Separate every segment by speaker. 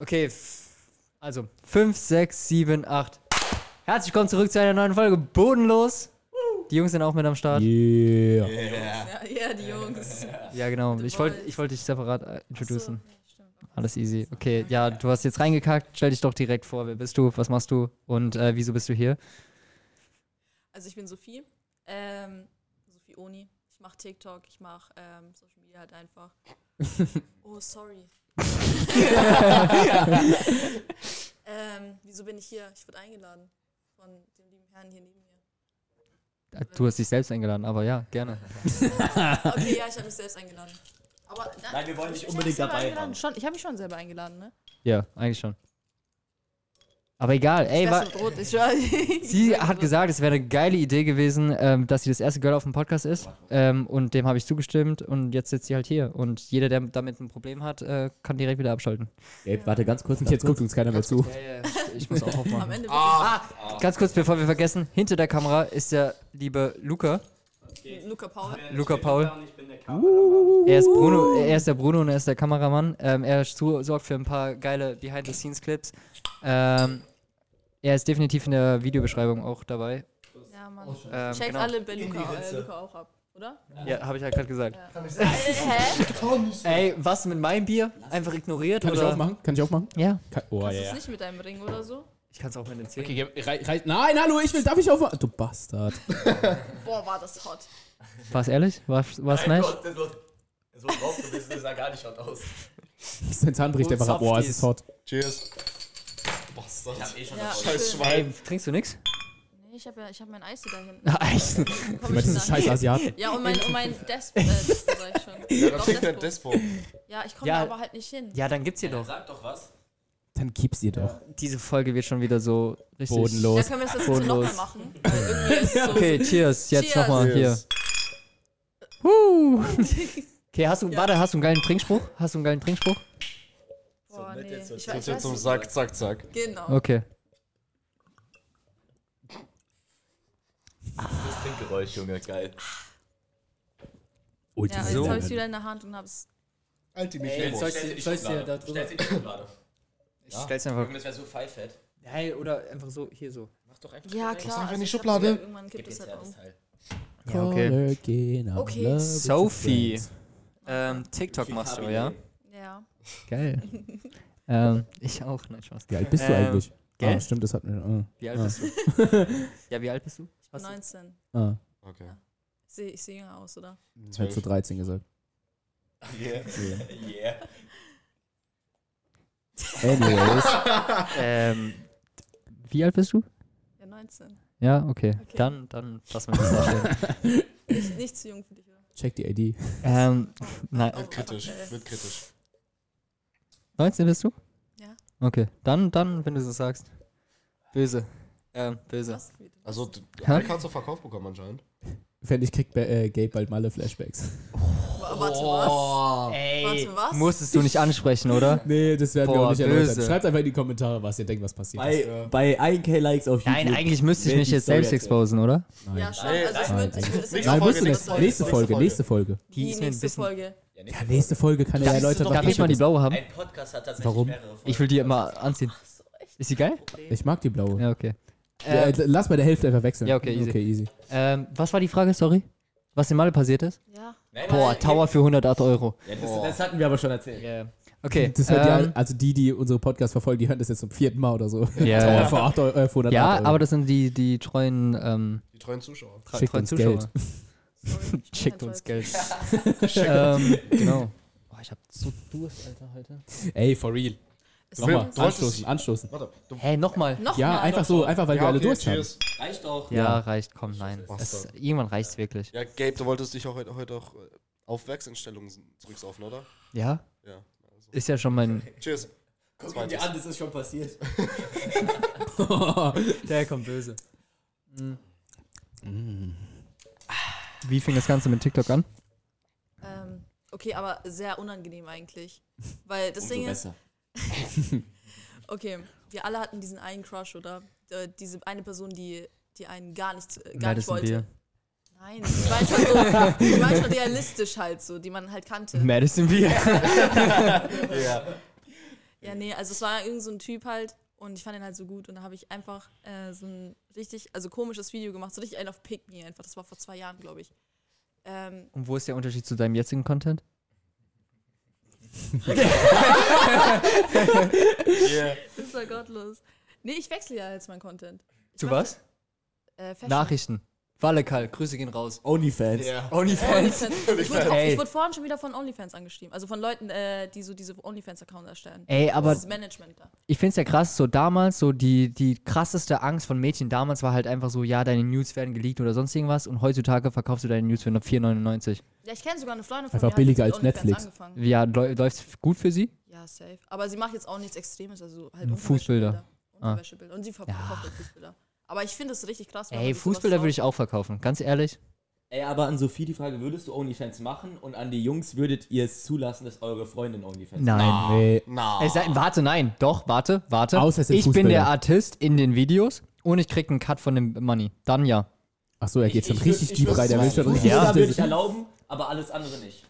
Speaker 1: Okay, f- also 5, 6, 7, 8. Herzlich willkommen zurück zu einer neuen Folge Bodenlos. Die Jungs sind auch mit am Start.
Speaker 2: Yeah.
Speaker 3: Ja, ja, die Jungs.
Speaker 1: Ja, genau. Ich wollte ich wollte dich separat äh,
Speaker 3: Achso,
Speaker 1: introducen.
Speaker 3: nee, stimmt.
Speaker 1: Alles easy. Okay, ja, du hast jetzt reingekackt. Stell dich doch direkt vor. Wer bist du? Was machst du? Und äh, wieso bist du hier?
Speaker 3: Also ich bin Sophie. Ähm, Sophie Oni. Ich mache TikTok, ich mache ähm, Social Media halt einfach. oh, sorry. ähm, wieso bin ich hier? Ich wurde eingeladen von dem lieben Herrn hier neben mir.
Speaker 1: Äh, Du hast dich selbst eingeladen, aber ja, gerne.
Speaker 3: Okay, ja, ich habe mich selbst eingeladen. Aber
Speaker 2: Nein, wir wollen dich
Speaker 3: ich
Speaker 2: unbedingt dabei haben.
Speaker 3: haben. Schon, ich habe mich schon selber eingeladen, ne?
Speaker 1: Ja, eigentlich schon. Aber egal, ey, wa
Speaker 3: Schwester mit Rot, ich war-
Speaker 1: Sie hat gesagt, es wäre eine geile Idee gewesen, ähm, dass sie das erste Girl auf dem Podcast ist. Ähm, und dem habe ich zugestimmt und jetzt sitzt sie halt hier. Und jeder, der damit ein Problem hat, äh, kann direkt wieder abschalten.
Speaker 2: Ey, warte ganz kurz, jetzt guckt uns keiner mehr zu.
Speaker 1: Ich muss auch
Speaker 3: Am
Speaker 1: aufmachen.
Speaker 3: Ende
Speaker 2: Ah,
Speaker 1: Ganz kurz, bevor wir vergessen, hinter der Kamera ist der liebe Luca.
Speaker 3: wirklich Luca Paul.
Speaker 1: Luca Paul. Uh, Er ist, Bruno, er ist der Bruno und er ist der Kameramann. Ähm, er su- sorgt für ein paar geile Behind-the-Scenes-Clips. Ähm, er ist definitiv in der Videobeschreibung auch dabei.
Speaker 3: Ja,
Speaker 2: Oh,
Speaker 3: Mann.
Speaker 1: Ähm,
Speaker 3: Checkt
Speaker 1: genau.
Speaker 3: alle bei Luca, äh, Luca auch ab, oder?
Speaker 1: Ja, habe ich ja gerade gesagt.
Speaker 3: Hä?
Speaker 1: Ey, was mit meinem Bier? Einfach ignoriert
Speaker 2: Kann ich
Speaker 1: oder?
Speaker 2: aufmachen? Kann ich aufmachen?
Speaker 1: Ja.
Speaker 2: Kann, oh,
Speaker 3: Kannst
Speaker 2: ja,
Speaker 3: du es
Speaker 2: ja.
Speaker 3: nicht mit deinem Ring oder so?
Speaker 1: Ich kann es auch mit den Zähnen.
Speaker 2: Okay, geh- rei, rei, nein, hallo, ich will, darf ich aufmachen? Du Bastard.
Speaker 3: Boah, war das hot.
Speaker 1: War es ehrlich? War es
Speaker 4: Nein,
Speaker 1: nice?
Speaker 4: Gott, das war- So drauf gewesen, das sah gar nicht hot aus.
Speaker 2: Sein Zahn bricht
Speaker 1: Oh,
Speaker 2: einfach ab. Boah, es ist hot.
Speaker 5: Cheers.
Speaker 4: Ich hab eh schon
Speaker 3: Ja,
Speaker 4: davon.
Speaker 5: Scheiß
Speaker 3: schön.
Speaker 5: Schwein.
Speaker 1: Ey, trinkst du nix?
Speaker 3: Nee, ich habe ja, ich hab mein Eis hier da hinten.
Speaker 1: Eis.
Speaker 3: Komm
Speaker 2: Immer
Speaker 3: ich
Speaker 2: diese
Speaker 3: dann.
Speaker 2: scheiß Asiaten.
Speaker 3: Ja, und mein, und mein Despo, äh, Despo sag ich schon.
Speaker 4: eh
Speaker 3: Doch,
Speaker 5: Ja, dann trinkt der
Speaker 3: Despo.
Speaker 5: Despo.
Speaker 3: Ja, ich komme
Speaker 1: Ja.
Speaker 3: da aber halt nicht hin.
Speaker 1: Ja, dann gibt's hier doch.
Speaker 4: Sag doch was.
Speaker 2: Dann gib's ihr doch.
Speaker 1: Diese Folge wird schon wieder so richtig.
Speaker 3: Ja,
Speaker 2: Bodenlos.
Speaker 3: können wir es jetzt
Speaker 1: Schon
Speaker 3: nochmal
Speaker 1: los.
Speaker 3: machen? Weil irgendwie ist es so.
Speaker 1: Okay, cheers. Jetzt
Speaker 3: Cheers.
Speaker 1: nochmal hier.
Speaker 5: Cheers.
Speaker 1: Huh. Okay, hast du, warte, hast du einen geilen Trinkspruch? Hast du einen geilen Trinkspruch?
Speaker 3: Boah,
Speaker 4: nett
Speaker 3: nee.
Speaker 4: jetzt so
Speaker 3: Ich, weiß- ich
Speaker 5: Jetzt
Speaker 3: weiß
Speaker 5: zum
Speaker 3: nicht.
Speaker 5: Sack, zack, zack.
Speaker 3: Genau.
Speaker 1: Okay.
Speaker 4: Das Trinkgeräusch, Junge, geil.
Speaker 2: Ulti
Speaker 3: Ja, jetzt
Speaker 2: so.
Speaker 3: habe ich es wieder in der Hand und habe es.
Speaker 5: Alti
Speaker 1: Ey, sollst du- sollst du da drüber-
Speaker 4: Stellst du die Schublade.
Speaker 1: Ich stell's einfach.
Speaker 4: Junge, das wäre so pfeifett.
Speaker 1: Hey, oder einfach so, hier so.
Speaker 4: Mach doch einfach.
Speaker 3: Ja,
Speaker 4: direkt.
Speaker 3: klar.
Speaker 5: einfach in die
Speaker 3: ich hab's
Speaker 5: Schublade.
Speaker 3: wieder- Irgendwann
Speaker 4: Gib
Speaker 3: kippt es
Speaker 4: jetzt
Speaker 3: halt
Speaker 4: her
Speaker 3: um.
Speaker 4: das Teil.
Speaker 1: Ja, okay.
Speaker 3: Okay.
Speaker 2: okay.
Speaker 1: Sophie. Ähm, TikTok machst du, ja?
Speaker 3: Ja.
Speaker 1: Geil. ähm, ich auch, nein, Spaß.
Speaker 2: Wie alt bist du
Speaker 1: Ähm,
Speaker 2: eigentlich?
Speaker 1: gell?
Speaker 2: Ah, stimmt, das hat mir.
Speaker 1: Wie alt
Speaker 2: Ah.
Speaker 1: bist du? ja, wie alt bist du?
Speaker 3: Ich bin
Speaker 1: Hast du-
Speaker 3: 19.
Speaker 2: Ah, ah.
Speaker 5: Okay.
Speaker 3: Ich sehe ich seh jünger aus, oder?
Speaker 2: Ich hab zu 13 gesagt.
Speaker 4: Yeah. Yeah.
Speaker 2: Anyways.
Speaker 1: Ähm, wie alt bist du?
Speaker 3: Ja, 19.
Speaker 1: Ja, okay.
Speaker 3: Okay.
Speaker 1: Dann, dann lassen wir das darstellen.
Speaker 3: Nicht, nicht zu jung für dich, oder?
Speaker 2: Check die ID.
Speaker 1: ähm, nein,
Speaker 3: Oh,
Speaker 5: Kritisch,
Speaker 3: okay.
Speaker 5: wird kritisch.
Speaker 1: 19 bist du?
Speaker 3: Ja.
Speaker 1: Okay, dann, dann, wenn du so sagst. Böse. Ähm, böse.
Speaker 3: Was? Wie du-
Speaker 5: Also, d-
Speaker 1: Hä?
Speaker 5: Hulk hat's auf Verkauf bekommen anscheinend.
Speaker 2: Wenn ich krieg äh, Gabe bald mal alle Flashbacks.
Speaker 3: Wa- Oh, Warte, was?
Speaker 1: Oh, Ey,
Speaker 3: Warte, was?
Speaker 1: musstest du nicht ansprechen, oder?
Speaker 2: Nee, das werden wir
Speaker 1: Boah,
Speaker 2: auch nicht erläutern.
Speaker 1: böse.
Speaker 2: Schreibt einfach in die Kommentare, was ihr denkt, was passiert ist.
Speaker 6: Bei, bei 1k Likes auf YouTube.
Speaker 1: Nein, eigentlich müsste ich
Speaker 6: Wenn
Speaker 1: mich
Speaker 6: die
Speaker 1: jetzt
Speaker 6: Story
Speaker 1: selbst
Speaker 6: erzählt.
Speaker 1: exposen, oder?
Speaker 3: Ja,
Speaker 4: Nein,
Speaker 3: schon. Also ich
Speaker 2: nein,
Speaker 3: würde ich würd es
Speaker 5: nein.
Speaker 3: jetzt
Speaker 2: Nein,
Speaker 5: Folge,
Speaker 2: musst du
Speaker 5: nächste
Speaker 2: nicht.
Speaker 5: Folge,
Speaker 2: Nächste Folge, nächste
Speaker 5: nächste
Speaker 2: Folge.
Speaker 1: Die
Speaker 3: Die
Speaker 1: ist mir ein
Speaker 3: nächste
Speaker 1: bisschen.
Speaker 3: Folge.
Speaker 4: Ja,
Speaker 2: Ja, nächste Folge kann er erläutern,
Speaker 1: Darf ich mal die
Speaker 2: passiert
Speaker 1: blaue haben?
Speaker 4: Ein Podcast hat tatsächlich
Speaker 2: Warum?
Speaker 4: mehrere Folgen.
Speaker 1: Ich will die immer anziehen. Ist die geil?
Speaker 2: ist. Ich mag die blaue.
Speaker 1: Ja, okay.
Speaker 2: Ja,
Speaker 1: Ähm,
Speaker 2: äh, lass bei der Hälfte einfach wechseln.
Speaker 1: Ja, okay, easy.
Speaker 2: Okay, easy.
Speaker 1: ähm, was war die Frage, sorry? Was in Malle passiert ist?
Speaker 3: Ja.
Speaker 6: Äh,
Speaker 4: Nein,
Speaker 1: Boah,
Speaker 4: nein,
Speaker 1: Tower für 108 Euro.
Speaker 4: Ja, das, das
Speaker 6: hatten wir aber schon erzählt.
Speaker 1: Okay.
Speaker 2: Das hört
Speaker 1: ähm,
Speaker 2: ja, also die, die unsere Podcast verfolgen, die hören das jetzt zum vierten Mal oder so.
Speaker 1: Ja,
Speaker 2: Tower
Speaker 1: ja.
Speaker 2: für 8 Euro, äh, für 100
Speaker 1: ja,
Speaker 2: Euro.
Speaker 1: aber das sind die, die treuen, ähm,
Speaker 5: Die treuen Zuschauer.
Speaker 1: tre-
Speaker 2: Schickt
Speaker 1: treuen
Speaker 2: uns
Speaker 1: Zuschauer.
Speaker 2: Geld.
Speaker 3: Sorry, ich bin
Speaker 1: Schickt
Speaker 3: halt
Speaker 1: uns
Speaker 3: heute-
Speaker 1: Geld. ähm, genau. Boah, ich hab so Durst, Alter, heute.
Speaker 2: Ey, for real.
Speaker 3: Es
Speaker 2: Nochmal,
Speaker 3: ist-
Speaker 5: du wolltest-
Speaker 2: anstoßen, anstoßen.
Speaker 5: Warte. Du,
Speaker 1: Hey, nochmal.
Speaker 3: Noch
Speaker 2: Ja,
Speaker 3: mal.
Speaker 2: einfach
Speaker 6: also
Speaker 2: so, einfach weil wir alle Durst haben.
Speaker 5: cheers.
Speaker 4: reicht auch.
Speaker 1: Ja, reicht, komm, nein.
Speaker 5: Bastard.
Speaker 1: Es, irgendwann reicht's wirklich.
Speaker 5: Ja, Gabe, du wolltest dich auch heute, heute auch äh, auf Werkseinstellungen zurücksaufen, oder?
Speaker 1: Ja?
Speaker 5: Ja. Also.
Speaker 1: Ist ja schon mein.
Speaker 5: Cheers.
Speaker 6: Guck mal,
Speaker 5: Zweites.
Speaker 6: die an, das ist schon passiert.
Speaker 1: Der kommt böse. Wie fing das Ganze mit TikTok an?
Speaker 3: Ähm, okay, aber sehr unangenehm eigentlich. Weil das Ding ist, okay, wir alle hatten diesen einen Crush, oder? Äh, diese eine Person, die, die einen gar nicht, äh, gar
Speaker 1: Ja,
Speaker 3: nicht
Speaker 1: das sind
Speaker 3: wollte.
Speaker 1: wir.
Speaker 3: Nein, die war schon so, die war schon realistisch halt so, die man halt kannte.
Speaker 1: Madison wir.
Speaker 4: Ja.
Speaker 3: Ja, nee, also es war irgend so ein Typ halt und ich fand ihn halt so gut und da habe ich einfach äh, so ein richtig, also komisches Video gemacht, so richtig ein auf Pick Me einfach. Das war vor zwei Jahren, glaube ich. Ähm,
Speaker 1: Und wo ist der Unterschied zu deinem jetzigen Content?
Speaker 3: ist doch gottlos. Nee, ich wechsle ja jetzt meinen Content. Ich
Speaker 1: Zu
Speaker 3: mach-
Speaker 1: was?
Speaker 3: Äh, Fashion.
Speaker 1: Nachrichten. Wallekal, Grüße gehen raus.
Speaker 6: Onlyfans.
Speaker 1: OnlyFans.
Speaker 3: OnlyFans. Ich wurde,
Speaker 1: Ey.
Speaker 3: ich wurde vorhin schon wieder von OnlyFans angeschrieben. Also von Leuten, äh, die so diese OnlyFans-Accounts erstellen.
Speaker 1: Ey, aber
Speaker 3: das ist Management da.
Speaker 1: ich find's ja krass, so damals, so die, die krasseste Angst von Mädchen damals war halt einfach so, ja, deine News werden geleakt oder sonst irgendwas und heutzutage verkaufst du deine News für nur 4,99.
Speaker 3: Ja, ich kenne sogar eine Freundin von
Speaker 2: Einfach
Speaker 3: mir, die
Speaker 2: billiger
Speaker 3: hat mit
Speaker 2: als
Speaker 3: OnlyFans
Speaker 2: Netflix.
Speaker 3: Angefangen.
Speaker 1: Ja, läu- läuft's gut für sie?
Speaker 3: Ja, safe. Aber sie macht jetzt auch nichts Extremes, also halt
Speaker 1: Mhm,
Speaker 3: Unterwäschebilder.
Speaker 1: Fußbilder. Ah.
Speaker 3: Unterwäschebilder. Und sie verkauft auch Fußbilder. Aber ich finde das richtig krass. wenn
Speaker 1: Ey,
Speaker 3: man sich sowas
Speaker 1: Fußbilder
Speaker 3: traut.
Speaker 1: würde ich auch verkaufen, ganz ehrlich.
Speaker 6: Ey, aber an Sophie die Frage, würdest du Onlyfans machen? Und an die Jungs würdet ihr es zulassen, dass eure Freundin Onlyfans macht?
Speaker 1: Nein.
Speaker 2: Ah. Nee.
Speaker 5: Na.
Speaker 1: Es sei, Äh, warte, nein, doch, warte, warte.
Speaker 2: Außer es sind
Speaker 1: ich bin der
Speaker 2: Fußbilder.
Speaker 1: Artist in den Videos und ich krieg einen Cut von dem Money. Dann ja.
Speaker 2: Achso, er geht schon
Speaker 6: ich
Speaker 2: richtig
Speaker 6: würd-
Speaker 2: deep
Speaker 6: ich
Speaker 2: rein. Der will
Speaker 6: würd-
Speaker 2: schon richtig
Speaker 6: Fußbilder
Speaker 1: Ja.
Speaker 6: würde ich erlauben, aber alles andere nicht.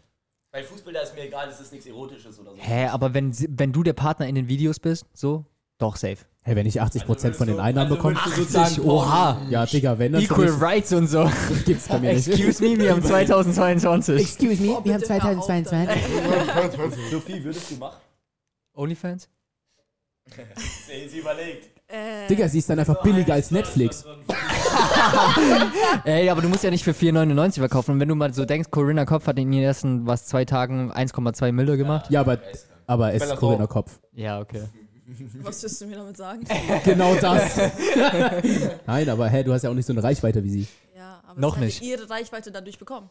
Speaker 4: Bei Fußbilder ist mir egal, das ist nichts Erotisches oder so.
Speaker 1: Hä, aber wenn, sie- wenn du der Partner in den Videos bist, so, doch, safe.
Speaker 2: Hey, wenn ich 80% von den Einnahmen
Speaker 6: also
Speaker 2: bekomme.
Speaker 6: würdest du oh. sozusagen
Speaker 1: Oha.
Speaker 2: Ja, Digga, wenn dann schon
Speaker 1: Equal Rights und so.
Speaker 2: richtig, gibt's bei mir nicht.
Speaker 1: Excuse me, wir haben 2022.
Speaker 2: Excuse me,
Speaker 3: Oh, bitte hör auf damit.
Speaker 6: Also, Sophie, würdest du machen?
Speaker 1: Onlyfans?
Speaker 4: Sie, sie überlegt.
Speaker 3: Äh,
Speaker 2: Digga, sie ist dann einfach billiger als Netflix.
Speaker 1: Ey, aber du musst ja nicht für 4,99 verkaufen. Und wenn du mal so denkst, Corinna Kopf hat in den ersten, was, zwei Tagen 1,2 Mille gemacht.
Speaker 2: Ja, aber, aber es ist
Speaker 5: Bella
Speaker 2: Corinna
Speaker 5: Thorne.
Speaker 2: Kopf.
Speaker 1: Ja, okay.
Speaker 3: was willst du mir damit sagen?
Speaker 2: Genau das. Nein, aber hä, du hast ja auch nicht so eine Reichweite wie sie.
Speaker 3: ja, aber
Speaker 1: Noch
Speaker 3: sie hat ja
Speaker 1: nicht.
Speaker 3: ihre Reichweite dadurch bekommen.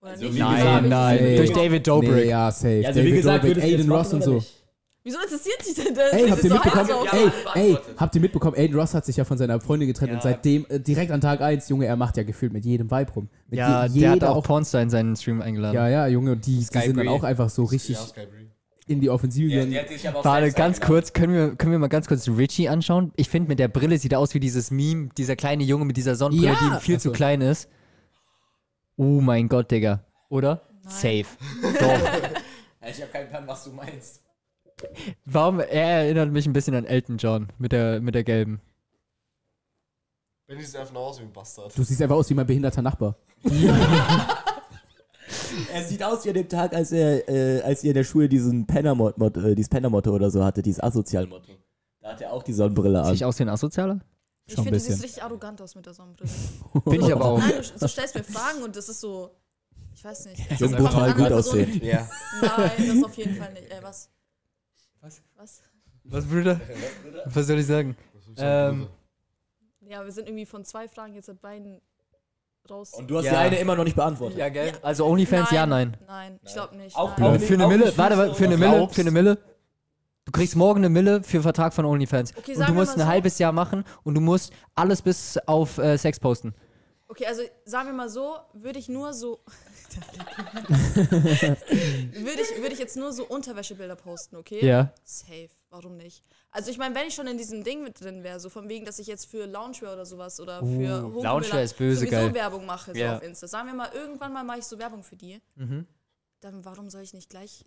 Speaker 3: Oder
Speaker 4: Also
Speaker 3: nicht?
Speaker 4: wie
Speaker 1: Nein,
Speaker 4: gesagt,
Speaker 1: nein.
Speaker 2: Nee.
Speaker 1: Durch David Dobrik.
Speaker 2: Nee, ja, safe.
Speaker 1: also
Speaker 6: also
Speaker 2: David Dobrik, Aiden Ross und so.
Speaker 3: Wieso interessiert dich denn das?
Speaker 2: Ey,
Speaker 3: Das
Speaker 2: habt
Speaker 3: ist
Speaker 2: ihr
Speaker 3: so heiß
Speaker 2: mitbekommen?
Speaker 3: drauf.
Speaker 4: Ja.
Speaker 2: Ey, ey,
Speaker 4: beantwortet.
Speaker 2: habt ihr mitbekommen? Aiden Ross hat sich ja von seiner Freundin getrennt und seitdem äh, direkt an Tag 1, Junge, er macht ja gefühlt mit jedem Vibe rum. Mit
Speaker 1: Ja,
Speaker 2: je-
Speaker 1: der hat
Speaker 2: jeder
Speaker 1: auch Pornstar in seinen Stream eingeladen.
Speaker 2: Ja, ja, Junge, und die, die sind dann
Speaker 5: Bree.
Speaker 2: auch einfach so richtig in die Offensive
Speaker 4: Der,
Speaker 2: gegangen.
Speaker 4: der hat sich aber auch
Speaker 1: Warte,
Speaker 4: selbst
Speaker 1: ganz
Speaker 4: eingeladen.
Speaker 1: kurz, können wir, können wir mal ganz kurz Richie anschauen? Ich finde, mit der Brille sieht er aus wie dieses Meme, dieser kleine Junge mit dieser Sonnenbrille,
Speaker 2: Ja.
Speaker 1: die ihm viel
Speaker 2: Ach
Speaker 1: zu
Speaker 2: so.
Speaker 1: klein ist. Oh mein Gott, Digga. Oder? Safe. Doch.
Speaker 4: Ich habe keinen Plan, was du meinst.
Speaker 1: Warum? Er erinnert mich ein bisschen an Elton John mit der, mit der gelben.
Speaker 5: Wenn ich sieht einfach nur aus wie ein Bastard.
Speaker 2: Du siehst einfach aus wie mein behinderter Nachbar.
Speaker 6: Er sieht aus wie an dem Tag, als er, äh, als ihr in der Schule diesen Penner-Motto äh, dieses Penner-Motto oder so hatte, dieses Asozial-Motto. Da hat er auch die Sonnenbrille
Speaker 1: Sehe
Speaker 6: an.
Speaker 1: ich aus wie ein Asozialer?
Speaker 3: Ich
Speaker 2: Schon ein
Speaker 3: finde, du siehst
Speaker 2: bisschen.
Speaker 3: richtig arrogant aus mit der Sonnenbrille.
Speaker 1: Bin ich aber auch.
Speaker 3: Nein, du, du stellst mir Fragen und das ist so. Ich weiß nicht.
Speaker 6: Jung
Speaker 3: Das ist
Speaker 6: brutal
Speaker 3: einfach eine
Speaker 6: gut
Speaker 3: andere Person.
Speaker 6: aussehen.
Speaker 5: Ja.
Speaker 3: Nein, das auf jeden Fall nicht. Äh, was?
Speaker 1: Was?
Speaker 3: Was?
Speaker 1: Was, Brüder? Was soll ich sagen? Ähm,
Speaker 3: Ja, wir sind irgendwie von zwei Fragen jetzt bei beiden raus.
Speaker 6: Und du hast
Speaker 1: Ja.
Speaker 6: die eine immer noch nicht beantwortet.
Speaker 1: ja, gell? Also OnlyFans, ja, nein.
Speaker 3: Nein, ich glaube nicht.
Speaker 6: Auch
Speaker 3: nein.
Speaker 6: Blöd.
Speaker 1: für eine
Speaker 6: auch
Speaker 1: Mille,
Speaker 6: nicht
Speaker 1: warte, warte,
Speaker 6: Füße
Speaker 1: für eine
Speaker 6: oder
Speaker 1: Mille,
Speaker 6: Glaubst?
Speaker 1: für eine Mille. Du kriegst morgen eine Mille für Vertrag von OnlyFans.
Speaker 3: Okay,
Speaker 1: und
Speaker 3: sagen
Speaker 1: du
Speaker 3: wir
Speaker 1: musst
Speaker 3: mal
Speaker 1: ein
Speaker 3: so.
Speaker 1: halbes Jahr machen und du musst alles bis auf äh, Sex posten.
Speaker 3: Okay, also sagen wir mal so, würde ich nur so. würde, ich, würde ich jetzt nur so Unterwäschebilder posten, okay?
Speaker 1: Ja.
Speaker 3: Safe, warum nicht? Also ich meine, wenn ich schon in diesem Ding mit drin wäre, so von wegen, dass ich jetzt für Loungewear oder sowas oder für Hochmüller
Speaker 1: Uh, Loungewear ist böse,
Speaker 3: sowieso
Speaker 1: geil.
Speaker 3: Werbung mache so
Speaker 1: Ja. Mhm.
Speaker 3: auf Insta. Sagen wir mal, irgendwann mal mache ich so Werbung für die. Dann warum soll ich nicht gleich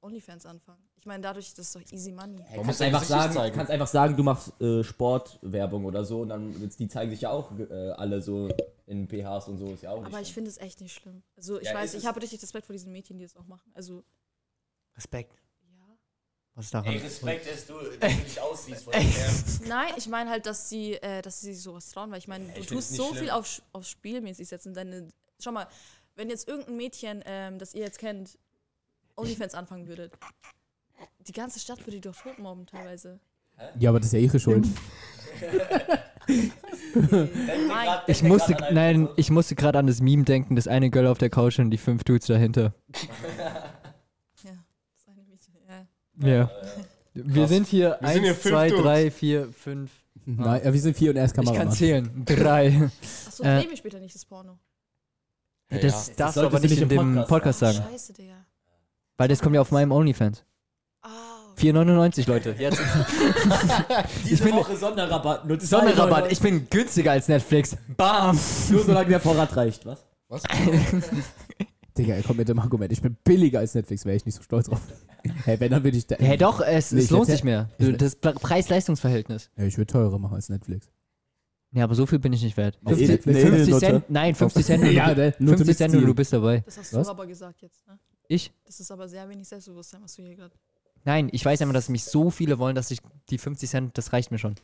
Speaker 3: Onlyfans anfangen? Ich meine, dadurch, das ist doch easy money.
Speaker 6: Du
Speaker 5: muss
Speaker 6: kannst
Speaker 5: er
Speaker 6: einfach,
Speaker 5: sich nicht
Speaker 6: sagen,
Speaker 5: zeigen?
Speaker 6: kannst einfach sagen, du machst äh, Sportwerbung oder so und dann jetzt- die zeigen sich ja auch äh, alle so in PHs und so ist ja auch
Speaker 3: Aber
Speaker 6: nicht.
Speaker 3: ich finde es echt nicht schlimm. Also ich
Speaker 4: Ja,
Speaker 3: weiß,
Speaker 4: es
Speaker 3: ich
Speaker 4: ist-
Speaker 3: habe richtig Respekt vor diesen Mädchen, die das auch machen. Also,
Speaker 1: Respekt.
Speaker 3: ja.
Speaker 1: Was ist daran?
Speaker 4: Ey, Respekt, dass du, dass du dich aussiehst von dem her.
Speaker 3: Nein, ich meine halt, dass sie, äh, dass sie sich sowas trauen, weil ich meine, du
Speaker 4: ich find's
Speaker 3: tust
Speaker 4: nicht
Speaker 3: so
Speaker 4: schlimm.
Speaker 3: viel auf, Sch- aufs Spielmäßig setzen. Deine, schau mal, wenn jetzt irgendein Mädchen, ähm, das ihr jetzt kennt, Onlyfans anfangen würde, die ganze Stadt würde die doch totmobben teilweise.
Speaker 2: Ja, aber das ist ja ihre Schuld.
Speaker 3: Nein,
Speaker 4: Grad-
Speaker 1: ich
Speaker 4: denk
Speaker 1: musste,
Speaker 4: grad an einen
Speaker 1: nein,
Speaker 4: Person.
Speaker 1: ich musste gerade an das Meme denken, das eine Girl auf der Couch und die fünf Dudes dahinter.
Speaker 3: das eine Mädchen, ja.
Speaker 1: Ja. Wir sind hier
Speaker 5: Wir sind hier
Speaker 1: eins,
Speaker 5: fünf
Speaker 1: zwei,
Speaker 5: Dudes.
Speaker 1: drei, vier, fünf.
Speaker 2: Nein, ja, wir sind vier und er ist
Speaker 1: Ich kann
Speaker 2: Kameramann.
Speaker 1: zählen. Drei.
Speaker 3: Achso,
Speaker 1: Äh,
Speaker 3: dreh mir später nicht das Porno.
Speaker 5: Ja,
Speaker 1: Das
Speaker 6: Das
Speaker 1: darfst du aber
Speaker 6: solltest du
Speaker 1: nicht in
Speaker 6: nicht im
Speaker 1: dem Podcast
Speaker 6: Podcast
Speaker 1: sagen.
Speaker 3: Scheiße, Digga.
Speaker 1: Weil das kommt ja auf meinem OnlyFans.
Speaker 3: Ah, okay.
Speaker 1: 4,99, Leute. Jetzt.
Speaker 6: Diese Woche Sonderrabatt. Nur
Speaker 1: Sonderrabatt. Ich bin günstiger als Netflix. Bam.
Speaker 6: nur solange der Vorrat reicht, was?
Speaker 5: Was?
Speaker 2: Digga, er kommt mit dem Argument. Ich bin billiger als Netflix, wäre ich nicht so stolz drauf. Hey, wenn, dann würde ich. da-
Speaker 1: Hey, doch, es,
Speaker 2: Nee,
Speaker 1: es
Speaker 2: ich
Speaker 1: lohnt
Speaker 2: hätte-
Speaker 1: sich mehr.
Speaker 2: ich-
Speaker 1: Du- Das Pre- Preis-Leistungs-Verhältnis.
Speaker 2: Ja, ich würde teurer machen als Netflix.
Speaker 1: Ja, aber so viel bin ich nicht wert.
Speaker 2: Auf
Speaker 1: 50,
Speaker 6: Netflix?
Speaker 1: 50
Speaker 6: Nutte.
Speaker 1: Cent? Nein, 50 Cent. und du-
Speaker 2: Ja, der- Nutte
Speaker 1: 50 Cent und
Speaker 2: mitziehen.
Speaker 1: du bist dabei.
Speaker 3: Das hast
Speaker 2: Was?
Speaker 3: du aber gesagt jetzt, ne?
Speaker 1: Ich?
Speaker 3: Das ist aber sehr wenig Selbstbewusstsein, was du hier gerade.
Speaker 1: Nein, ich weiß einfach, dass mich so viele wollen, dass ich die 50 Cent, das reicht mir schon.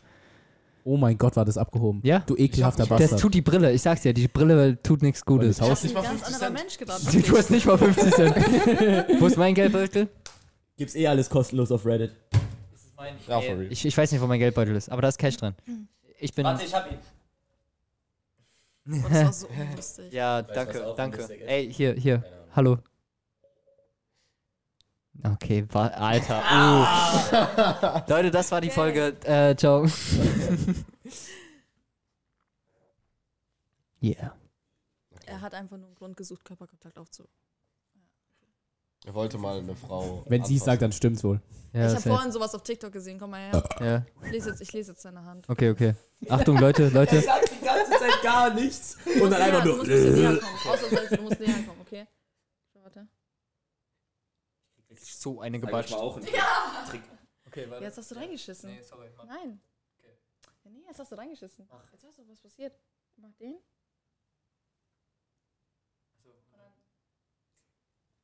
Speaker 2: Oh mein Gott, war das abgehoben.
Speaker 1: Ja.
Speaker 2: Du ekelhafter
Speaker 1: Das
Speaker 2: Bastard.
Speaker 1: tut die Brille, ich sag's dir, die Brille tut nichts
Speaker 2: Wollen wir
Speaker 1: Gutes.
Speaker 2: tauschen?
Speaker 3: Ich bin
Speaker 4: mal
Speaker 3: ein ganz
Speaker 4: 50
Speaker 3: anderer
Speaker 4: Cent.
Speaker 3: Mensch gerade.
Speaker 1: Du hast nicht mal 50 Cent. Wo ist mein Geldbeutel?
Speaker 6: Gibt's eh alles kostenlos auf Reddit.
Speaker 5: Ja, for real.
Speaker 1: Ich, ich weiß nicht, wo mein Geldbeutel ist, aber da ist Cash drin. Ich bin.
Speaker 4: Warte, ich hab ihn.
Speaker 3: Oh, das war so unlustig.
Speaker 1: Ja,
Speaker 4: Weißt du, was
Speaker 1: danke,
Speaker 4: auch
Speaker 1: danke.
Speaker 4: lustig ist?
Speaker 1: Ey, hier, hier.
Speaker 4: Keine Ahnung.
Speaker 1: Hallo. Okay, wa- Alter. Uh. Leute, das war die Folge. Äh, ciao. yeah.
Speaker 3: Er hat einfach nur einen Grund gesucht, Körperkontakt aufzubauen.
Speaker 5: Er wollte mal eine Frau.
Speaker 2: Wenn sie es sagt, dann stimmt's wohl.
Speaker 1: Ja,
Speaker 3: ich habe
Speaker 1: das wär-
Speaker 3: vorhin sowas auf TikTok gesehen. Komm mal her.
Speaker 1: ja.
Speaker 3: Ich lese jetzt, ich lese jetzt deine Hand.
Speaker 1: Okay, okay. Achtung, Leute, Leute.
Speaker 6: sagt die ganze Zeit gar nichts.
Speaker 3: Du musst näher- Du musst ein bisschen näher kommen. Ausnahmsweise, du musst näher kommen, okay? So, Warte.
Speaker 1: So eine
Speaker 4: Sag ich
Speaker 1: gebatscht.
Speaker 4: mal auch einen Trick.
Speaker 1: Okay, warte.
Speaker 3: Jetzt hast du reingeschissen. Nein. Ja, nee, jetzt hast du reingeschissen. Jetzt hast du was passiert. Mach den.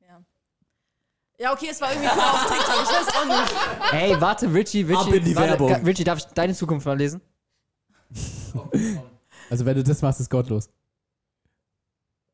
Speaker 3: Ja. Ja, okay, es war irgendwie voll auf TikTok. Ich weiß auch nicht.
Speaker 1: Ey, warte, Richie, Richie.
Speaker 6: Ab in die
Speaker 1: warte,
Speaker 6: Werbung.
Speaker 1: Ga- Richie, darf ich deine Zukunft mal lesen?
Speaker 2: Also, wenn du das machst, ist gottlos.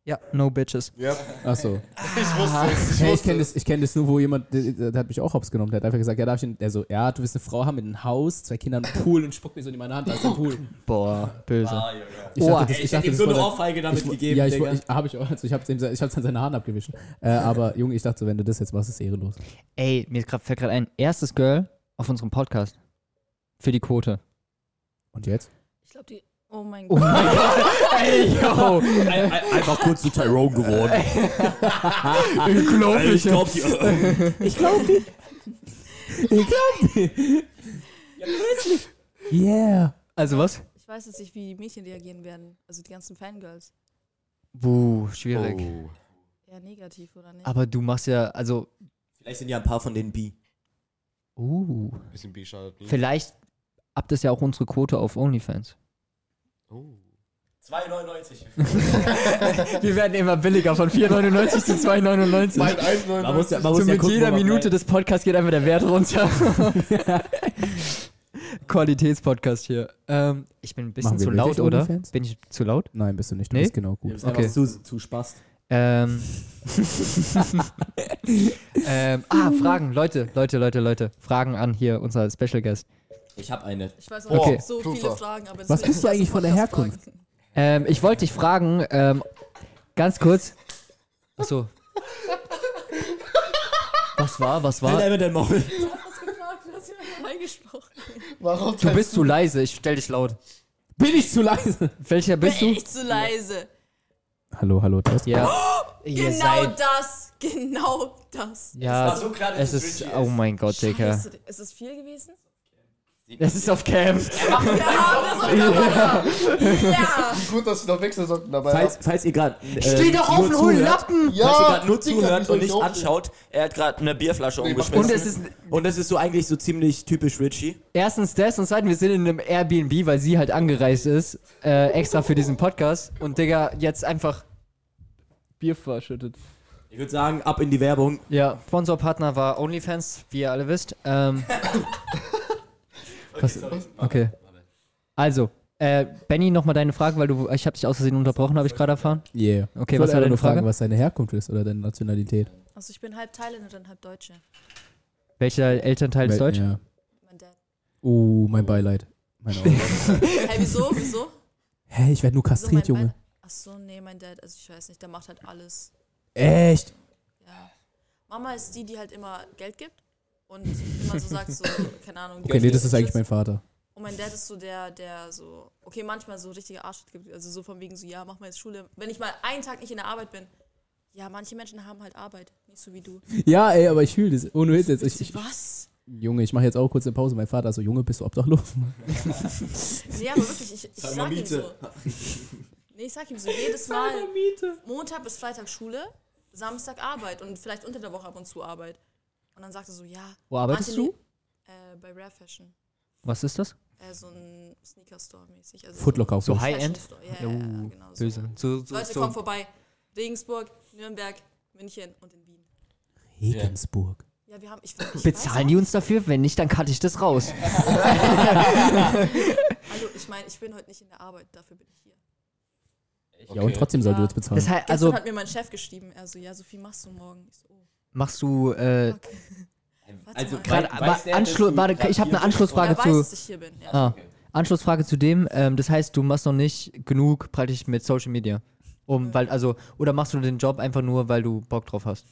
Speaker 1: Ja, no bitches.
Speaker 5: Ja,
Speaker 2: Achso.
Speaker 5: Ah, ich wusste es. Ich
Speaker 2: Hey, ich
Speaker 5: wusste
Speaker 2: kenne
Speaker 5: es.
Speaker 2: das, ich kenn das nur, wo jemand, der, der hat mich auch hops genommen. Der hat einfach gesagt, ja, darf ich, ihn- der so, ja, du willst eine Frau haben mit einem Haus, zwei Kindern, einen Pool und spuckt mir so in meine Hand, da ist ein Pool.
Speaker 1: Boah, böse.
Speaker 4: Ah, Junge.
Speaker 2: Ich
Speaker 1: Oha.
Speaker 2: dachte, das,
Speaker 6: Ich,
Speaker 2: ich
Speaker 6: ich
Speaker 2: dachte,
Speaker 6: hätte ihm
Speaker 2: das
Speaker 6: so eine
Speaker 2: war
Speaker 6: Ohrfeige
Speaker 2: sein-
Speaker 6: damit
Speaker 2: ich,
Speaker 6: gegeben,
Speaker 2: ja, ich,
Speaker 6: Digga.
Speaker 2: ich, hab ich auch. Also ich hab's ihm, ich hab's an seine Haaren abgewischt. Äh, aber Junge, ich dachte so, wenn du das jetzt machst, ist ehrenlos.
Speaker 1: Ey, mir grad- fällt gerade ein, erstes Girl auf unserem Podcast. Für die Quote.
Speaker 2: Und jetzt?
Speaker 3: Ich glaube, die. Oh mein
Speaker 1: Oh
Speaker 3: Gott.
Speaker 1: mein Gott. Ey, yo.
Speaker 6: Einfach kurz zu Tyrone geworden.
Speaker 1: Unglaublich.
Speaker 6: glaub die.
Speaker 2: Ich glaub dir. Ich glaub dir. Yeah.
Speaker 1: Also was?
Speaker 3: Ich weiß jetzt nicht, wie die Mädchen reagieren werden. Also die ganzen Fangirls.
Speaker 1: Buh, schwierig.
Speaker 5: Oh.
Speaker 3: Eher negativ, oder nicht?
Speaker 1: Aber du machst ja, also,
Speaker 6: Vielleicht sind ja ein paar von denen bi.
Speaker 1: uh,
Speaker 5: Oh, Bisschen B schadet nie.
Speaker 1: vielleicht habt das ja auch unsere Quote auf OnlyFans.
Speaker 5: Oh.
Speaker 4: 2,99.
Speaker 1: Wir werden immer billiger, von 4,99 zu 2,99.
Speaker 5: 1,99.
Speaker 6: Man muss ja, man
Speaker 1: So
Speaker 6: muss ja
Speaker 1: mit
Speaker 6: gucken,
Speaker 1: jeder
Speaker 6: wo man halt-
Speaker 1: Minute des
Speaker 6: bleibt.
Speaker 1: Podcasts geht einfach der Wert runter. Qualitätspodcast hier. Ähm, ich bin ein bisschen
Speaker 2: Machen wir
Speaker 1: zu laut,
Speaker 2: wirklich
Speaker 1: oder?
Speaker 2: OnlyFans?
Speaker 1: Bin ich zu laut?
Speaker 2: Nein, bist du nicht. Du
Speaker 1: Nee?
Speaker 2: bist genau
Speaker 6: Du
Speaker 2: gut.
Speaker 6: bist einfach
Speaker 1: Okay.
Speaker 6: zu, zu spast.
Speaker 1: Ähm. ähm, ah, Fragen. Leute, Leute, Leute, Leute. Fragen an hier, unser Special Guest.
Speaker 6: Ich hab eine.
Speaker 3: Ich weiß auch
Speaker 1: Okay.
Speaker 3: nicht, so viele
Speaker 5: Pluto.
Speaker 3: Fragen, aber das
Speaker 2: Was
Speaker 3: will ich
Speaker 2: bist du
Speaker 3: nicht
Speaker 2: eigentlich
Speaker 3: aus
Speaker 2: von
Speaker 3: dem
Speaker 2: der
Speaker 3: Podcast
Speaker 2: Herkunft?
Speaker 3: fragen.
Speaker 1: Ähm, ich wollte dich fragen, ähm, ganz kurz. Achso. Was war, was
Speaker 6: Halt
Speaker 1: war?
Speaker 6: einfach dein Maul.
Speaker 3: Ich hab was gefragt, du hast mir einfach reingesprochen.
Speaker 5: Warum?
Speaker 1: Du bist zu leise, ich stell dich laut.
Speaker 2: Bin ich zu leise?
Speaker 1: Welcher bist du?
Speaker 3: Bin ich zu leise?
Speaker 2: Hallo, hallo, Test.
Speaker 1: Ja. Ihr
Speaker 3: Genau
Speaker 1: seid.
Speaker 3: das, genau das.
Speaker 1: Ja,
Speaker 4: war so klar, dass
Speaker 1: es
Speaker 4: es
Speaker 1: ist.
Speaker 4: Richie
Speaker 1: Oh
Speaker 4: ist.
Speaker 1: mein Gott, Digga.
Speaker 3: Scheiße, ist es viel gewesen?
Speaker 1: Es ist auf Cam.
Speaker 3: Wir haben das auf Kamera. Ja.
Speaker 5: Gut, dass du noch Wechselsocken dabei
Speaker 6: Falls, falls ihr gerade. Äh, nur zuhört-
Speaker 1: Lappen!
Speaker 6: Falls ihr gerade nur zuhört und nicht anschaut, er hat gerade eine Bierflasche umgeschmissen.
Speaker 1: Und es ist
Speaker 6: Und das ist so eigentlich so ziemlich typisch Richie.
Speaker 1: Erstens das und zweitens, wir sind in einem Airbnb, weil sie halt angereist ist, äh, extra für diesen Podcast. Und Digga, jetzt einfach Bier verschüttet.
Speaker 6: Ich würde sagen, ab in die Werbung.
Speaker 1: Ja, Sponsorpartner war OnlyFans, wie ihr alle wisst. Ähm, was, okay. Also, äh, Benny, nochmal deine Frage, weil du, ich habe dich aus Versehen unterbrochen, habe ich gerade erfahren.
Speaker 2: Yeah.
Speaker 1: Okay,
Speaker 2: Ich
Speaker 1: was
Speaker 2: wollte
Speaker 1: war
Speaker 2: einfach
Speaker 1: deine
Speaker 2: nur fragen,
Speaker 1: Frage?
Speaker 2: was deine Herkunft ist oder deine Nationalität.
Speaker 3: Also ich bin halb Thailänderin, halb Deutsche.
Speaker 1: Welcher Elternteil ist
Speaker 2: Wel-
Speaker 1: deutsch?
Speaker 2: Ja.
Speaker 3: Mein Dad.
Speaker 2: Oh, mein Beileid. Meine Augen.
Speaker 3: Hey, wieso? Wieso?
Speaker 2: Hä, ich werde nur
Speaker 3: wieso
Speaker 2: kastriert,
Speaker 3: mein
Speaker 2: Junge.
Speaker 3: Ach so, nee, mein Dad, also ich weiß nicht, der macht halt alles.
Speaker 2: Echt?
Speaker 3: Ja. Mama ist die, die halt immer Geld gibt und immer so sagt so, keine Ahnung.
Speaker 2: Okay, nee, das ist eigentlich mein Vater.
Speaker 3: Und mein Dad ist so der, der so, okay, manchmal so richtige Arschtritt gibt. Also so von wegen so, ja, mach mal jetzt Schule. Wenn ich mal einen Tag nicht in der Arbeit bin. Ja, manche Menschen haben halt Arbeit, nicht so wie du.
Speaker 2: Ja, ey, aber ich fühle das. Ohne Witz jetzt. Ich, ich,
Speaker 3: Was?
Speaker 2: Junge, ich mache jetzt auch kurz eine Pause. Mein Vater ist so, Junge, bist du obdachlos?
Speaker 3: Nee, aber wirklich, ich, ich
Speaker 4: Zahl mal
Speaker 3: sag ihm so.
Speaker 4: Miete.
Speaker 3: Nee, ich sag ihm so, jedes Mal Montag bis Freitag Schule, Samstag Arbeit und vielleicht unter der Woche ab und zu Arbeit. Und dann sagt er so, ja.
Speaker 2: Wo arbeitest
Speaker 3: Martin
Speaker 2: du?
Speaker 3: Le- Äh, bei Rare Fashion.
Speaker 1: Was ist das?
Speaker 3: Äh, so ein Sneaker-Store-mäßig. Also
Speaker 2: Footlocker auf
Speaker 1: So
Speaker 2: Deutsch.
Speaker 1: High-End?
Speaker 3: Fashion-Store, Ja, ja, ja,
Speaker 1: Uh,
Speaker 3: genau so.
Speaker 1: Böse. So, so,
Speaker 3: Leute,
Speaker 1: so.
Speaker 3: kommen vorbei. Regensburg, Nürnberg, München und in Wien.
Speaker 2: Regensburg.
Speaker 3: Ja, wir haben. Ich, ich
Speaker 1: Bezahlen die uns dafür? Wenn nicht, dann cutte ich das raus.
Speaker 3: Weiß, also, ich meine, ich bin heute nicht in der Arbeit, dafür bin ich hier.
Speaker 2: Ja, und trotzdem soll
Speaker 3: Ja.
Speaker 2: du jetzt bezahlen.
Speaker 1: Das heißt,
Speaker 3: Gestern also,
Speaker 1: also
Speaker 3: hat mir mein Chef geschrieben, er so, ja, Sophie, machst du morgen? Ich so, oh,
Speaker 1: machst du äh,
Speaker 3: fuck. Warte
Speaker 4: Also,
Speaker 3: mal.
Speaker 1: gerade
Speaker 4: wei- weiß der, dass
Speaker 1: Anschluss.
Speaker 4: du
Speaker 1: Warte,
Speaker 4: grad
Speaker 1: ich habe
Speaker 4: hier
Speaker 1: eine
Speaker 4: bist?
Speaker 1: Anschlussfrage
Speaker 3: er weiß,
Speaker 1: zu.
Speaker 3: dass ich hier bin. Ja.
Speaker 1: Ah,
Speaker 4: Okay.
Speaker 1: Anschlussfrage zu dem. Ähm, das heißt, du machst noch nicht genug praktisch mit Social Media. Um, weil, also, oder machst du den Job einfach nur, weil du Bock drauf hast?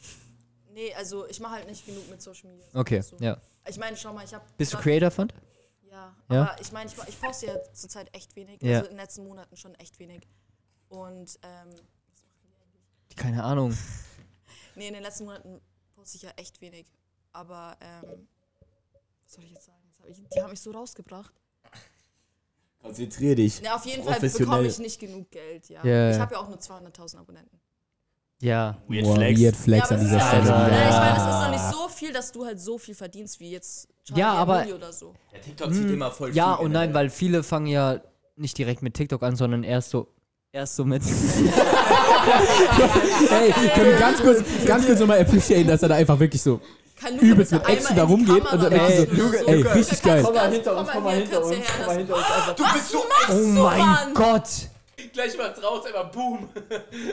Speaker 3: Nee, also ich mache halt nicht genug mit Social Media.
Speaker 1: Okay,
Speaker 3: So.
Speaker 1: ja.
Speaker 3: Ich meine, schau mal, ich habe.
Speaker 1: Bist du Creator Fund?
Speaker 3: Ja,
Speaker 1: Ja?
Speaker 3: aber ich meine, ich, ich poste ja zurzeit echt wenig.
Speaker 1: Ja.
Speaker 3: Also in den letzten Monaten schon echt wenig. Und, ähm,
Speaker 1: Keine Ahnung.
Speaker 3: nee, in den letzten Monaten poste ich ja echt wenig. Aber, ähm, was soll ich jetzt sagen? Jetzt hab ich, die haben mich so rausgebracht.
Speaker 6: Konzentrier dich.
Speaker 3: Na, auf jeden Fall
Speaker 6: Professionell.
Speaker 3: bekomme ich nicht genug Geld, ja.
Speaker 1: Ja, ja.
Speaker 3: Ich habe ja auch nur 200.000 Abonnenten.
Speaker 1: Ja.
Speaker 4: Weird
Speaker 2: Boah,
Speaker 4: Flex.
Speaker 2: Weird Flex
Speaker 3: ja,
Speaker 2: an
Speaker 3: aber es
Speaker 2: dieser
Speaker 3: ist halt- ja
Speaker 2: Stelle.
Speaker 3: auch-
Speaker 1: Stelle.
Speaker 3: Nein, ich meine, es ist noch nicht so viel, dass du halt so viel verdienst wie jetzt Charlie
Speaker 1: Ja, aber-
Speaker 3: D'Amelio oder so.
Speaker 4: Der TikTok
Speaker 6: Hm.
Speaker 4: zieht immer voll
Speaker 1: Ja
Speaker 4: viel
Speaker 1: und nein,
Speaker 4: generell.
Speaker 1: weil viele fangen ja nicht direkt mit TikTok an, sondern erst so, erst so mit.
Speaker 2: Ey, können wir ganz kurz, ganz kurz nochmal appreciaten, dass er da einfach wirklich so.
Speaker 3: Kann
Speaker 2: Übelst mit Äxten da rumgeht und dann
Speaker 1: ey,
Speaker 2: so, ey, richtig geil. Komm
Speaker 3: mal hinter uns, komm mal hinter uns, komm mal hinter uns. Du bist so
Speaker 1: oh mein Gott!
Speaker 4: Gleich macht's raus, einmal boom.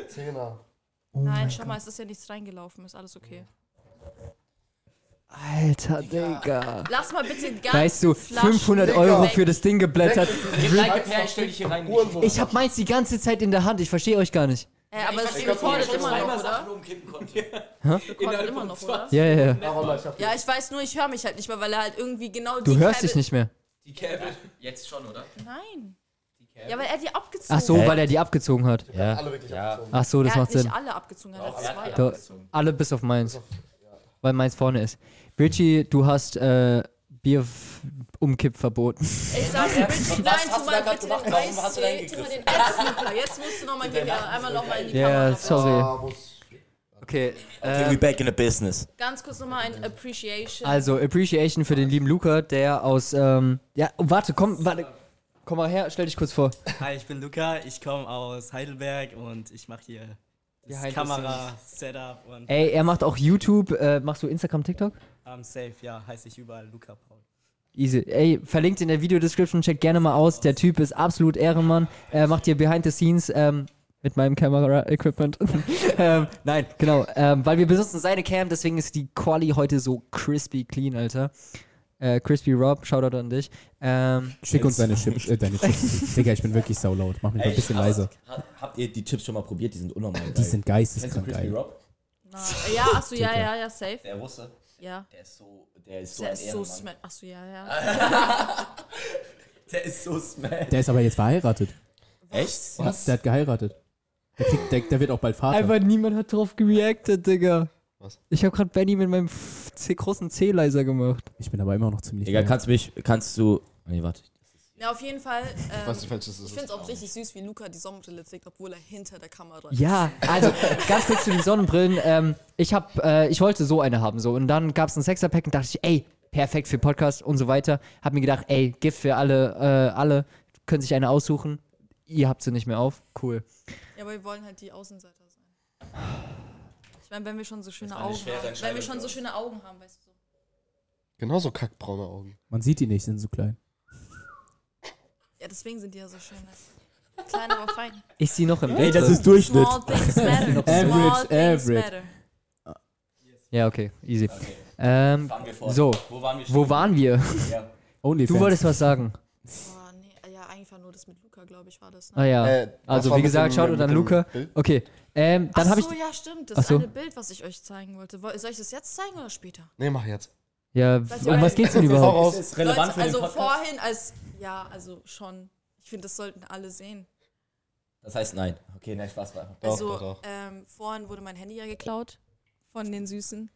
Speaker 5: Zehner.
Speaker 3: Nein, schau mal, es ist ja nichts reingelaufen, ist alles okay.
Speaker 1: Alter, Digga.
Speaker 3: Lass mal bitte ganz
Speaker 1: Weißt du,
Speaker 3: Flaschen
Speaker 1: 500
Speaker 3: weg.
Speaker 1: Euro für das Ding geblättert.
Speaker 4: Gib like her, ich stell dich hier rein.
Speaker 1: Ich hab meins die ganze Zeit in der Hand, ich verstehe euch gar nicht.
Speaker 3: Äh, aber es
Speaker 4: Ich glaub,
Speaker 3: recordet
Speaker 4: ich
Speaker 3: immer
Speaker 4: zweimal
Speaker 3: noch,
Speaker 4: Sachen
Speaker 3: oder?
Speaker 4: umkippen konnte.
Speaker 3: Recordet immer noch, oder?
Speaker 1: Ja, ja, ja.
Speaker 3: Ja, ich weiß nur, ich höre mich halt nicht mehr, weil er halt irgendwie genau
Speaker 1: Du
Speaker 3: die
Speaker 1: hörst
Speaker 3: Kabel-
Speaker 1: dich nicht mehr.
Speaker 4: Die Käbel. Jetzt schon, oder?
Speaker 3: Nein. Ja, weil er die abgezogen
Speaker 1: Ach so,
Speaker 3: hat.
Speaker 1: weil er die abgezogen hat.
Speaker 5: Alle wirklich abgezogen.
Speaker 1: Ach so, das
Speaker 3: Er hat
Speaker 1: macht
Speaker 3: nicht
Speaker 1: Sinn.
Speaker 3: alle abgezogen, er hat zwei
Speaker 1: Doch,
Speaker 3: abgezogen.
Speaker 1: alle bis auf meins. Weil meins vorne ist. Richie, du hast äh, Bierumkipp verboten.
Speaker 3: Ich sag dir, bitte, nein,
Speaker 4: hast
Speaker 3: tu
Speaker 4: du
Speaker 3: mal
Speaker 4: da grad
Speaker 3: bitte
Speaker 4: gemacht?
Speaker 3: den
Speaker 4: Warum hast du
Speaker 3: Eistee, tu mal den Eisluper. Jetzt musst du nochmal gehen, ja, einmal nochmal in die
Speaker 1: Ja, oh.
Speaker 3: Kamera.
Speaker 1: sorry.
Speaker 5: Da muss-
Speaker 1: Okay. äh,
Speaker 6: We'll
Speaker 1: Ähm.
Speaker 6: be back in the business.
Speaker 3: Ganz kurz nochmal ein Appreciation.
Speaker 1: Also, Appreciation für den lieben Luca, der aus. Ähm, ja, oh, warte, komm, warte. Komm mal her, stell dich kurz vor.
Speaker 7: Hi, ich bin Luca, ich komme aus Heidelberg und ich mache hier das
Speaker 1: Behind the
Speaker 7: Kamera-Setup und
Speaker 1: Ey, er macht auch YouTube. Äh, machst du Instagram, TikTok?
Speaker 7: am Safe, ja, heiße ich überall Luca Paul.
Speaker 1: Easy. Ey, verlinkt in der Videodescription, checkt gerne mal aus. Der Typ ist absolut Ehrenmann. Äh, macht hier Behind the Scenes ähm, mit meinem Kamera-Equipment. ähm, nein, genau. Ähm, weil wir benutzen seine Cam, deswegen ist die Quali heute so crispy clean, Alter. Äh, crispy Rob, Shoutout an dich. Ähm,
Speaker 2: Schick uns deine Chips. Äh, deine Chips. Digga, ich bin wirklich saulaut. Mach mich mal ein bisschen leiser.
Speaker 6: Habt ihr die Chips schon mal probiert? Die sind unnormal geil.
Speaker 2: Die sind
Speaker 6: Kennst du
Speaker 2: geisteskrank
Speaker 6: Crispy
Speaker 2: geil.
Speaker 6: Rob?
Speaker 3: Na, Ja, achso, ja, ja, ja, safe.
Speaker 6: Der Russe.
Speaker 3: Ja.
Speaker 6: Der ist so, der ist so
Speaker 3: Der
Speaker 6: ein
Speaker 3: ist so
Speaker 6: Ehrenmann. Ah.
Speaker 3: smack. Achso, ja, ja.
Speaker 6: Der ist so smash.
Speaker 2: Der ist aber jetzt verheiratet.
Speaker 6: Echt?
Speaker 2: Was? Der hat geheiratet. Der, kriegt, der, der wird auch bald Vater.
Speaker 1: einfach niemand hat drauf gereactet, Digga.
Speaker 5: Was?
Speaker 1: Ich habe gerade Benny mit meinem F- C großen C leiser gemacht.
Speaker 2: ich bin aber immer noch ziemlich.
Speaker 6: Digga,
Speaker 2: geil.
Speaker 6: kannst du mich, kannst du. Nee, warte.
Speaker 3: Na, auf jeden Fall. Ähm,
Speaker 5: Weißt du, falsches
Speaker 3: ich
Speaker 5: ist
Speaker 3: finde es
Speaker 5: es?
Speaker 3: auch richtig süß, wie Luca die Sonnenbrille trägt, obwohl er hinter der Kamera ist.
Speaker 1: Ja, also ganz kurz zu den Sonnenbrillen. Ähm, ich hab, äh, ich wollte so eine haben so und dann gab es ein Sexerpack und dachte ich, ey, perfekt für Podcast und so weiter. Hab mir gedacht, ey, Gift für alle, äh, alle können sich eine aussuchen. Ihr habt sie nicht mehr auf. Cool.
Speaker 3: Ja, aber wir wollen halt die Außenseiter sein. Ich meine, wenn wir schon so schöne
Speaker 4: eine
Speaker 3: Augen
Speaker 4: schwere
Speaker 3: haben. Wenn wir
Speaker 4: Entscheidung
Speaker 3: schon
Speaker 4: für
Speaker 3: so
Speaker 4: uns.
Speaker 3: schöne Augen haben, weißt du.
Speaker 5: Genauso kackbraune Augen.
Speaker 2: Man sieht die nicht, sind so klein.
Speaker 3: Ja, deswegen sind die ja so schön. weißt du. Klein, aber fein.
Speaker 1: Ist sie noch im
Speaker 2: Ey, das
Speaker 1: Bild?
Speaker 2: ist Durchschnitt.
Speaker 3: Small things matter. Small
Speaker 2: Average,
Speaker 3: things
Speaker 2: average.
Speaker 3: matter.
Speaker 1: Ja, okay, easy. Ähm,
Speaker 4: Fahren wir fort.
Speaker 1: so,
Speaker 4: Wo waren wir
Speaker 1: wo waren wir?
Speaker 2: Onlyfans.
Speaker 1: Du wolltest was sagen.
Speaker 3: Boah, Oh, nee, ja, eigentlich war nur das mit Luca, glaube ich, war das. Ne?
Speaker 1: Ah ja.
Speaker 5: Äh, was
Speaker 1: also
Speaker 5: war
Speaker 1: wie
Speaker 5: mit
Speaker 1: gesagt,
Speaker 5: dem-
Speaker 1: schaut
Speaker 5: mit
Speaker 1: und dann
Speaker 5: dem
Speaker 1: Luca.
Speaker 5: Bild?
Speaker 1: Okay. Ähm, dann
Speaker 3: Ach
Speaker 1: habe ich
Speaker 3: so, ja, stimmt.
Speaker 1: Ach
Speaker 3: Das
Speaker 1: so.
Speaker 3: eine Bild, was ich euch zeigen wollte. Woll- Soll ich das jetzt zeigen oder später?
Speaker 5: Nee, mach jetzt.
Speaker 1: ja,
Speaker 3: Weiß
Speaker 1: w-
Speaker 3: ich auch
Speaker 1: um was
Speaker 3: nicht.
Speaker 1: geht's denn
Speaker 5: Hau
Speaker 1: überhaupt?
Speaker 5: raus.
Speaker 3: Leute, also vorhin als. Ja, also schon. Ich finde, das sollten alle sehen.
Speaker 6: Das heißt nein. Okay, nein, Spaß war einfach.
Speaker 5: Doch,
Speaker 3: also,
Speaker 5: doch, doch.
Speaker 3: Ähm, vorhin wurde mein Handy ja geklaut. Von den Süßen.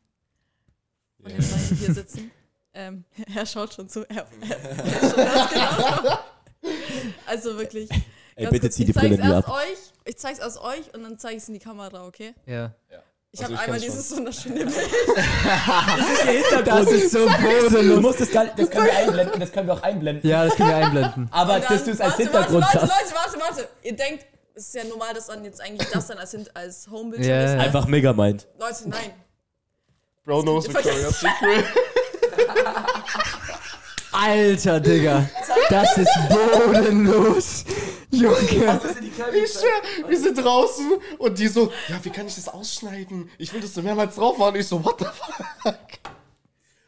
Speaker 3: Von den beiden, die hier sitzen. Ähm, er schaut schon zu. Er, er, er hat schon das gedacht. also wirklich.
Speaker 6: Ey,
Speaker 3: ganz
Speaker 6: bitte
Speaker 3: kurz,
Speaker 6: zieh die
Speaker 3: ich zeig's
Speaker 6: Brille nie
Speaker 3: erst
Speaker 6: ab.
Speaker 3: euch. Ich zeig's erst euch und dann zeige ich es in die Kamera, okay?
Speaker 1: Ja.
Speaker 3: Ich
Speaker 5: Also
Speaker 3: habe
Speaker 5: ich
Speaker 3: einmal
Speaker 5: kenn's schon.
Speaker 3: dieses wunderschöne Bild.
Speaker 1: Das ist so bodenlos.
Speaker 6: Du musst es gar nicht, das können wir einblenden, das können wir auch einblenden.
Speaker 1: Ja, das können wir einblenden.
Speaker 6: Aber
Speaker 3: Und
Speaker 6: dass
Speaker 3: dann-
Speaker 6: du es als
Speaker 3: warte,
Speaker 6: Hintergrund
Speaker 3: warte,
Speaker 6: hast.
Speaker 3: Warte, warte, warte, warte. Ihr denkt, es ist ja normal, dass dann jetzt eigentlich das dann als, Hin- als Homebildschirm
Speaker 1: Ja, ja.
Speaker 3: ist.
Speaker 6: Einfach mega meint.
Speaker 3: Leute, nein.
Speaker 5: Bro knows Victoria's Secret.
Speaker 1: Alter, Digga. Das ist bodenlos. Junge.
Speaker 5: Ich schwör, wir sind draußen und die so, ja, wie kann ich das ausschneiden? Ich will, dass du mehrmals drauf waren. Ich so, what the fuck?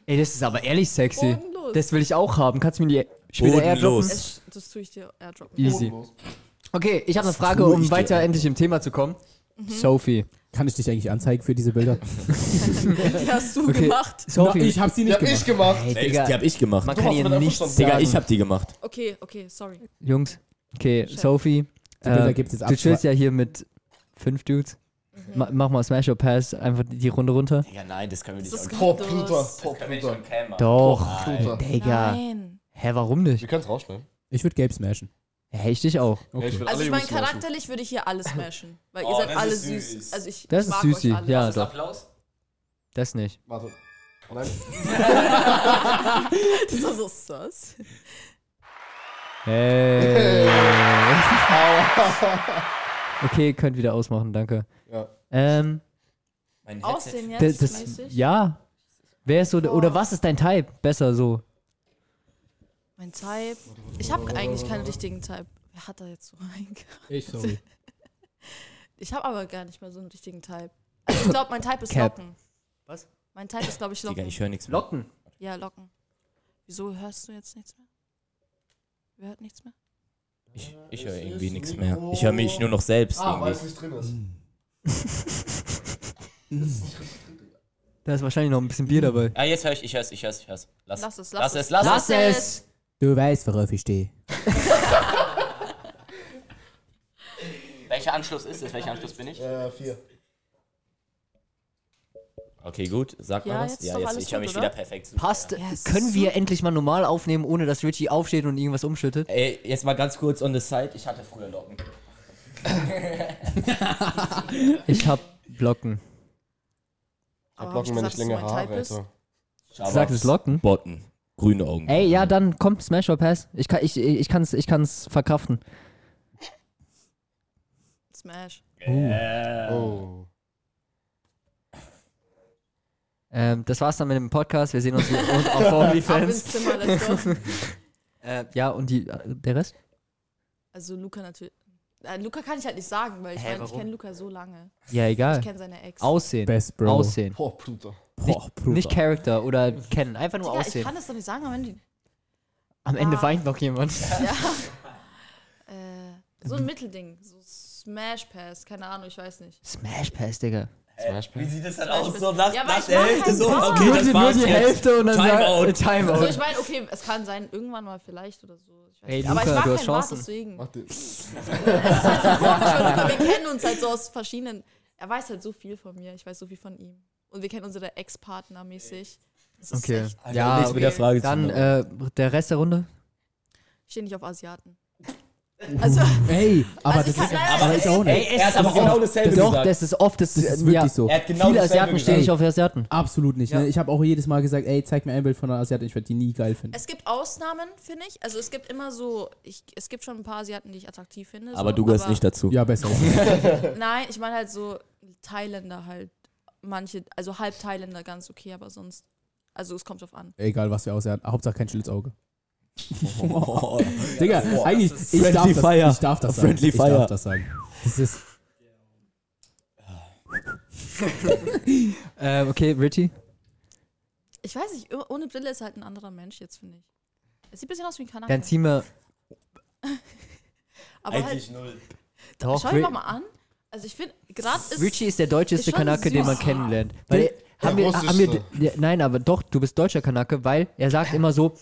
Speaker 1: Ey, das ist aber ehrlich sexy.
Speaker 3: Bodenlos.
Speaker 1: Das will ich auch haben. Kannst du mir die später airdroppen?
Speaker 8: Bodenlos.
Speaker 3: Es, das tue ich dir airdroppen.
Speaker 1: Easy. Okay, ich habe eine Frage,
Speaker 6: tue
Speaker 1: um
Speaker 6: ich dir
Speaker 1: weiter
Speaker 6: an?
Speaker 1: endlich im Thema zu kommen. Sophie.
Speaker 2: Kann ich dich eigentlich anzeigen für diese Bilder?
Speaker 3: Die hast du
Speaker 1: Okay.
Speaker 3: gemacht.
Speaker 1: Sophie.
Speaker 2: ich hab sie
Speaker 5: Die
Speaker 2: nicht
Speaker 5: hab
Speaker 2: gemacht.
Speaker 5: ich gemacht.
Speaker 1: Ey,
Speaker 6: Ey,
Speaker 1: Digga,
Speaker 6: die hab ich gemacht.
Speaker 1: man kann
Speaker 5: hast
Speaker 1: ihr
Speaker 5: mit der
Speaker 1: nichts
Speaker 5: Verstand-
Speaker 1: sagen.
Speaker 6: Digga, ich hab die gemacht.
Speaker 3: Okay, okay, sorry.
Speaker 1: Jungs, okay,
Speaker 3: Chef.
Speaker 1: Sophie. ähm,
Speaker 2: Die Bilder gibt's jetzt
Speaker 1: du chillst ja hier mit fünf Dudes. Ma mach mal Smash or Pass, einfach die Runde runter.
Speaker 6: Digga, nein, das können wir Oh,
Speaker 3: Das ist
Speaker 5: Boah, Pluter.
Speaker 3: grundlos.
Speaker 5: Boah, Pluter.
Speaker 1: Doch,
Speaker 5: Boah, Pluter.
Speaker 1: Digga.
Speaker 3: Nein.
Speaker 1: Hä, warum nicht?
Speaker 5: Wir können's rausschneiden.
Speaker 2: Ich würde gelb smashen.
Speaker 1: Hä, ich dich auch.
Speaker 5: Ja, ich will
Speaker 3: Also ich meine,
Speaker 5: alle Jungs smashen.
Speaker 3: charakterlich würde ich hier alles smashen. Weil ihr
Speaker 8: Oh,
Speaker 3: seid
Speaker 8: das
Speaker 3: alle
Speaker 8: ist
Speaker 3: süß.
Speaker 8: süß.
Speaker 3: Also ich
Speaker 1: Das ist
Speaker 3: mag
Speaker 1: süßi,
Speaker 3: euch alle.
Speaker 1: ja,
Speaker 3: Also
Speaker 1: doch.
Speaker 4: Applaus?
Speaker 1: Das nicht.
Speaker 5: Warte. Oh nein.
Speaker 3: Das ist das.
Speaker 1: Hey. okay, könnt wieder ausmachen, danke.
Speaker 5: Ja.
Speaker 1: Ähm,
Speaker 8: Mein
Speaker 3: Aussehen jetzt
Speaker 1: das, das,
Speaker 3: mäßig.
Speaker 1: ja. Wer ist so, oder was ist dein Type? Besser so.
Speaker 3: Mein Type. Ich habe eigentlich keinen richtigen Type. Wer hat da jetzt so einen?
Speaker 2: Ich,
Speaker 3: sorry. Ich habe aber gar nicht mehr so einen richtigen Type. Also ich glaube, mein Type ist
Speaker 1: Cap.
Speaker 3: Locken.
Speaker 1: Was?
Speaker 3: Mein Type ist, glaube ich,
Speaker 6: Digga,
Speaker 3: Locken.
Speaker 6: ich höre nichts mehr.
Speaker 1: Locken.
Speaker 3: ja, Locken. Wieso hörst du jetzt nichts mehr? Wer hört nichts mehr?
Speaker 6: Ich, ich höre irgendwie nichts mehr. Ich höre mich nur noch selbst
Speaker 5: Ah, weil
Speaker 6: irgendwie.
Speaker 5: es nicht drin ist.
Speaker 1: Hm. Da ist wahrscheinlich noch ein bisschen Bier dabei.
Speaker 8: Ah, jetzt höre ich, ich höre es, ich höre es, ich höre es. Lass,
Speaker 3: Lass es,
Speaker 8: lass
Speaker 3: lass,
Speaker 8: es, lass, es.
Speaker 2: Du weißt, worauf ich stehe.
Speaker 8: Welcher Anschluss ist es? Welcher Anschluss bin ich?
Speaker 5: Äh, vier.
Speaker 6: Okay, gut, sag
Speaker 3: Ja,
Speaker 6: mal was.
Speaker 3: jetzt doch alles
Speaker 6: ich höre
Speaker 3: gut,
Speaker 6: mich
Speaker 3: oder?
Speaker 6: wieder perfekt zu.
Speaker 1: Passt.
Speaker 3: Yes.
Speaker 1: Können wir endlich mal normal aufnehmen, ohne dass Richie aufsteht und irgendwas umschüttet?
Speaker 6: Ey, jetzt mal ganz kurz on the side. Ich hatte früher Locken.
Speaker 1: Ich hab Locken.
Speaker 3: Aber hab
Speaker 5: Blocken, wenn ich
Speaker 3: gesagt, dass
Speaker 5: länger
Speaker 3: du mein
Speaker 5: Haare
Speaker 3: Type bist?
Speaker 5: hätte.
Speaker 1: Du sagst es Locken?
Speaker 6: Botten. Grüne Augen.
Speaker 1: Ey, ja, dann kommt Smash or Pass. Ich, kann, ich, ich, kann's, ich kann's verkraften.
Speaker 3: Smash.
Speaker 1: Äh.
Speaker 5: Oh.
Speaker 1: Ähm, das war's dann mit dem Podcast. Wir sehen uns hier und auf
Speaker 3: Ab ins
Speaker 1: OnlyFans.
Speaker 3: Zimmer, let's go.
Speaker 1: Äh, ja, und die, äh, der Rest?
Speaker 3: Also Luca natürlich. Äh, Luca kann ich halt nicht sagen, weil ich
Speaker 1: Hä,
Speaker 3: meine, ich
Speaker 1: warum?
Speaker 3: kenne Luca so lange.
Speaker 1: Ja, egal.
Speaker 3: Ich kenne seine Ex.
Speaker 1: Aussehen.
Speaker 2: Best Bro.
Speaker 1: Aussehen.
Speaker 5: Boah, Pluter.
Speaker 2: Boah, Bruder.
Speaker 1: Nicht Character oder kennen. Einfach nur
Speaker 3: Digga, ich
Speaker 1: Aussehen.
Speaker 3: kann das doch nicht sagen, aber wenn die.
Speaker 1: Am Ende
Speaker 3: Ah.
Speaker 1: weint noch jemand.
Speaker 3: Äh, so ein Mittelding. So Smash Pass, keine Ahnung, ich weiß nicht.
Speaker 1: Smash Pass, Digga.
Speaker 8: Wie sieht es dann
Speaker 3: Smash
Speaker 8: aus?
Speaker 3: Pass.
Speaker 8: So nach,
Speaker 3: Ja, aber
Speaker 8: nach
Speaker 3: ich
Speaker 8: der
Speaker 3: mach
Speaker 8: Hälfte
Speaker 3: keinen
Speaker 8: so?
Speaker 3: Spaß.
Speaker 6: Ah,
Speaker 8: Okay, das war's jetzt.
Speaker 1: und dann
Speaker 8: Timeout.
Speaker 1: sagt- Timeout.
Speaker 3: Also ich meine, okay, es kann sein, irgendwann mal vielleicht oder so. Ich weiß
Speaker 1: Ey,
Speaker 3: nicht. Aber ich
Speaker 1: Luca,
Speaker 3: mag
Speaker 1: du
Speaker 3: kein
Speaker 1: hast
Speaker 3: Bart,
Speaker 1: Chancen.
Speaker 3: deswegen.
Speaker 5: Mach den.
Speaker 3: Aber Luca, wir kennen uns halt so aus verschiedenen. Er weiß halt so viel von mir, ich weiß so viel von ihm. Und wir kennen unsere Ex-Partner mäßig. Das ist
Speaker 1: Okay.
Speaker 6: Ah,
Speaker 3: echt,
Speaker 1: Ja,
Speaker 6: nichts mit der
Speaker 3: okay.
Speaker 6: Frage
Speaker 1: Dann
Speaker 6: zu
Speaker 1: äh, der Rest der Runde.
Speaker 3: ich stehe nicht auf Asiaten. Also, also
Speaker 2: Ey, aber
Speaker 3: ich
Speaker 2: das
Speaker 3: kann
Speaker 2: ist.
Speaker 3: leider-
Speaker 2: Aber ich auch nicht.
Speaker 6: er hat aber genau dasselbe
Speaker 1: Doch,
Speaker 6: gesagt.
Speaker 1: das ist oft. Das,
Speaker 2: Das ist wirklich
Speaker 1: ja,
Speaker 2: so.
Speaker 6: er hat genau
Speaker 1: Viele
Speaker 6: dasselbe
Speaker 1: Asiaten stehen
Speaker 6: gesagt.
Speaker 1: nicht auf Asiaten.
Speaker 2: Absolut nicht.
Speaker 1: Ja.
Speaker 2: Ne? Ich habe auch jedes Mal gesagt, ey, zeig mir ein Bild von einer Asiatin, ich werde die nie geil finden.
Speaker 3: Es gibt Ausnahmen, finde ich. Also es gibt immer so, ich, es gibt schon ein paar Asiaten, die ich attraktiv finde.
Speaker 6: Aber
Speaker 3: so,
Speaker 6: du gehörst nicht dazu.
Speaker 2: Ja, besser.
Speaker 3: Nein, ich meine halt so Thailänder halt. Manche, also halb Thailänder ganz okay, aber sonst. Also es kommt drauf an.
Speaker 2: Egal, was wir aussehen. Hauptsache kein Schlitzauge.
Speaker 6: Oh.
Speaker 2: Digga, eigentlich, ich
Speaker 6: Friendly
Speaker 2: darf, das,
Speaker 6: Fire.
Speaker 2: ich darf das sagen.
Speaker 6: Friendly
Speaker 2: ich
Speaker 6: Fire.
Speaker 2: darf das sagen. Das ist,
Speaker 1: Äh, okay, Richie.
Speaker 3: Ich weiß nicht, oh- ohne Brille ist halt ein anderer Mensch jetzt, finde ich. Es sieht ein bisschen aus wie ein Kanadier.
Speaker 1: Dann ziehen wir.
Speaker 3: aber halt,
Speaker 8: Eigentlich null.
Speaker 1: Doch,
Speaker 3: schau
Speaker 1: Ri-
Speaker 3: dir doch mal an. Also ich finde, gerade ist.
Speaker 1: Richie ist der deutscheste
Speaker 3: ist schon
Speaker 1: Kanake, den man
Speaker 3: süß.
Speaker 1: kennenlernt. Weil haben wir, haben wir, ja, nein, aber doch, du bist deutscher Kanake, weil er sagt immer so,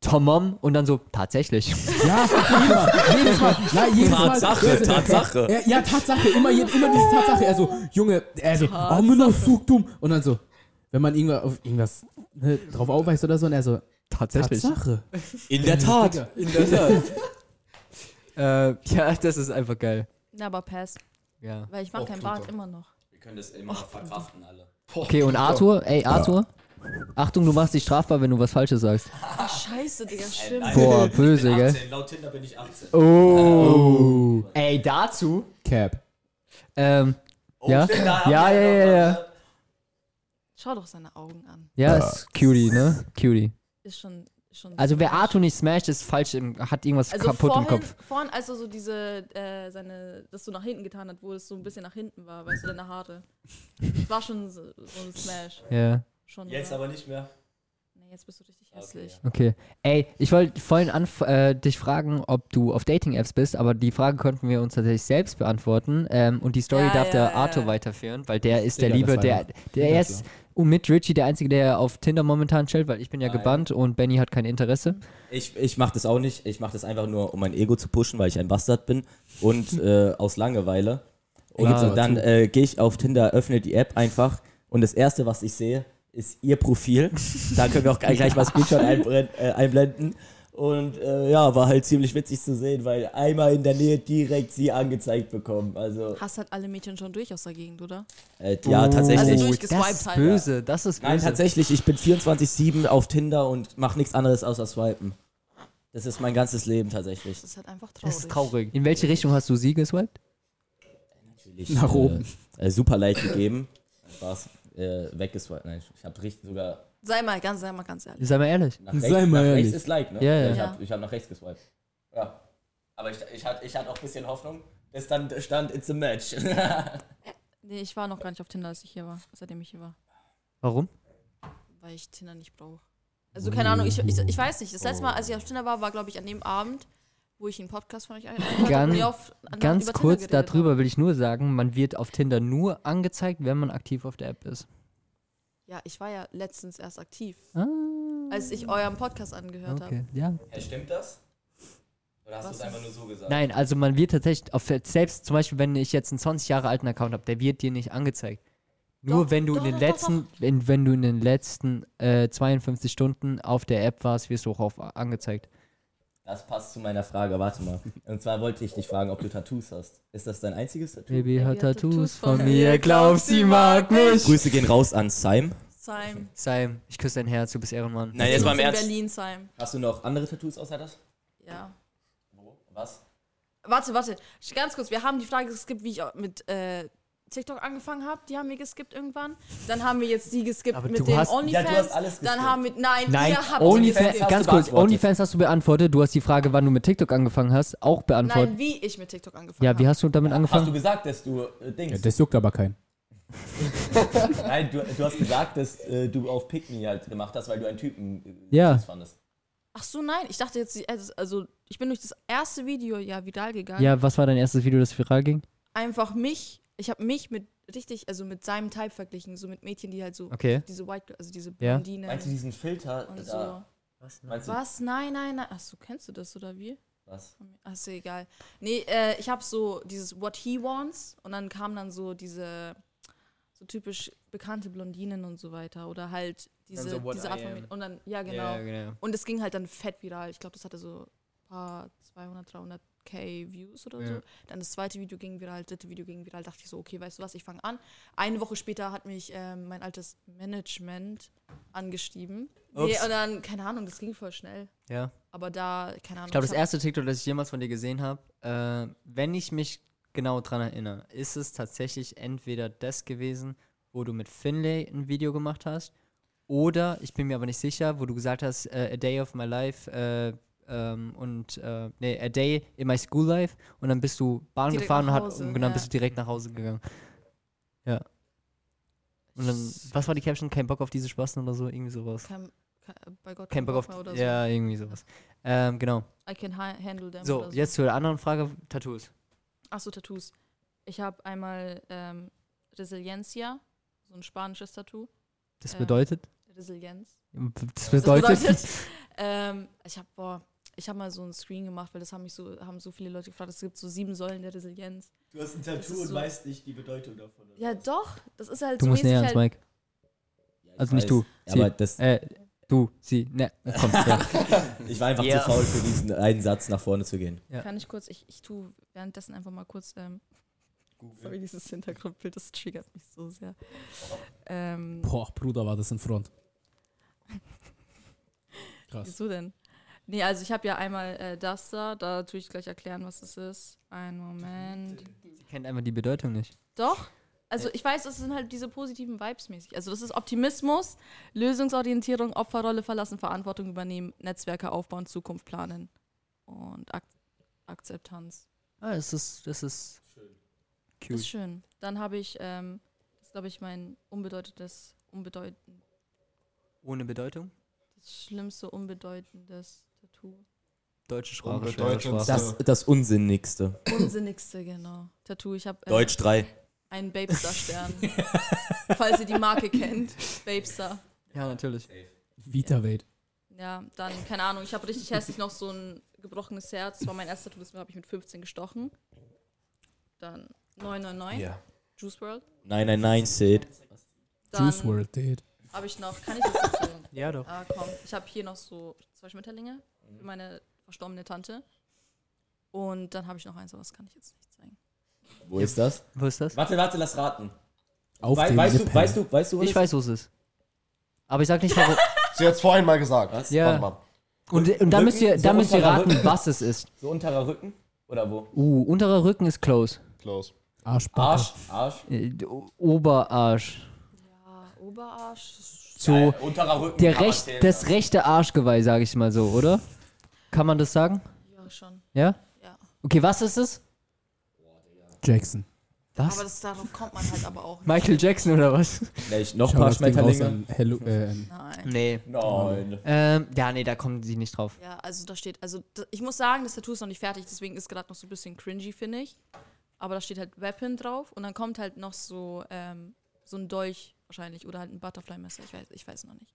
Speaker 1: Tomom und dann so, tatsächlich.
Speaker 2: ja, immer, jedes Mal. Nein, jedes Mal.
Speaker 8: Tatsache, Tatsache.
Speaker 2: Ja, ja, Tatsache, immer, je- immer diese Tatsache. Er so, Junge, er so, oh, Müller-Sugtum. Und dann so, wenn man irgendwas, auf irgendwas ne, drauf aufweist oder so, und er so,
Speaker 1: Tatsächlich.
Speaker 2: Tatsache.
Speaker 8: In der Tat.
Speaker 2: Digga.
Speaker 1: Äh, ja, das ist einfach geil.
Speaker 3: Na, aber pass.
Speaker 1: Ja.
Speaker 3: Weil ich mag keinen Bart immer noch.
Speaker 8: können das immer noch verkraften, alle.
Speaker 5: Boah,
Speaker 1: Okay, und Arthur, ey, Arthur. Achtung, du machst dich strafbar, wenn du was Falsches sagst.
Speaker 3: Ah, scheiße, Digga, stimmt.
Speaker 1: Boah, böse,
Speaker 8: Ich bin
Speaker 1: gell?
Speaker 8: 18. Laut Tinder bin ich 18.
Speaker 1: Oh. Ey, dazu?
Speaker 2: Cap.
Speaker 1: Ähm,
Speaker 8: Oh,
Speaker 1: Ja?
Speaker 8: stimmt, da haben
Speaker 1: Ja,
Speaker 8: wir
Speaker 1: ja,
Speaker 8: noch,
Speaker 1: ja,
Speaker 8: ne?
Speaker 3: Schau doch seine Augen an.
Speaker 1: ja, ist Cutie, ne? Cutie.
Speaker 3: Ist schon. schon
Speaker 1: Also wer Arthur nicht smasht, ist falsch, im, hat irgendwas
Speaker 3: Also
Speaker 1: kaputt
Speaker 3: vorhin,
Speaker 1: im Kopf.
Speaker 3: vorhin, also so diese, äh, seine, dass du nach hinten getan hat, wo es so ein bisschen nach hinten war, weißt du, deine Haare. Das war schon so, so ein Smash.
Speaker 1: Ja,
Speaker 3: Schon,
Speaker 8: Jetzt
Speaker 3: oder?
Speaker 8: aber nicht mehr. Ah,
Speaker 3: Nee, jetzt bist du richtig hässlich.
Speaker 1: okay. Ey, ich wollte vorhin anf äh, dich fragen, ob du auf Dating-Apps bist, aber die Frage konnten wir uns tatsächlich selbst beantworten. Ähm, und die Story
Speaker 3: Ja,
Speaker 1: darf
Speaker 3: ja,
Speaker 1: der
Speaker 3: ja,
Speaker 1: Arthur
Speaker 3: ja.
Speaker 1: weiterführen, weil der ist der
Speaker 2: Digga,
Speaker 1: Liebe,
Speaker 2: das war
Speaker 1: der, der
Speaker 2: Digga,
Speaker 1: ist und mit Richie der Einzige, der auf Tinder momentan chillt, weil ich bin ja gebannt und Benny hat kein Interesse.
Speaker 6: Ich, ich mache das auch nicht. Ich mache das einfach nur, um mein Ego zu pushen, weil ich ein Bastard bin und äh, aus Langeweile. Und
Speaker 1: gib's aber
Speaker 6: dann äh, gehe ich auf Tinder, öffne die App einfach und das Erste, was ich sehe, ist ihr Profil. da können wir auch gleich mal Screenshot einbren- äh, einblenden. Und äh, ja, war halt ziemlich witzig zu sehen, weil einmal in der Nähe direkt sie angezeigt bekommen. Also,
Speaker 3: Hast halt alle Mädchen schon durch aus der Gegend, oder?
Speaker 6: äh, ja, tatsächlich.
Speaker 3: Also
Speaker 1: Oh,
Speaker 3: durchgeswiped
Speaker 1: das ist
Speaker 3: halt.
Speaker 1: böse, das ist böse.
Speaker 6: Nein, tatsächlich, ich bin 24-7 auf Tinder und mache nichts anderes außer swipen. Das ist mein ganzes Leben tatsächlich.
Speaker 3: Das ist halt einfach traurig.
Speaker 1: Das ist traurig. In welche Richtung hast du sie geswiped?
Speaker 6: natürlich
Speaker 2: Nach
Speaker 6: äh,
Speaker 2: oben.
Speaker 6: Äh, super leicht gegeben. Spaß. Äh, weggeswiped. Nein, ich habe richtig sogar
Speaker 3: Sei mal ganz, sei mal ganz ehrlich.
Speaker 1: Sei mal ehrlich.
Speaker 6: nach
Speaker 2: Sei mal
Speaker 6: rechts. nach
Speaker 2: ehrlich.
Speaker 6: rechts ist like, ne?
Speaker 1: Ja, ja.
Speaker 6: Ich
Speaker 3: Ja.
Speaker 6: habe hab nach rechts geswiped. Ja. Aber ich, ich, hatte, ich hatte auch ein bisschen Hoffnung. Bis dann stand, it's a match.
Speaker 3: Nee, ich war noch gar nicht auf Tinder, als ich hier war, seitdem ich hier war.
Speaker 1: Warum?
Speaker 3: Weil ich Tinder nicht brauche. Also keine Ahnung, ich, ich, ich weiß nicht. Das letzte Mal, als
Speaker 8: Oh.
Speaker 3: ich auf Tinder war, war glaube ich an dem Abend, wo ich einen Podcast von euch angehört habe.
Speaker 1: Ganz-
Speaker 3: wo ihr auf- an-
Speaker 1: Ganz
Speaker 3: über Tinder
Speaker 1: kurz
Speaker 3: geredet
Speaker 1: darüber
Speaker 3: habt.
Speaker 1: will ich nur sagen, man wird auf Tinder nur angezeigt, wenn man aktiv auf der App ist.
Speaker 3: Ja, ich war ja letztens erst aktiv,
Speaker 1: Ah,
Speaker 3: als ich euren Podcast angehört habe.
Speaker 1: okay. Ja.
Speaker 8: hey, stimmt das? Oder hast du
Speaker 3: Was
Speaker 8: es einfach nur so gesagt?
Speaker 1: Nein, also man wird tatsächlich auf der- selbst zum Beispiel, wenn ich jetzt einen 20 Jahre alten Account habe, der wird dir nicht angezeigt. Nur
Speaker 3: Doch,
Speaker 1: wenn du in
Speaker 3: doch,
Speaker 1: den
Speaker 3: doch, doch,
Speaker 1: letzten, wenn, wenn du in den letzten äh, 52 Stunden auf der App warst, wirst du auch auf, angezeigt.
Speaker 6: Das passt zu meiner Frage. Warte mal. Und zwar wollte ich dich fragen, ob du Tattoos hast. Ist das dein einziges Tattoo?
Speaker 1: Baby hat
Speaker 3: hat
Speaker 1: Tattoos von mir, glaub sie mag mich.
Speaker 6: Grüße gehen raus an Sime.
Speaker 3: Sime.
Speaker 1: Sam, ich küsse dein Herz, du bist Ehrenmann.
Speaker 8: Nein, jetzt mal im
Speaker 3: in
Speaker 8: Ernst.
Speaker 3: Berlin, Sime.
Speaker 6: Hast du noch andere Tattoos außer das?
Speaker 3: Ja.
Speaker 8: Wo? Was?
Speaker 3: Warte, warte. Ganz kurz, wir haben die Frage geskippt, wie ich auch mit äh, TikTok angefangen habe. Die haben wir geskippt irgendwann. Dann haben wir jetzt die geskippt
Speaker 1: Aber
Speaker 3: mit
Speaker 1: du
Speaker 3: den
Speaker 1: hast- Ja, du
Speaker 3: OnlyFans.
Speaker 6: hast alles
Speaker 3: Dann
Speaker 6: geskippt.
Speaker 3: haben wir. Nein,
Speaker 1: Nein,
Speaker 3: ihr habt die
Speaker 1: OnlyFans,
Speaker 3: geskippt.
Speaker 1: ganz
Speaker 6: du
Speaker 1: kurz,
Speaker 6: beantwortet.
Speaker 1: OnlyFans hast du beantwortet. Du hast die Frage, wann du mit TikTok angefangen hast, auch beantwortet.
Speaker 3: Nein, wie ich mit TikTok angefangen
Speaker 1: ja, wie
Speaker 3: habe.
Speaker 1: hast du damit
Speaker 6: Hast du
Speaker 1: angefangen?
Speaker 6: gesagt, dass du äh, Dings.
Speaker 2: Das juckt aber keinen.
Speaker 6: Nein, du, du hast gesagt, dass äh, du auf Pick Me halt gemacht hast, weil du einen Typen äh,
Speaker 1: Ja.
Speaker 6: süß fandest.
Speaker 3: Ach so, nein. Ich dachte jetzt, also- also ich bin durch das erste Video ja viral gegangen.
Speaker 1: Ja, was war dein erstes Video, das viral ging?
Speaker 3: Einfach mich. Ich habe mich mit richtig, also mit seinem Type verglichen, so mit Mädchen, die halt so
Speaker 1: Okay.
Speaker 3: diese White, also diese
Speaker 1: Ja.
Speaker 3: Blondine
Speaker 6: Meinst du diesen Filter?
Speaker 3: und so.
Speaker 6: da, Meinst du
Speaker 3: Was? Nein, nein, nein. Ach so, kennst du das oder wie?
Speaker 6: was?
Speaker 3: Ach so, egal. Nee, äh, ich habe so dieses What He Wants und dann kamen dann so diese so typisch bekannte Blondinen und so weiter oder halt diese,
Speaker 4: so What
Speaker 3: diese
Speaker 4: I
Speaker 3: Art von
Speaker 4: Am.
Speaker 3: Mädchen. und dann ja genau. Und es ging halt dann fett viral. Ich glaube, das hatte so ein paar 200, 300 K Views oder so. Dann das zweite Video ging viral, das dritte Video ging viral. Dachte ich so, okay, weißt du was, ich fange an. Eine Woche später hat mich ähm, mein altes Management angeschrieben. Nee,
Speaker 1: Ups.
Speaker 3: und dann, keine Ahnung, das ging voll schnell.
Speaker 1: Ja.
Speaker 3: Aber da, keine Ahnung.
Speaker 1: Ich glaube, das
Speaker 3: hab-
Speaker 1: erste TikTok, das ich jemals von dir gesehen habe, äh, wenn ich mich genau dran erinnere, ist es tatsächlich entweder das gewesen, wo du mit Finlay ein Video gemacht hast, oder ich bin mir aber nicht sicher, wo du gesagt hast, äh, A Day of My Life äh, ähm, und äh, nee, A Day in My School Life und dann bist du Bahn
Speaker 3: Direkt
Speaker 1: gefahren und,
Speaker 3: nach
Speaker 1: hat,
Speaker 3: Hause,
Speaker 1: und dann
Speaker 3: ja.
Speaker 1: bist du direkt nach Hause gegangen. Ja. Und dann, was war die Caption? Kein Bock auf diese Spasten oder so, irgendwie sowas.
Speaker 3: kein, kein, bei Gott
Speaker 1: Kein Bock auf,
Speaker 3: mehr oder
Speaker 1: ja, irgendwie sowas. Ähm, genau.
Speaker 3: so. I can ha- handle them.
Speaker 1: So,
Speaker 3: oder so.
Speaker 1: jetzt zu der anderen Frage, Tattoos.
Speaker 3: Achso, Tattoos. Ich habe einmal ähm, Resiliencia, so ein spanisches Tattoo.
Speaker 1: Das
Speaker 3: Ja.
Speaker 1: bedeutet?
Speaker 3: Resilienz.
Speaker 1: Das
Speaker 3: Das
Speaker 1: bedeutet?
Speaker 3: ähm, ich habe, boah, ich habe mal so einen Screen gemacht, weil das haben mich so, haben so viele Leute gefragt. Es gibt so sieben Säulen der Resilienz.
Speaker 7: Du hast ein
Speaker 3: Das ist
Speaker 7: Tattoo und
Speaker 3: so-
Speaker 7: weißt nicht die Bedeutung davon.
Speaker 3: Ja, doch. Das ist halt
Speaker 1: du
Speaker 3: so
Speaker 1: musst näher
Speaker 3: mäßig
Speaker 1: ans
Speaker 3: halt.
Speaker 1: Mike. Also nicht du. Sie.
Speaker 6: Aber das,
Speaker 1: Äh, du, sie. Ne, komm. ja.
Speaker 6: ich war einfach
Speaker 1: Ja.
Speaker 6: zu faul, für diesen einen Satz nach vorne zu gehen.
Speaker 1: Ja.
Speaker 3: Kann ich kurz, ich, ich tue währenddessen einfach mal kurz ähm, Sorry, dieses Hintergrundbild, das triggert mich so sehr. Ähm,
Speaker 2: Boah, Bruder, war das in Front. Krass.
Speaker 3: wieso denn? Nee, also ich habe ja einmal äh, das da, da tue ich gleich erklären, was es ist. Einen Moment.
Speaker 1: Sie kennt einfach die Bedeutung nicht.
Speaker 3: Doch. Also ich weiß, es sind halt diese positiven Vibes mäßig. Also das ist Optimismus, Lösungsorientierung, Opferrolle verlassen, Verantwortung übernehmen, Netzwerke aufbauen, Zukunft planen und Ak Akzeptanz.
Speaker 1: Ah, das ist, das ist
Speaker 3: Das ist
Speaker 1: cute.
Speaker 3: schön. Dann habe ich, ähm, das ist glaube ich mein unbedeutendes, unbedeutend,
Speaker 1: Ohne Bedeutung?
Speaker 3: das schlimmste unbedeutendes Tattoo.
Speaker 1: Deutsche Sprache. schwere
Speaker 5: Unbedeutendste.
Speaker 1: Sprache.
Speaker 6: Das, das Unsinnigste.
Speaker 3: Unsinnigste, genau. Tattoo, ich habe äh,
Speaker 6: Deutsch 3.
Speaker 3: einen Babestar-Stern. falls ihr die Marke kennt. Babestar.
Speaker 1: Ja, natürlich.
Speaker 2: Vita Welt.
Speaker 3: Ja, dann, keine Ahnung, ich habe richtig hässlich noch so ein gebrochenes Herz. Das war mein erstes Tattoo, das habe ich mit 15 gestochen. Dann 999, Juice World.
Speaker 6: Nein, nein, nein, Sid.
Speaker 2: Juice
Speaker 3: Dann
Speaker 2: World, Dude.
Speaker 3: habe ich noch, kann ich das jetzt so?
Speaker 1: Ja, doch.
Speaker 3: Ah, komm, ich habe hier noch so zwei Schmetterlinge für meine verstorbene Tante. Und dann habe ich noch eins, aber das kann ich jetzt nicht zeigen.
Speaker 6: Wo ist das?
Speaker 1: Wo ist das?
Speaker 6: Warte, warte, lass raten.
Speaker 2: Auf
Speaker 6: Wei-
Speaker 2: den
Speaker 6: weißt,
Speaker 2: Lippen.
Speaker 6: du, weißt du, weißt du, wo
Speaker 1: Ich
Speaker 6: das-
Speaker 1: weiß, wo es ist. Aber ich sag nicht warum.
Speaker 5: Sie hat es vorhin mal gesagt.
Speaker 6: Was?
Speaker 1: Ja.
Speaker 5: Warte mal.
Speaker 1: Und, und dann müsst ihr,
Speaker 6: so
Speaker 1: dann müsst ihr
Speaker 6: unterer
Speaker 1: raten,
Speaker 6: Rücken.
Speaker 1: was es ist.
Speaker 6: So unterer Rücken? Oder wo?
Speaker 1: Uh, unterer Rücken ist close.
Speaker 5: Close.
Speaker 2: Arschbacke.
Speaker 6: Arsch, Arsch.
Speaker 1: Äh, d- o- Oberarsch.
Speaker 3: Ah, Oberarsch.
Speaker 1: So,
Speaker 6: Geil, unterer Rücken.
Speaker 1: der
Speaker 6: kann man
Speaker 1: recht,
Speaker 6: zählen,
Speaker 1: das
Speaker 6: ja.
Speaker 1: rechte Arschgeweih, sag ich mal so, oder? Kann man das sagen?
Speaker 3: Ja, schon.
Speaker 1: Ja?
Speaker 3: Ja.
Speaker 1: Okay, was ist es?
Speaker 2: Jackson.
Speaker 3: Aber
Speaker 1: Was?
Speaker 3: das, darauf kommt man halt aber auch nicht.
Speaker 1: Michael Jackson oder was?
Speaker 6: Nee, ich noch ein
Speaker 2: Schau
Speaker 6: paar
Speaker 2: das Ding raus
Speaker 6: Schmetterlinge.
Speaker 2: an Hello, äh, an
Speaker 3: Nein.
Speaker 1: Nee.
Speaker 6: Nein.
Speaker 1: Ähm, ja, nee, da kommen sie nicht drauf.
Speaker 3: Ja, also da steht, also da, ich muss sagen, das Tattoo ist noch nicht fertig, deswegen ist gerade noch so ein bisschen cringy, finde ich. Aber da steht halt Weapon drauf und dann kommt halt noch so, ähm, so ein Dolch wahrscheinlich oder halt ein Butterfly-Messer, ich weiß, ich weiß noch nicht.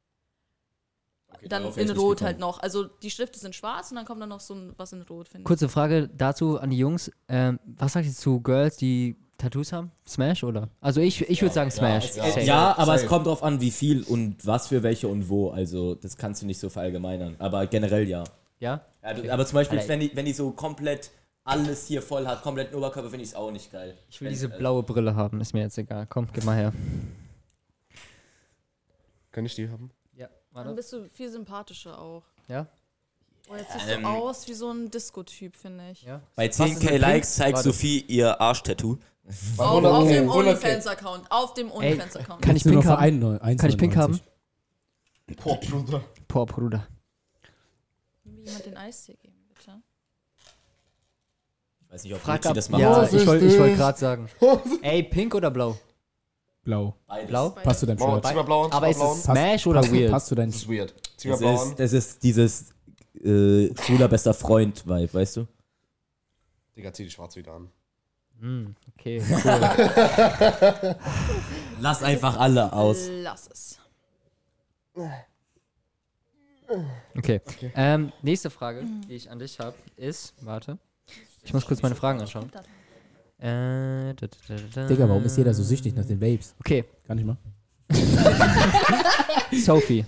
Speaker 3: dann
Speaker 6: darauf wär ich
Speaker 3: in
Speaker 6: nicht
Speaker 3: Rot
Speaker 6: gekommen.
Speaker 3: halt noch. Also die Schrift ist in schwarz und dann kommt dann noch so ein, was in Rot, finde ich.
Speaker 1: Kurze Frage dazu an die Jungs. Ähm, was sagt ihr zu Girls, die Tattoos haben? Smash oder? Also ich, ich würde sagen Smash.
Speaker 5: ja.
Speaker 1: Safe.
Speaker 6: Ja, aber es
Speaker 5: Safe.
Speaker 6: kommt drauf an, wie viel und was für welche und wo. Also, das kannst du nicht so verallgemeinern. Aber generell ja.
Speaker 1: ja?
Speaker 6: Ja, du- Aber zum Beispiel,
Speaker 1: Alter,
Speaker 6: wenn die, wenn die so komplett alles hier voll hat, kompletten Oberkörper, finde ich es auch nicht geil. äh,
Speaker 1: Ich will diese blaue Brille haben, ist mir jetzt egal. Komm, gib mal her.
Speaker 5: Kann ich die haben?
Speaker 1: Ja,
Speaker 3: Dann
Speaker 1: warte.
Speaker 3: bist du viel sympathischer auch.
Speaker 1: Ja?
Speaker 3: Und Oh, jetzt siehst
Speaker 6: Ähm,
Speaker 3: du aus wie so ein Disco-Typ, finde ich.
Speaker 1: Ja.
Speaker 6: Bei
Speaker 1: ist mit
Speaker 6: 10k
Speaker 1: Pink?
Speaker 6: Likes zeigt
Speaker 1: Warte.
Speaker 6: Sophie ihr Arschtattoo.
Speaker 3: Auf, auf dem
Speaker 5: 100K.
Speaker 3: OnlyFans-Account. Auf dem OnlyFans-Account.
Speaker 1: Kann ich pink haben? Kann ich pink haben?
Speaker 5: Boah, Bruder.
Speaker 1: Boah, Bruder.
Speaker 3: Kann mir jemand den Eistee geben, bitte?
Speaker 6: Ich weiß nicht, ob
Speaker 1: Frag
Speaker 6: Luzi
Speaker 1: ab.
Speaker 6: das macht.
Speaker 1: ja,
Speaker 5: Was
Speaker 1: ich
Speaker 5: ist
Speaker 1: wollte ich wollt
Speaker 5: das?
Speaker 1: gerade sagen. Ey, pink oder blau?
Speaker 2: Blau.
Speaker 6: Beides.
Speaker 1: Blau?
Speaker 2: Passt zu deinem
Speaker 5: Boah,
Speaker 2: Shirt.
Speaker 5: zieh mal blau an, zieh
Speaker 1: Aber
Speaker 5: mal
Speaker 1: ist
Speaker 5: blau
Speaker 1: es
Speaker 5: an.
Speaker 1: Smash oder
Speaker 2: passt,
Speaker 1: Weird?
Speaker 2: passt zu deinem
Speaker 5: Das ist weird. Zieh mal
Speaker 6: Das
Speaker 5: blau an.
Speaker 6: ist, das ist dieses äh, schwuler bester Freund-Vibe, weißt du?
Speaker 5: Digga, zieh die schwarz wieder an.
Speaker 1: Hm, okay, cool.
Speaker 6: Lass einfach alle aus.
Speaker 3: Lass es.
Speaker 1: Okay. Ähm, nächste Frage,
Speaker 3: Mhm.
Speaker 1: die ich an dich habe, ist, warte. Ich muss kurz meine Fragen anschauen. Äh, da, da, da, da.
Speaker 2: Digga, warum ist jeder so süchtig nach den Babes?
Speaker 1: Okay,
Speaker 2: Kann ich mal.
Speaker 1: Sophie.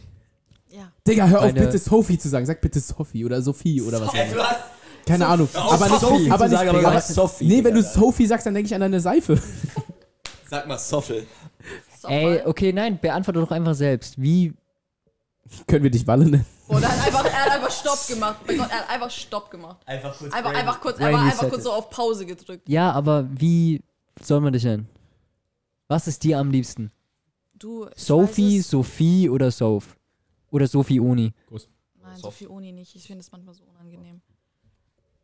Speaker 3: Ja.
Speaker 2: Digga, hör auf,
Speaker 1: Meine-
Speaker 2: bitte Sophie zu sagen. Sag bitte Sophie oder Sophie oder was. auch immer.
Speaker 6: hast
Speaker 2: Keine Ahnung. Aber nicht
Speaker 6: Sophie
Speaker 2: Sophie.
Speaker 6: zu
Speaker 2: Aber nicht,
Speaker 6: sagen, aber
Speaker 2: Digga,
Speaker 6: du sagst Sophie,
Speaker 2: Nee, wenn
Speaker 6: Digga,
Speaker 2: du Sophie sagst, dann denke ich an deine Seife.
Speaker 6: Sag mal Soffel.
Speaker 1: Ey, okay, nein, beantworte doch einfach selbst. Wie,
Speaker 2: Können wir dich Walle nennen?
Speaker 3: Oder hat einfach, er hat einfach Stopp gemacht. Oh Mein Gott, er hat einfach Stopp gemacht.
Speaker 6: Einfach kurz.
Speaker 3: Einfach, einfach kurz,
Speaker 1: Brain
Speaker 3: einfach, einfach
Speaker 1: reset
Speaker 3: kurz
Speaker 1: it.
Speaker 3: so auf Pause gedrückt.
Speaker 1: ja, aber wie soll man dich nennen? Was ist dir am liebsten?
Speaker 3: Du. ich
Speaker 1: Sophie,
Speaker 3: weiß es-
Speaker 1: Sophie oder Soph? Oder Sophie Uni?
Speaker 3: Nein, Sophie Uni nicht. Ich finde das manchmal so unangenehm.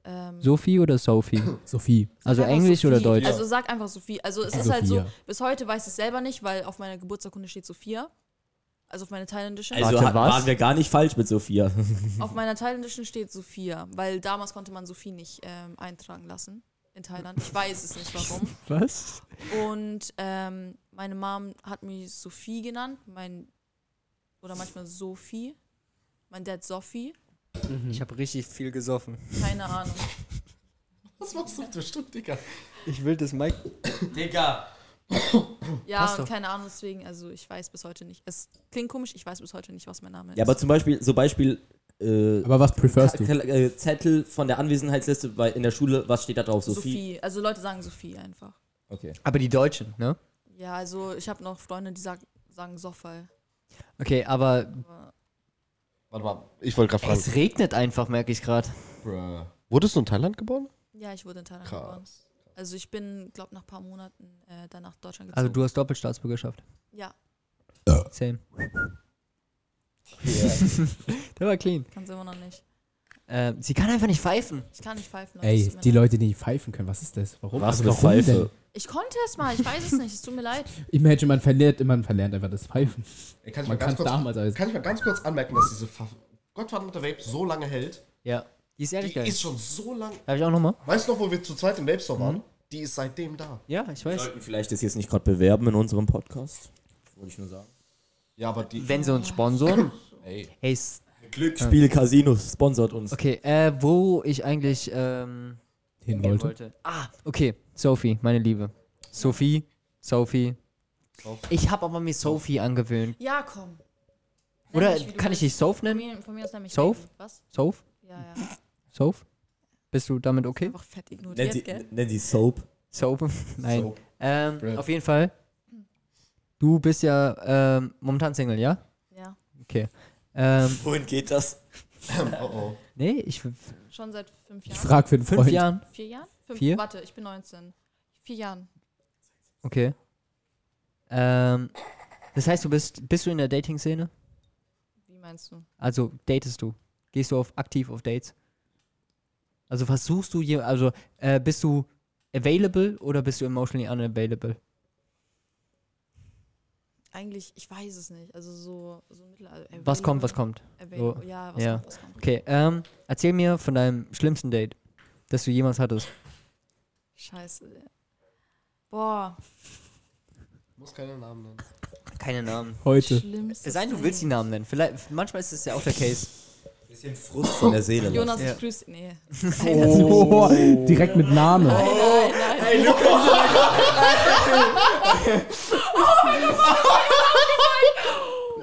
Speaker 3: Ähm,
Speaker 1: Sophie oder Sophie?
Speaker 2: Sophie.
Speaker 1: Also
Speaker 3: einfach
Speaker 1: Englisch oder
Speaker 3: Sophie.
Speaker 1: Deutsch?
Speaker 3: Also sag einfach Sophie. Also es ist
Speaker 2: Sophia.
Speaker 3: halt so, bis heute weiß ich es selber nicht, weil auf meiner Geburtsurkunde steht Sophia. Also auf meiner thailändischen.
Speaker 6: Also
Speaker 1: Warte,
Speaker 6: hat-
Speaker 1: was?
Speaker 6: waren wir gar nicht falsch mit Sophia.
Speaker 3: Auf meiner thailändischen steht Sophia, weil damals konnte man Sophie nicht ähm, eintragen lassen in Thailand. Ich weiß es nicht warum.
Speaker 1: Was?
Speaker 3: Und ähm, meine Mom hat mich Sophie genannt, mein oder manchmal Sophie, mein Dad Sophie,
Speaker 1: Ich habe richtig viel gesoffen.
Speaker 3: keine Ahnung.
Speaker 5: Was machst du bestimmt, Digga?
Speaker 1: Ich will das Mike.
Speaker 6: Digga.
Speaker 3: Ja,
Speaker 1: Passt
Speaker 3: und
Speaker 1: doch.
Speaker 3: keine Ahnung, deswegen, also ich weiß bis heute nicht. Es klingt komisch, ich weiß bis heute nicht, was mein Name ist.
Speaker 6: Ja, aber zum Beispiel, so Beispiel, äh,
Speaker 2: Aber was preferst du?
Speaker 6: Zettel- äh, Zettel von der Anwesenheitsliste bei, in der Schule, was steht da drauf?
Speaker 3: Sophie.
Speaker 6: Sophie.
Speaker 3: Also Leute sagen Sophie einfach.
Speaker 6: Okay.
Speaker 1: Aber die Deutschen, ne?
Speaker 3: Ja, also ich habe noch Freunde, die sag, sagen Soffal.
Speaker 1: Okay, aber
Speaker 3: Aber
Speaker 5: Warte mal, ich wollte gerade fragen.
Speaker 1: es regnet einfach, merke ich gerade.
Speaker 5: Bruh. Wurdest du in Thailand geboren?
Speaker 3: ja, ich wurde in Thailand geboren.
Speaker 5: Krass.
Speaker 3: Also ich bin, glaube nach ein paar Monaten äh, dann nach Deutschland gezogen.
Speaker 1: Also du hast Doppelstaatsbürgerschaft.
Speaker 3: ja,
Speaker 1: Same. Der war clean.
Speaker 3: kannst immer noch nicht.
Speaker 1: Äh, sie kann einfach nicht pfeifen.
Speaker 3: Ich kann nicht pfeifen. Leute, es
Speaker 2: Ey,
Speaker 3: tut mir
Speaker 2: die
Speaker 3: leid.
Speaker 2: Leute, die nicht pfeifen können, was ist das? Warum?
Speaker 6: Was
Speaker 2: Also
Speaker 6: für Pfeife?
Speaker 3: Ich konnte es mal, ich weiß es nicht, es tut mir leid.
Speaker 2: Imagine, man verlernt, man verlernt einfach das Pfeifen.
Speaker 5: Ey, kann, ich mal
Speaker 2: Man kann
Speaker 5: ganz
Speaker 2: es
Speaker 5: kurz,
Speaker 2: damals alles.
Speaker 5: kann ich mal ganz kurz anmerken, dass diese Ver Gottverdammte Vape so lange hält?
Speaker 1: Ja. Die ist ehrlich
Speaker 5: Die
Speaker 1: geil.
Speaker 5: ist schon so lang.
Speaker 1: Darf ich auch nochmal?
Speaker 5: Weißt du noch, wo wir zu zweit im Vape Store waren? Die ist seitdem da.
Speaker 1: Ja, ich
Speaker 6: Wir
Speaker 1: weiß.
Speaker 6: sollten vielleicht das jetzt nicht gerade bewerben in unserem Podcast. Wollte ich nur sagen.
Speaker 5: Ja, aber die.
Speaker 1: Wenn sie uns sponsoren.
Speaker 5: Ey.
Speaker 1: Hey, s-
Speaker 6: Glücksspiel Casino sponsert uns.
Speaker 1: okay, äh, wo ich eigentlich ähm,
Speaker 2: Hin
Speaker 1: gehen
Speaker 2: wollte.
Speaker 1: wollte. Ah, okay. Sophie, meine Liebe. Sophie, Sophie. Ich habe aber mir Sophie angewöhnt.
Speaker 3: Ja, komm. Nenn
Speaker 1: Oder
Speaker 3: mich, wie du
Speaker 1: kann ich
Speaker 3: willst.
Speaker 1: dich Soph
Speaker 3: Von
Speaker 1: nennen?
Speaker 3: mir, von mir aus nämlich.
Speaker 1: Soph?
Speaker 3: Was?
Speaker 1: Soph?
Speaker 3: Ja, ja.
Speaker 1: Soph? Bist du damit okay?
Speaker 3: Einfach fett
Speaker 6: Nennt
Speaker 3: ignoriert,
Speaker 6: sie,
Speaker 3: gell?
Speaker 6: nennt sie Soap.
Speaker 1: Soap? Nein.
Speaker 5: Soap.
Speaker 1: Ähm,
Speaker 5: Bread.
Speaker 1: auf jeden Fall. Du bist ja ähm, momentan Single, ja?
Speaker 3: Ja.
Speaker 1: Ähm,
Speaker 6: Wohin geht das?
Speaker 5: Oh oh.
Speaker 1: nee, ich
Speaker 3: Schon seit fünf
Speaker 2: Ich
Speaker 3: Jahren.
Speaker 2: frag für einen
Speaker 1: fünf
Speaker 2: Freund.
Speaker 1: Jahren.
Speaker 3: Vier Jahren? Fünf,
Speaker 1: Vier?
Speaker 3: Warte, ich bin 19. Vier Jahren.
Speaker 1: Okay. Ähm, das heißt, du bist bist du in der Dating-Szene?
Speaker 3: Wie meinst du?
Speaker 1: Also datest du? Gehst du auf aktiv auf Dates? Also versuchst du je, also äh, bist du available oder bist du emotionally unavailable?
Speaker 3: Eigentlich, ich weiß es nicht. Also so, so mittelalter.
Speaker 1: Was kommt, was kommt?
Speaker 3: Available. Ja, was
Speaker 1: ja.
Speaker 3: kommt, was kommt.
Speaker 1: Okay, ähm, erzähl mir von deinem schlimmsten Date, das du jemals hattest.
Speaker 3: Scheiße. Boah,
Speaker 5: Muss keinen Namen nennen.
Speaker 1: Keine Namen.
Speaker 2: Heute.
Speaker 3: schlimmstes.
Speaker 1: Es sei denn, du
Speaker 3: Ding.
Speaker 1: willst die Namen nennen. Vielleicht, manchmal ist es ja auch der Case.
Speaker 6: Bisschen Frust von der Seele. Jonas.
Speaker 3: Jonas,
Speaker 1: Ja.
Speaker 3: ich grüße. Nee.
Speaker 2: Oh, direkt mit
Speaker 3: Oh.
Speaker 2: Name.
Speaker 3: Nein, nein, nein.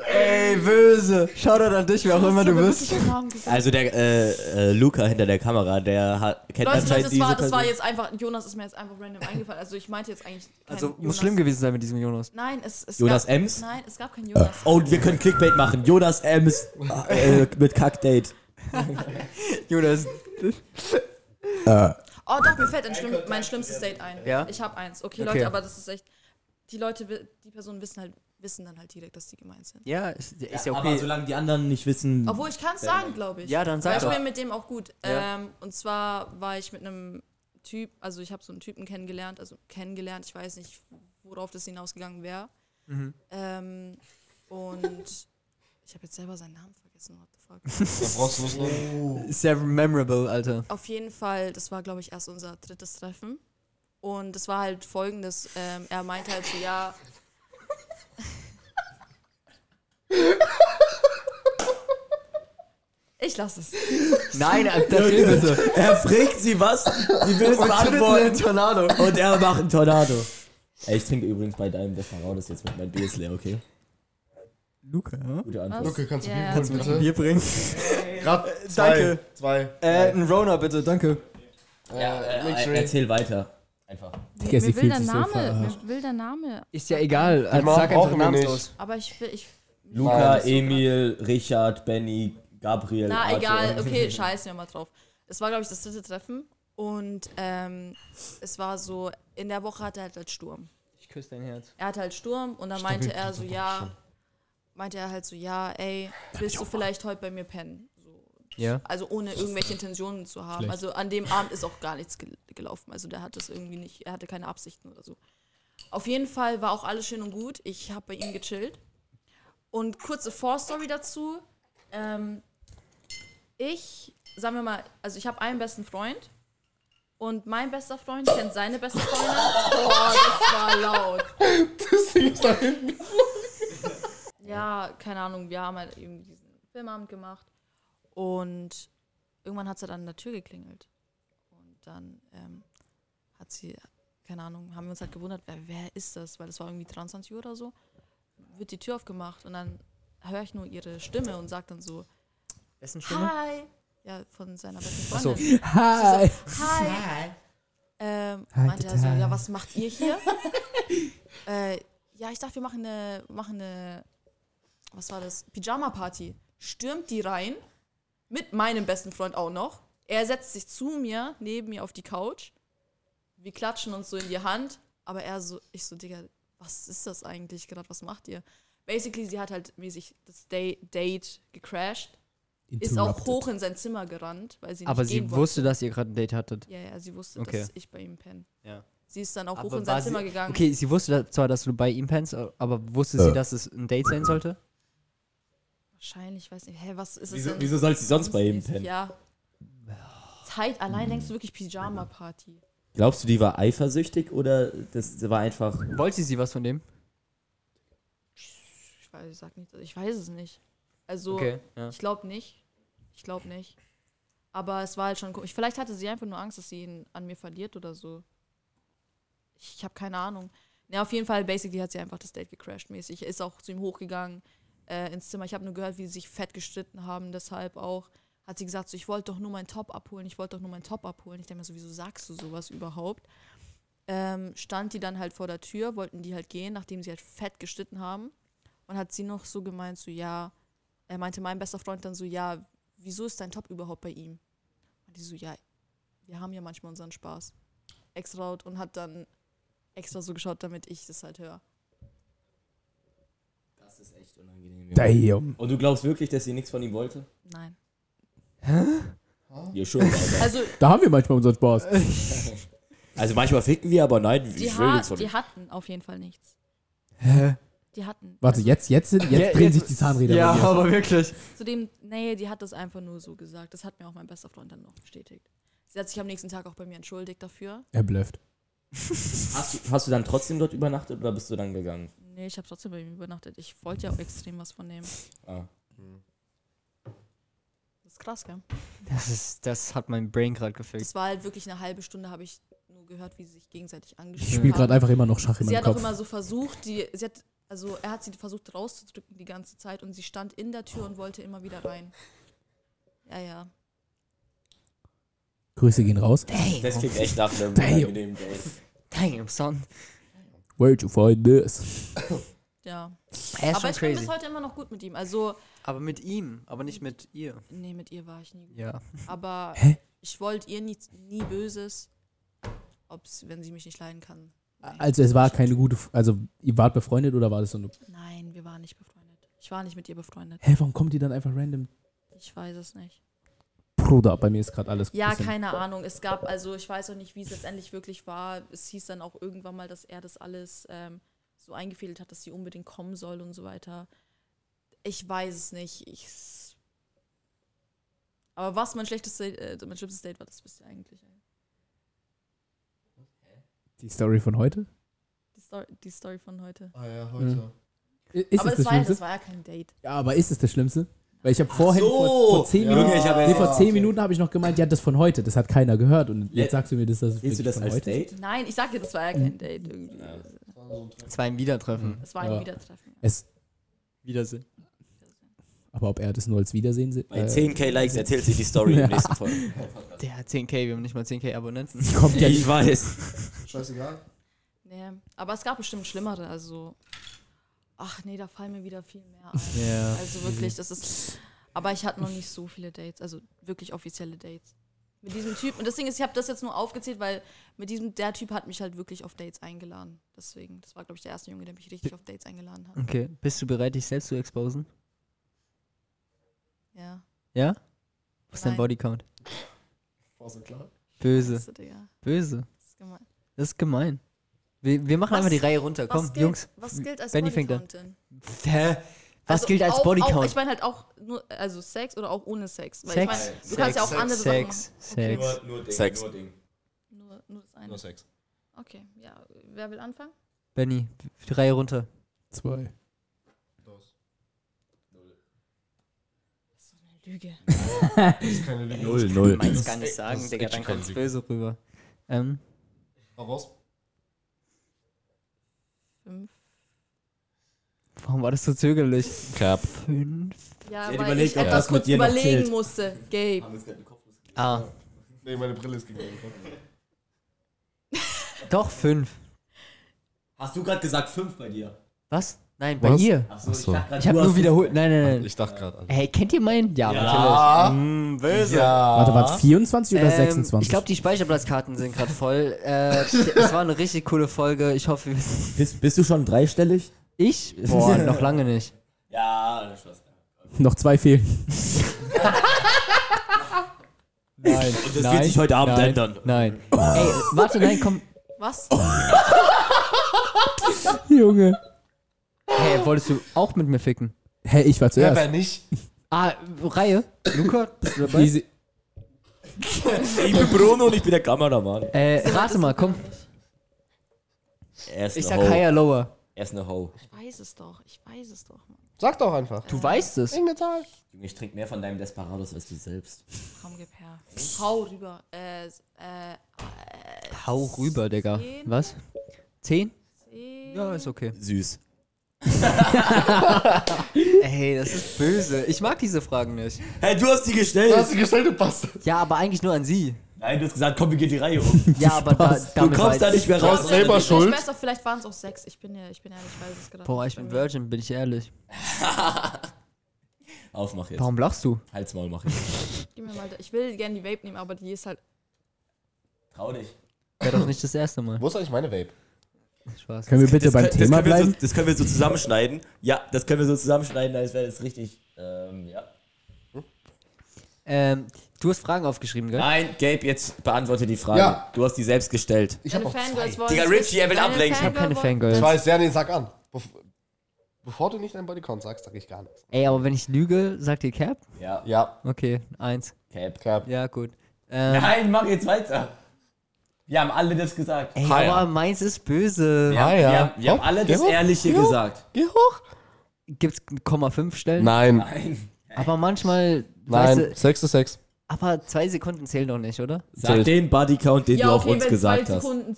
Speaker 1: Ey, böse. Schau da an dich, wer auch immer du bist.
Speaker 3: Ich hab Namen gesagt.
Speaker 6: Also der äh, äh, Luca hinter der Kamera, der hat, kennt
Speaker 3: Leute, Leute,
Speaker 6: anscheinend
Speaker 3: das
Speaker 6: diese
Speaker 3: war, das war
Speaker 6: Person.
Speaker 3: jetzt einfach. Jonas ist mir jetzt einfach random eingefallen. Also ich meinte jetzt eigentlich. keinen
Speaker 1: Also, muss
Speaker 3: Jonas.
Speaker 1: schlimm gewesen sein mit diesem Jonas. Ah.
Speaker 3: Nein, es, es
Speaker 6: Jonas
Speaker 3: gab,
Speaker 6: Ems?
Speaker 3: Nein, es gab keinen Jonas.
Speaker 6: Oh, wir können Clickbait machen. Jonas Ems äh, mit Kackdate.
Speaker 1: Jonas.
Speaker 3: Oh doch, mir fällt ein schlimm, mein schlimmstes Date ein.
Speaker 1: Ja?
Speaker 3: Ich habe eins. Okay,
Speaker 1: Okay.
Speaker 3: Leute, aber das ist echt. Die Leute, wi- die Personen wissen halt, wissen dann halt direkt, dass die gemeint sind.
Speaker 1: Ja, ist, ist ja
Speaker 6: Aber
Speaker 1: okay.
Speaker 6: solange die anderen nicht wissen,
Speaker 3: Obwohl ich kann es sagen, glaube ich.
Speaker 1: Ja, dann
Speaker 3: Weil
Speaker 1: sag
Speaker 3: ich
Speaker 1: doch.
Speaker 3: bin mit dem auch gut. Ähm, und zwar war ich mit einem Typ, also ich habe so einen Typen kennengelernt, also kennengelernt, ich weiß nicht, worauf das hinausgegangen wäre.
Speaker 1: Mhm.
Speaker 3: Ähm, und ich habe jetzt selber seinen Namen vergessen, what the fuck.
Speaker 5: Da brauchst du nicht nennen.
Speaker 1: Sehr memorable, Alter.
Speaker 3: Auf jeden Fall, das war, glaube ich, erst unser drittes Treffen. Und es war halt folgendes, ähm, er meinte halt so, ja, ich lasse es.
Speaker 1: Nein, erzähl bitte.
Speaker 6: er fragt sie was, sie will es beantworten.
Speaker 1: Tornado.
Speaker 6: Und er macht einen Tornado. Ey, ich trinke übrigens bei deinem, der Verraut ist jetzt mit meinem Bier ist leer, okay?
Speaker 1: Luca, ja?
Speaker 6: Gute Antwort.
Speaker 5: Luke, kannst du
Speaker 3: Ja,
Speaker 5: yeah.
Speaker 3: ja.
Speaker 5: holen, bitte?
Speaker 1: Bier bringen.
Speaker 5: Grad zwei.
Speaker 1: danke.
Speaker 5: Zwei.
Speaker 1: Äh, ein Rona bitte, danke.
Speaker 5: Äh,
Speaker 6: Äh,
Speaker 5: Mixed
Speaker 6: erzähl weiter. Einfach.
Speaker 2: Digga, sie
Speaker 3: mir will
Speaker 2: fühlt
Speaker 3: der
Speaker 2: sich so
Speaker 3: Name,
Speaker 2: verarscht.
Speaker 3: mir will der Name,
Speaker 1: Ist ja egal. Also,
Speaker 5: Mama
Speaker 1: sag einfach
Speaker 5: brauchen wir
Speaker 1: namenslos.
Speaker 3: aber ich will, ich
Speaker 6: Luca,
Speaker 5: Nein.
Speaker 6: Emil, Richard, Benny, Gabriel.
Speaker 3: Na,
Speaker 6: Arthur.
Speaker 3: egal, okay, scheißen wir mal drauf. Das war, glaube ich, das dritte Treffen. Und ähm, es war so, in der Woche hatte er halt Sturm.
Speaker 1: Ich küsse dein Herz.
Speaker 3: Er hatte halt Sturm und dann meinte er so, ja, meinte er halt so, ja, ey, willst du vielleicht heute bei mir pennen? So.
Speaker 1: Ja.
Speaker 3: Also ohne irgendwelche Intentionen zu haben.
Speaker 2: Schlecht.
Speaker 3: Also an dem Abend ist auch gar nichts gel gelaufen. Also der hat das irgendwie nicht, er hatte keine Absichten oder so. Auf jeden Fall war auch alles schön und gut. Ich habe bei ihm gechillt. Und kurze Vorstory dazu. Ähm, ich, sagen wir mal, also ich habe einen besten Freund und mein bester Freund kennt seine beste Freundin. Oh, das war laut.
Speaker 5: Das Ding ist da hinten.
Speaker 3: Ja, keine Ahnung, wir haben halt eben diesen Filmabend gemacht und irgendwann hat sie dann an der Tür geklingelt. Und dann ähm, hat sie, keine Ahnung, haben wir uns halt gewundert, wer, wer ist das? Weil es war irgendwie 23 Uhr oder so. Wird die Tür aufgemacht und dann höre ich nur ihre Stimme und sagt dann so,
Speaker 1: Wessen Stimme?
Speaker 3: Hi! Ja, von seiner besten
Speaker 1: so.
Speaker 3: Freundin.
Speaker 2: Hi.
Speaker 3: Hi! Ähm,
Speaker 2: Halt
Speaker 3: meinte er
Speaker 2: die
Speaker 3: so,
Speaker 2: Tage.
Speaker 3: ja, was macht ihr hier? äh, ja, ich dachte, wir machen eine, machen eine, was war das? Pyjama-Party. Stürmt die rein, mit meinem besten Freund auch noch. Er setzt sich zu mir, neben mir auf die Couch. Wir klatschen uns so in die Hand, aber er so, ich so, Digga, was ist das eigentlich gerade? Was macht ihr? Basically, sie hat halt mäßig das Day Date gecrashed, ist auch
Speaker 2: Interrupted.
Speaker 3: hoch in sein Zimmer gerannt, weil sie nicht
Speaker 1: Aber
Speaker 3: gehen
Speaker 1: sie
Speaker 3: wollte.
Speaker 1: wusste, dass ihr gerade ein Date hattet.
Speaker 3: Ja, ja, sie wusste,
Speaker 1: Okay.
Speaker 3: dass ich bei ihm penne.
Speaker 1: Ja.
Speaker 3: Sie ist dann auch hoch
Speaker 1: Aber
Speaker 3: in sein
Speaker 1: war
Speaker 3: Zimmer
Speaker 1: sie,
Speaker 3: gegangen.
Speaker 1: Okay, sie wusste da- zwar, dass du bei ihm pennst, aber wusste sie, dass es ein Date sein sollte?
Speaker 3: Wahrscheinlich, weiß nicht. Hä, was ist es
Speaker 6: Wieso,
Speaker 3: denn?
Speaker 6: wieso soll sie sonst bei ihm pennen?
Speaker 3: Ja. Zeit allein denkst du wirklich Pyjama-Party.
Speaker 6: Glaubst du, die war eifersüchtig oder das war einfach.
Speaker 1: Wollte sie was von dem?
Speaker 3: Ich weiß, ich sag nicht, ich weiß es nicht. Also,
Speaker 1: Okay, ja.
Speaker 3: ich glaube nicht. Ich glaube nicht. Aber es war halt schon komisch. Vielleicht hatte sie einfach nur Angst, dass sie ihn an mir verliert oder so. Ich habe keine Ahnung. Na, auf jeden Fall, basically hat sie einfach das Date gecrashed mäßig. Ist auch zu ihm hochgegangen äh, ins Zimmer. Ich habe nur gehört, wie sie sich fett gestritten haben, deshalb auch. Hat sie gesagt, so, ich wollte doch nur meinen Top abholen, ich wollte doch nur meinen Top abholen. Ich denke mir so, wieso sagst du sowas überhaupt? Ähm, stand die dann halt vor der Tür, wollten die halt gehen, nachdem sie halt fett gestritten haben. Und hat sie noch so gemeint, so, ja, er meinte mein bester Freund dann so, ja, wieso ist dein Top überhaupt bei ihm? Und die so, ja, wir haben ja manchmal unseren Spaß. Extra laut und hat dann extra so geschaut, damit ich das halt höre.
Speaker 6: Das ist echt unangenehm.
Speaker 2: Damn.
Speaker 6: Und du glaubst wirklich, dass sie nichts von ihm wollte?
Speaker 3: Nein.
Speaker 6: Ja, schon.
Speaker 3: Also,
Speaker 2: Da haben wir manchmal unseren Spaß.
Speaker 6: also manchmal ficken wir, aber nein,
Speaker 3: die,
Speaker 6: ich will
Speaker 3: ha
Speaker 6: nichts von
Speaker 3: die
Speaker 6: ihm.
Speaker 3: hatten auf jeden Fall nichts. Die hatten.
Speaker 2: Warte, jetzt, jetzt, sind, jetzt drehen sich die Zahnräder. bei mir.
Speaker 1: aber wirklich.
Speaker 3: Zudem, nee, die hat das einfach nur so gesagt. Das hat mir auch mein bester Freund dann noch bestätigt. Sie hat sich am nächsten Tag auch bei mir entschuldigt dafür.
Speaker 2: Er blöft.
Speaker 6: Hast du, hast du dann trotzdem dort übernachtet oder bist du dann gegangen?
Speaker 3: Nee, ich habe trotzdem bei ihm übernachtet. Ich wollte ja auch extrem was von dem.
Speaker 6: Ah.
Speaker 3: Das ist krass, gell?
Speaker 1: Das, ist, das hat mein Brain gerade gefickt.
Speaker 3: Das war halt wirklich eine halbe Stunde, habe ich nur gehört, wie sie sich gegenseitig
Speaker 2: Ich
Speaker 3: angeschrieben
Speaker 2: spiele gerade einfach immer noch Schach in
Speaker 3: Sie
Speaker 2: meinem
Speaker 3: hat auch
Speaker 2: Kopf.
Speaker 3: immer so versucht, die, sie hat, also er hat sie versucht rauszudrücken die ganze Zeit und sie stand in der Tür und wollte immer wieder rein. Ja, ja.
Speaker 2: Grüße gehen raus.
Speaker 6: Das klingt echt nach einem
Speaker 2: Damn.
Speaker 6: unangenehmen Date.
Speaker 1: Damn, son.
Speaker 2: Where'd you find this?
Speaker 3: Ja.
Speaker 1: Er ist
Speaker 3: aber
Speaker 1: schon
Speaker 3: ich bin bis
Speaker 1: crazy.
Speaker 3: heute immer noch gut mit ihm. Also,
Speaker 1: Aber mit ihm, aber nicht mit ihr.
Speaker 3: nee, mit ihr war ich nie gut.
Speaker 1: Ja.
Speaker 3: Aber
Speaker 2: Hä?
Speaker 3: ich wollte ihr nie, nie Böses. Ob's, wenn sie mich nicht leiden kann.
Speaker 2: Also es war keine gute, F- also ihr wart befreundet oder war das so eine...
Speaker 3: Nein, wir waren nicht befreundet. Ich war nicht mit ihr befreundet.
Speaker 2: Hä, warum kommt die dann einfach random?
Speaker 3: Ich weiß es nicht.
Speaker 2: Bruder, bei mir ist gerade alles...
Speaker 3: Ja,
Speaker 2: bisschen-
Speaker 3: keine Ahnung. Es gab, also ich weiß auch nicht, wie es letztendlich wirklich war. Es hieß dann auch irgendwann mal, dass er das alles ähm, so eingefädelt hat, dass sie unbedingt kommen soll und so weiter. Ich weiß es nicht. Ich, aber was mein schlechtes Date, äh, mein schlimmstes Date war, das wisst ihr eigentlich.
Speaker 2: Die Story von heute?
Speaker 3: Die Story, die Story von heute.
Speaker 5: Ah ja, heute.
Speaker 2: I- Ist
Speaker 3: aber
Speaker 2: es das
Speaker 3: es war, ja,
Speaker 2: Schlimmste?
Speaker 3: das war ja kein Date.
Speaker 2: Ja, aber ist es das Schlimmste? Weil ich habe vorhin
Speaker 6: so.
Speaker 2: vor, vor zehn
Speaker 5: Ja.
Speaker 2: Minuten...
Speaker 6: Junge, ich habe
Speaker 2: Nee,
Speaker 6: jetzt.
Speaker 2: vor zehn Minuten habe ich noch gemeint, ja, das von heute, das hat keiner gehört. Und
Speaker 6: Le-
Speaker 2: jetzt sagst du mir, dass das
Speaker 6: Siehst du
Speaker 2: wirklich
Speaker 6: das
Speaker 2: von
Speaker 6: als
Speaker 2: heute ist?
Speaker 6: Date?
Speaker 3: Nein, ich sag dir, das war ja
Speaker 2: Mhm.
Speaker 3: kein Date irgendwie.
Speaker 1: Es war ein Wiedertreffen.
Speaker 3: Es war ein
Speaker 2: Ja.
Speaker 3: Wiedertreffen.
Speaker 2: Es,
Speaker 1: Mhm. Wiedersehen.
Speaker 2: aber ob er das nur als Wiedersehen sieht?
Speaker 6: Bei 10k Likes erzählt sie die Story
Speaker 2: Äh, Ja.
Speaker 6: im nächsten Folge.
Speaker 1: Der hat 10k, wir haben nicht mal 10k Abonnenten.
Speaker 2: kommt ja
Speaker 6: Ich weiß.
Speaker 5: Scheißegal.
Speaker 3: Nee. Aber es gab bestimmt schlimmere, also. Ach nee, da fallen mir wieder viel mehr ein.
Speaker 1: Ja.
Speaker 3: Also wirklich, das ist. Aber ich hatte noch nicht so viele Dates, also wirklich offizielle Dates. Mit diesem Typ. Und deswegen ist, ich habe das jetzt nur aufgezählt, weil mit diesem, der Typ hat mich halt wirklich auf Dates eingeladen. Deswegen, das war, glaube ich, der erste Junge, der mich richtig auf Dates eingeladen hat.
Speaker 1: Okay, bist du bereit, dich selbst zu exposen?
Speaker 3: Ja.
Speaker 1: Ja? Was ist dein
Speaker 3: Nein.
Speaker 1: Bodycount?
Speaker 5: War so klar.
Speaker 1: Böse,
Speaker 3: Weißt du, Digga.
Speaker 1: böse.
Speaker 3: Das ist gemein.
Speaker 1: Das ist gemein. Wir, wir machen
Speaker 3: Was-
Speaker 1: einfach die Reihe runter. Komm,
Speaker 3: was gilt,
Speaker 1: Jungs.
Speaker 3: Was gilt als
Speaker 1: Benny fängt an.
Speaker 3: Bodycount denn?
Speaker 1: Hä? Was
Speaker 3: Also
Speaker 1: gilt als
Speaker 3: auch- Auch,
Speaker 1: Bodycount?
Speaker 3: ich meine halt auch nur, also Sex oder auch ohne Sex. Weil
Speaker 1: Sex,
Speaker 3: ich mein, du
Speaker 1: Sex,
Speaker 3: kannst ja auch andere Sachen
Speaker 1: Sex,
Speaker 3: machen.
Speaker 1: Sex.
Speaker 8: Nur, nur Ding,
Speaker 6: Sex.
Speaker 8: nur Ding.
Speaker 3: Nur, nur das eine.
Speaker 8: Nur Sex.
Speaker 3: Okay, ja. Wer will anfangen?
Speaker 1: Benny, die Reihe runter.
Speaker 2: zwei.
Speaker 3: Das ist eine Lüge.
Speaker 5: Das ist keine Lüge.
Speaker 6: Null, null.
Speaker 1: Meins gar nicht sagen,
Speaker 5: ist
Speaker 1: Digga,
Speaker 5: echt
Speaker 1: dann
Speaker 5: keine
Speaker 1: kommt's
Speaker 5: Lüge.
Speaker 1: böse rüber. Ähm,
Speaker 5: Hau raus.
Speaker 3: Fünf.
Speaker 1: warum war das so zögerlich?
Speaker 6: Knapp.
Speaker 1: Fünf.
Speaker 3: Ja,
Speaker 6: Sie hat
Speaker 3: weil
Speaker 6: überlegt,
Speaker 3: ich
Speaker 6: ob
Speaker 3: etwas
Speaker 6: das mit
Speaker 3: kurz
Speaker 6: dir noch
Speaker 3: überlegen
Speaker 6: zählt.
Speaker 3: musste. Gabe.
Speaker 1: Ah,
Speaker 5: Nee, meine Brille ist gegangen.
Speaker 1: Doch, fünf.
Speaker 6: Hast du gerade gesagt fünf bei dir?
Speaker 1: Was? Nein, bei
Speaker 5: Was?
Speaker 1: ihr.
Speaker 6: Achso,
Speaker 5: Ach so.
Speaker 6: ich dachte gerade,
Speaker 1: Ich habe
Speaker 6: du
Speaker 1: nur
Speaker 6: hast-
Speaker 1: wiederholt. Nein, nein, nein.
Speaker 5: Ich dachte gerade an.
Speaker 1: Hey, kennt ihr meinen? also Ja,
Speaker 5: Ah,
Speaker 6: Hm, böse.
Speaker 2: Warte, war es 24 oder
Speaker 1: Ähm,
Speaker 2: 26?
Speaker 1: Ich glaube, die Speicherplatzkarten sind gerade voll. Äh, es war eine richtig coole Folge. Ich hoffe, wir sind-
Speaker 6: Bist, bist du schon dreistellig?
Speaker 1: ich? Boah, noch lange nicht.
Speaker 6: Ja, das war's.
Speaker 2: Noch zwei fehlen.
Speaker 1: Nein.
Speaker 6: Das wird sich heute Abend
Speaker 1: nein,
Speaker 6: ändern.
Speaker 1: Nein. Ey, warte, nein, komm.
Speaker 3: Was?
Speaker 6: Oh.
Speaker 2: Junge.
Speaker 1: Hey, wolltest du auch mit mir ficken?
Speaker 2: Hä, ich war
Speaker 5: Ja,
Speaker 2: zuerst.
Speaker 5: wer nicht?
Speaker 1: Ah, Reihe? Luca, bist du dabei?
Speaker 2: Easy.
Speaker 6: Ich bin Bruno und ich bin der Kameramann.
Speaker 1: Äh, rate mal, komm.
Speaker 6: Er ist
Speaker 1: Ich
Speaker 6: eine
Speaker 1: sag
Speaker 6: Ho.
Speaker 1: higher, lower.
Speaker 6: Er ist eine Ho.
Speaker 3: Ich weiß es doch. Ich weiß es doch. Mann.
Speaker 5: Sag doch einfach.
Speaker 1: Du weißt es.
Speaker 5: Irgendeine Zahl.
Speaker 6: Junge, ich trinke mehr von deinem Desperados als du selbst.
Speaker 3: Komm, gib her. Hau rüber. Äh, äh,
Speaker 1: Hau rüber, Digga.
Speaker 3: Zehn?
Speaker 1: Was? Zehn?
Speaker 3: zehn.
Speaker 1: Ja, ist okay.
Speaker 6: Süß.
Speaker 1: Ey, das ist böse. Ich mag diese Fragen nicht.
Speaker 6: Hey, du hast die
Speaker 5: Du
Speaker 6: gestellt.
Speaker 5: hast sie gestellt, du Bastard.
Speaker 1: Ja, aber eigentlich nur an sie.
Speaker 6: Nein, du hast gesagt, komm, wir gehen die Reihe um.
Speaker 1: Ja, aber da,
Speaker 6: Du
Speaker 1: damit
Speaker 6: kommst
Speaker 1: war
Speaker 6: da
Speaker 1: jetzt-
Speaker 6: nicht mehr
Speaker 5: Du
Speaker 6: raus.
Speaker 5: hast selber
Speaker 3: Ich
Speaker 5: schuld.
Speaker 3: weiß doch, vielleicht waren es auch sechs. Ich bin, ja, ich bin ehrlich, ich weiß es gerade.
Speaker 1: Boah,
Speaker 3: nicht.
Speaker 1: ich bin
Speaker 3: Bei mir-
Speaker 1: Virgin, bin ich ehrlich.
Speaker 6: Aufmach jetzt.
Speaker 1: Warum lachst du?
Speaker 6: Halt's Maul, mach jetzt.
Speaker 3: Gib mir mal, ich will gerne die Vape nehmen, aber die ist halt.
Speaker 6: Trau dich.
Speaker 1: Wäre doch nicht das erste Mal.
Speaker 5: Wo ist eigentlich meine Vape?
Speaker 1: Spaß.
Speaker 2: Können wir bitte beim Thema
Speaker 6: können wir
Speaker 2: bleiben?
Speaker 6: So, das können wir so zusammenschneiden. Ja, das können wir so zusammenschneiden, als wäre das richtig. Ähm, ja.
Speaker 1: Ähm, du hast Fragen aufgeschrieben, gell?
Speaker 6: Nein, Gabe, jetzt beantworte die Frage.
Speaker 5: Ja.
Speaker 6: Du hast die selbst gestellt.
Speaker 5: Ich hab auch zwei.
Speaker 3: wollen.
Speaker 6: Digga, Richie, er will ablenken. Ich hab
Speaker 1: keine Fangirls.
Speaker 5: Ich weiß, ja, nee, sag an. Bev- Bevor du nicht dein Bodycount sagst, sag ich gar nichts.
Speaker 1: Ey, aber wenn ich lüge, sagt ihr Cap?
Speaker 6: Ja,
Speaker 5: Ja,
Speaker 1: Okay, eins.
Speaker 6: Cap.
Speaker 5: klar.
Speaker 1: Ja, gut. Ähm,
Speaker 6: Äh. Nein, mach jetzt weiter. Wir haben alle das gesagt.
Speaker 1: ey,
Speaker 5: Ah, ja.
Speaker 1: aber meins ist böse.
Speaker 5: Ah, ja.
Speaker 6: Wir haben, wir haben
Speaker 5: Hopp,
Speaker 6: alle
Speaker 5: geh
Speaker 6: das
Speaker 5: hoch.
Speaker 6: Ehrliche
Speaker 5: Ja.
Speaker 6: gesagt.
Speaker 5: Geh hoch.
Speaker 1: Gibt's Komma 5 Stellen?
Speaker 5: Nein,
Speaker 6: Nein.
Speaker 1: Aber manchmal, weißt
Speaker 5: nein.
Speaker 1: du,
Speaker 5: Sex ist Sex.
Speaker 1: aber zwei Sekunden zählen doch nicht, oder?
Speaker 6: Sag den Bodycount, den
Speaker 3: Ja,
Speaker 6: du
Speaker 3: okay,
Speaker 6: auch uns
Speaker 3: wenn
Speaker 6: gesagt
Speaker 3: zwei
Speaker 6: hast.
Speaker 3: Sekunden.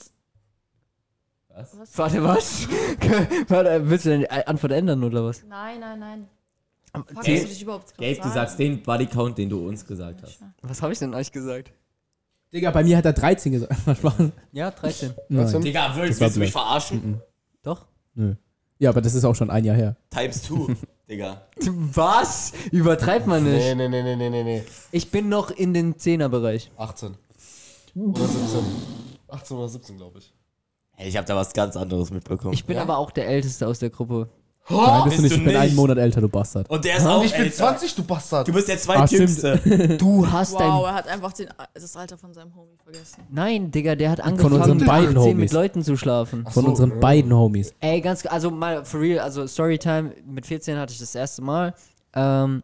Speaker 1: Warte, was? Warte, willst du deine Antwort ändern oder was?
Speaker 3: Nein, nein, nein. Fuck,
Speaker 6: Gabe-
Speaker 3: hast du dich überhaupt
Speaker 6: Gabe, du sagst den Bodycount, den du uns gesagt hast.
Speaker 1: Was habe ich denn euch gesagt?
Speaker 2: Digga, bei mir hat er 13 gesagt. Mal Spaß.
Speaker 1: Ja, 13.
Speaker 2: Nein.
Speaker 6: Digga, willst,
Speaker 2: willst du mich
Speaker 6: verarschen?
Speaker 1: Doch.
Speaker 2: Ja, aber das ist auch schon ein Jahr her.
Speaker 6: Times two, Digga.
Speaker 1: Was? Übertreibt man
Speaker 5: Nee,
Speaker 1: nicht.
Speaker 5: nee, nee, nee, nee, nee, nee.
Speaker 1: Ich bin noch in den 10er-Bereich.
Speaker 5: 18. Oder 17. 18 oder 17, glaube ich.
Speaker 6: Hey, ich habe da was ganz anderes mitbekommen.
Speaker 1: Ich bin aber auch der Älteste aus der Gruppe.
Speaker 2: Nein, bist du
Speaker 6: Bist
Speaker 2: nicht.
Speaker 6: du
Speaker 2: Ich bin einen
Speaker 6: nicht?
Speaker 2: Monat älter, du Bastard.
Speaker 6: Und der ist auch
Speaker 5: Ich bin
Speaker 6: älter.
Speaker 5: 20, du Bastard.
Speaker 6: Du bist der
Speaker 2: Ah, stimmt.
Speaker 6: zweitjüngste.
Speaker 1: Du hast
Speaker 3: Wow,
Speaker 1: dein...
Speaker 3: er hat einfach den, das Alter von seinem Homie vergessen.
Speaker 1: Nein, Digga, der hat
Speaker 2: unseren
Speaker 1: angefangen, mit
Speaker 2: beiden
Speaker 1: 18
Speaker 2: Homies.
Speaker 1: mit Leuten zu schlafen.
Speaker 2: Von
Speaker 5: so,
Speaker 2: unseren
Speaker 5: ja.
Speaker 2: beiden Homies.
Speaker 1: Ey, ganz, also mal for real, also Storytime, mit 14 hatte ich das erste Mal. Ähm,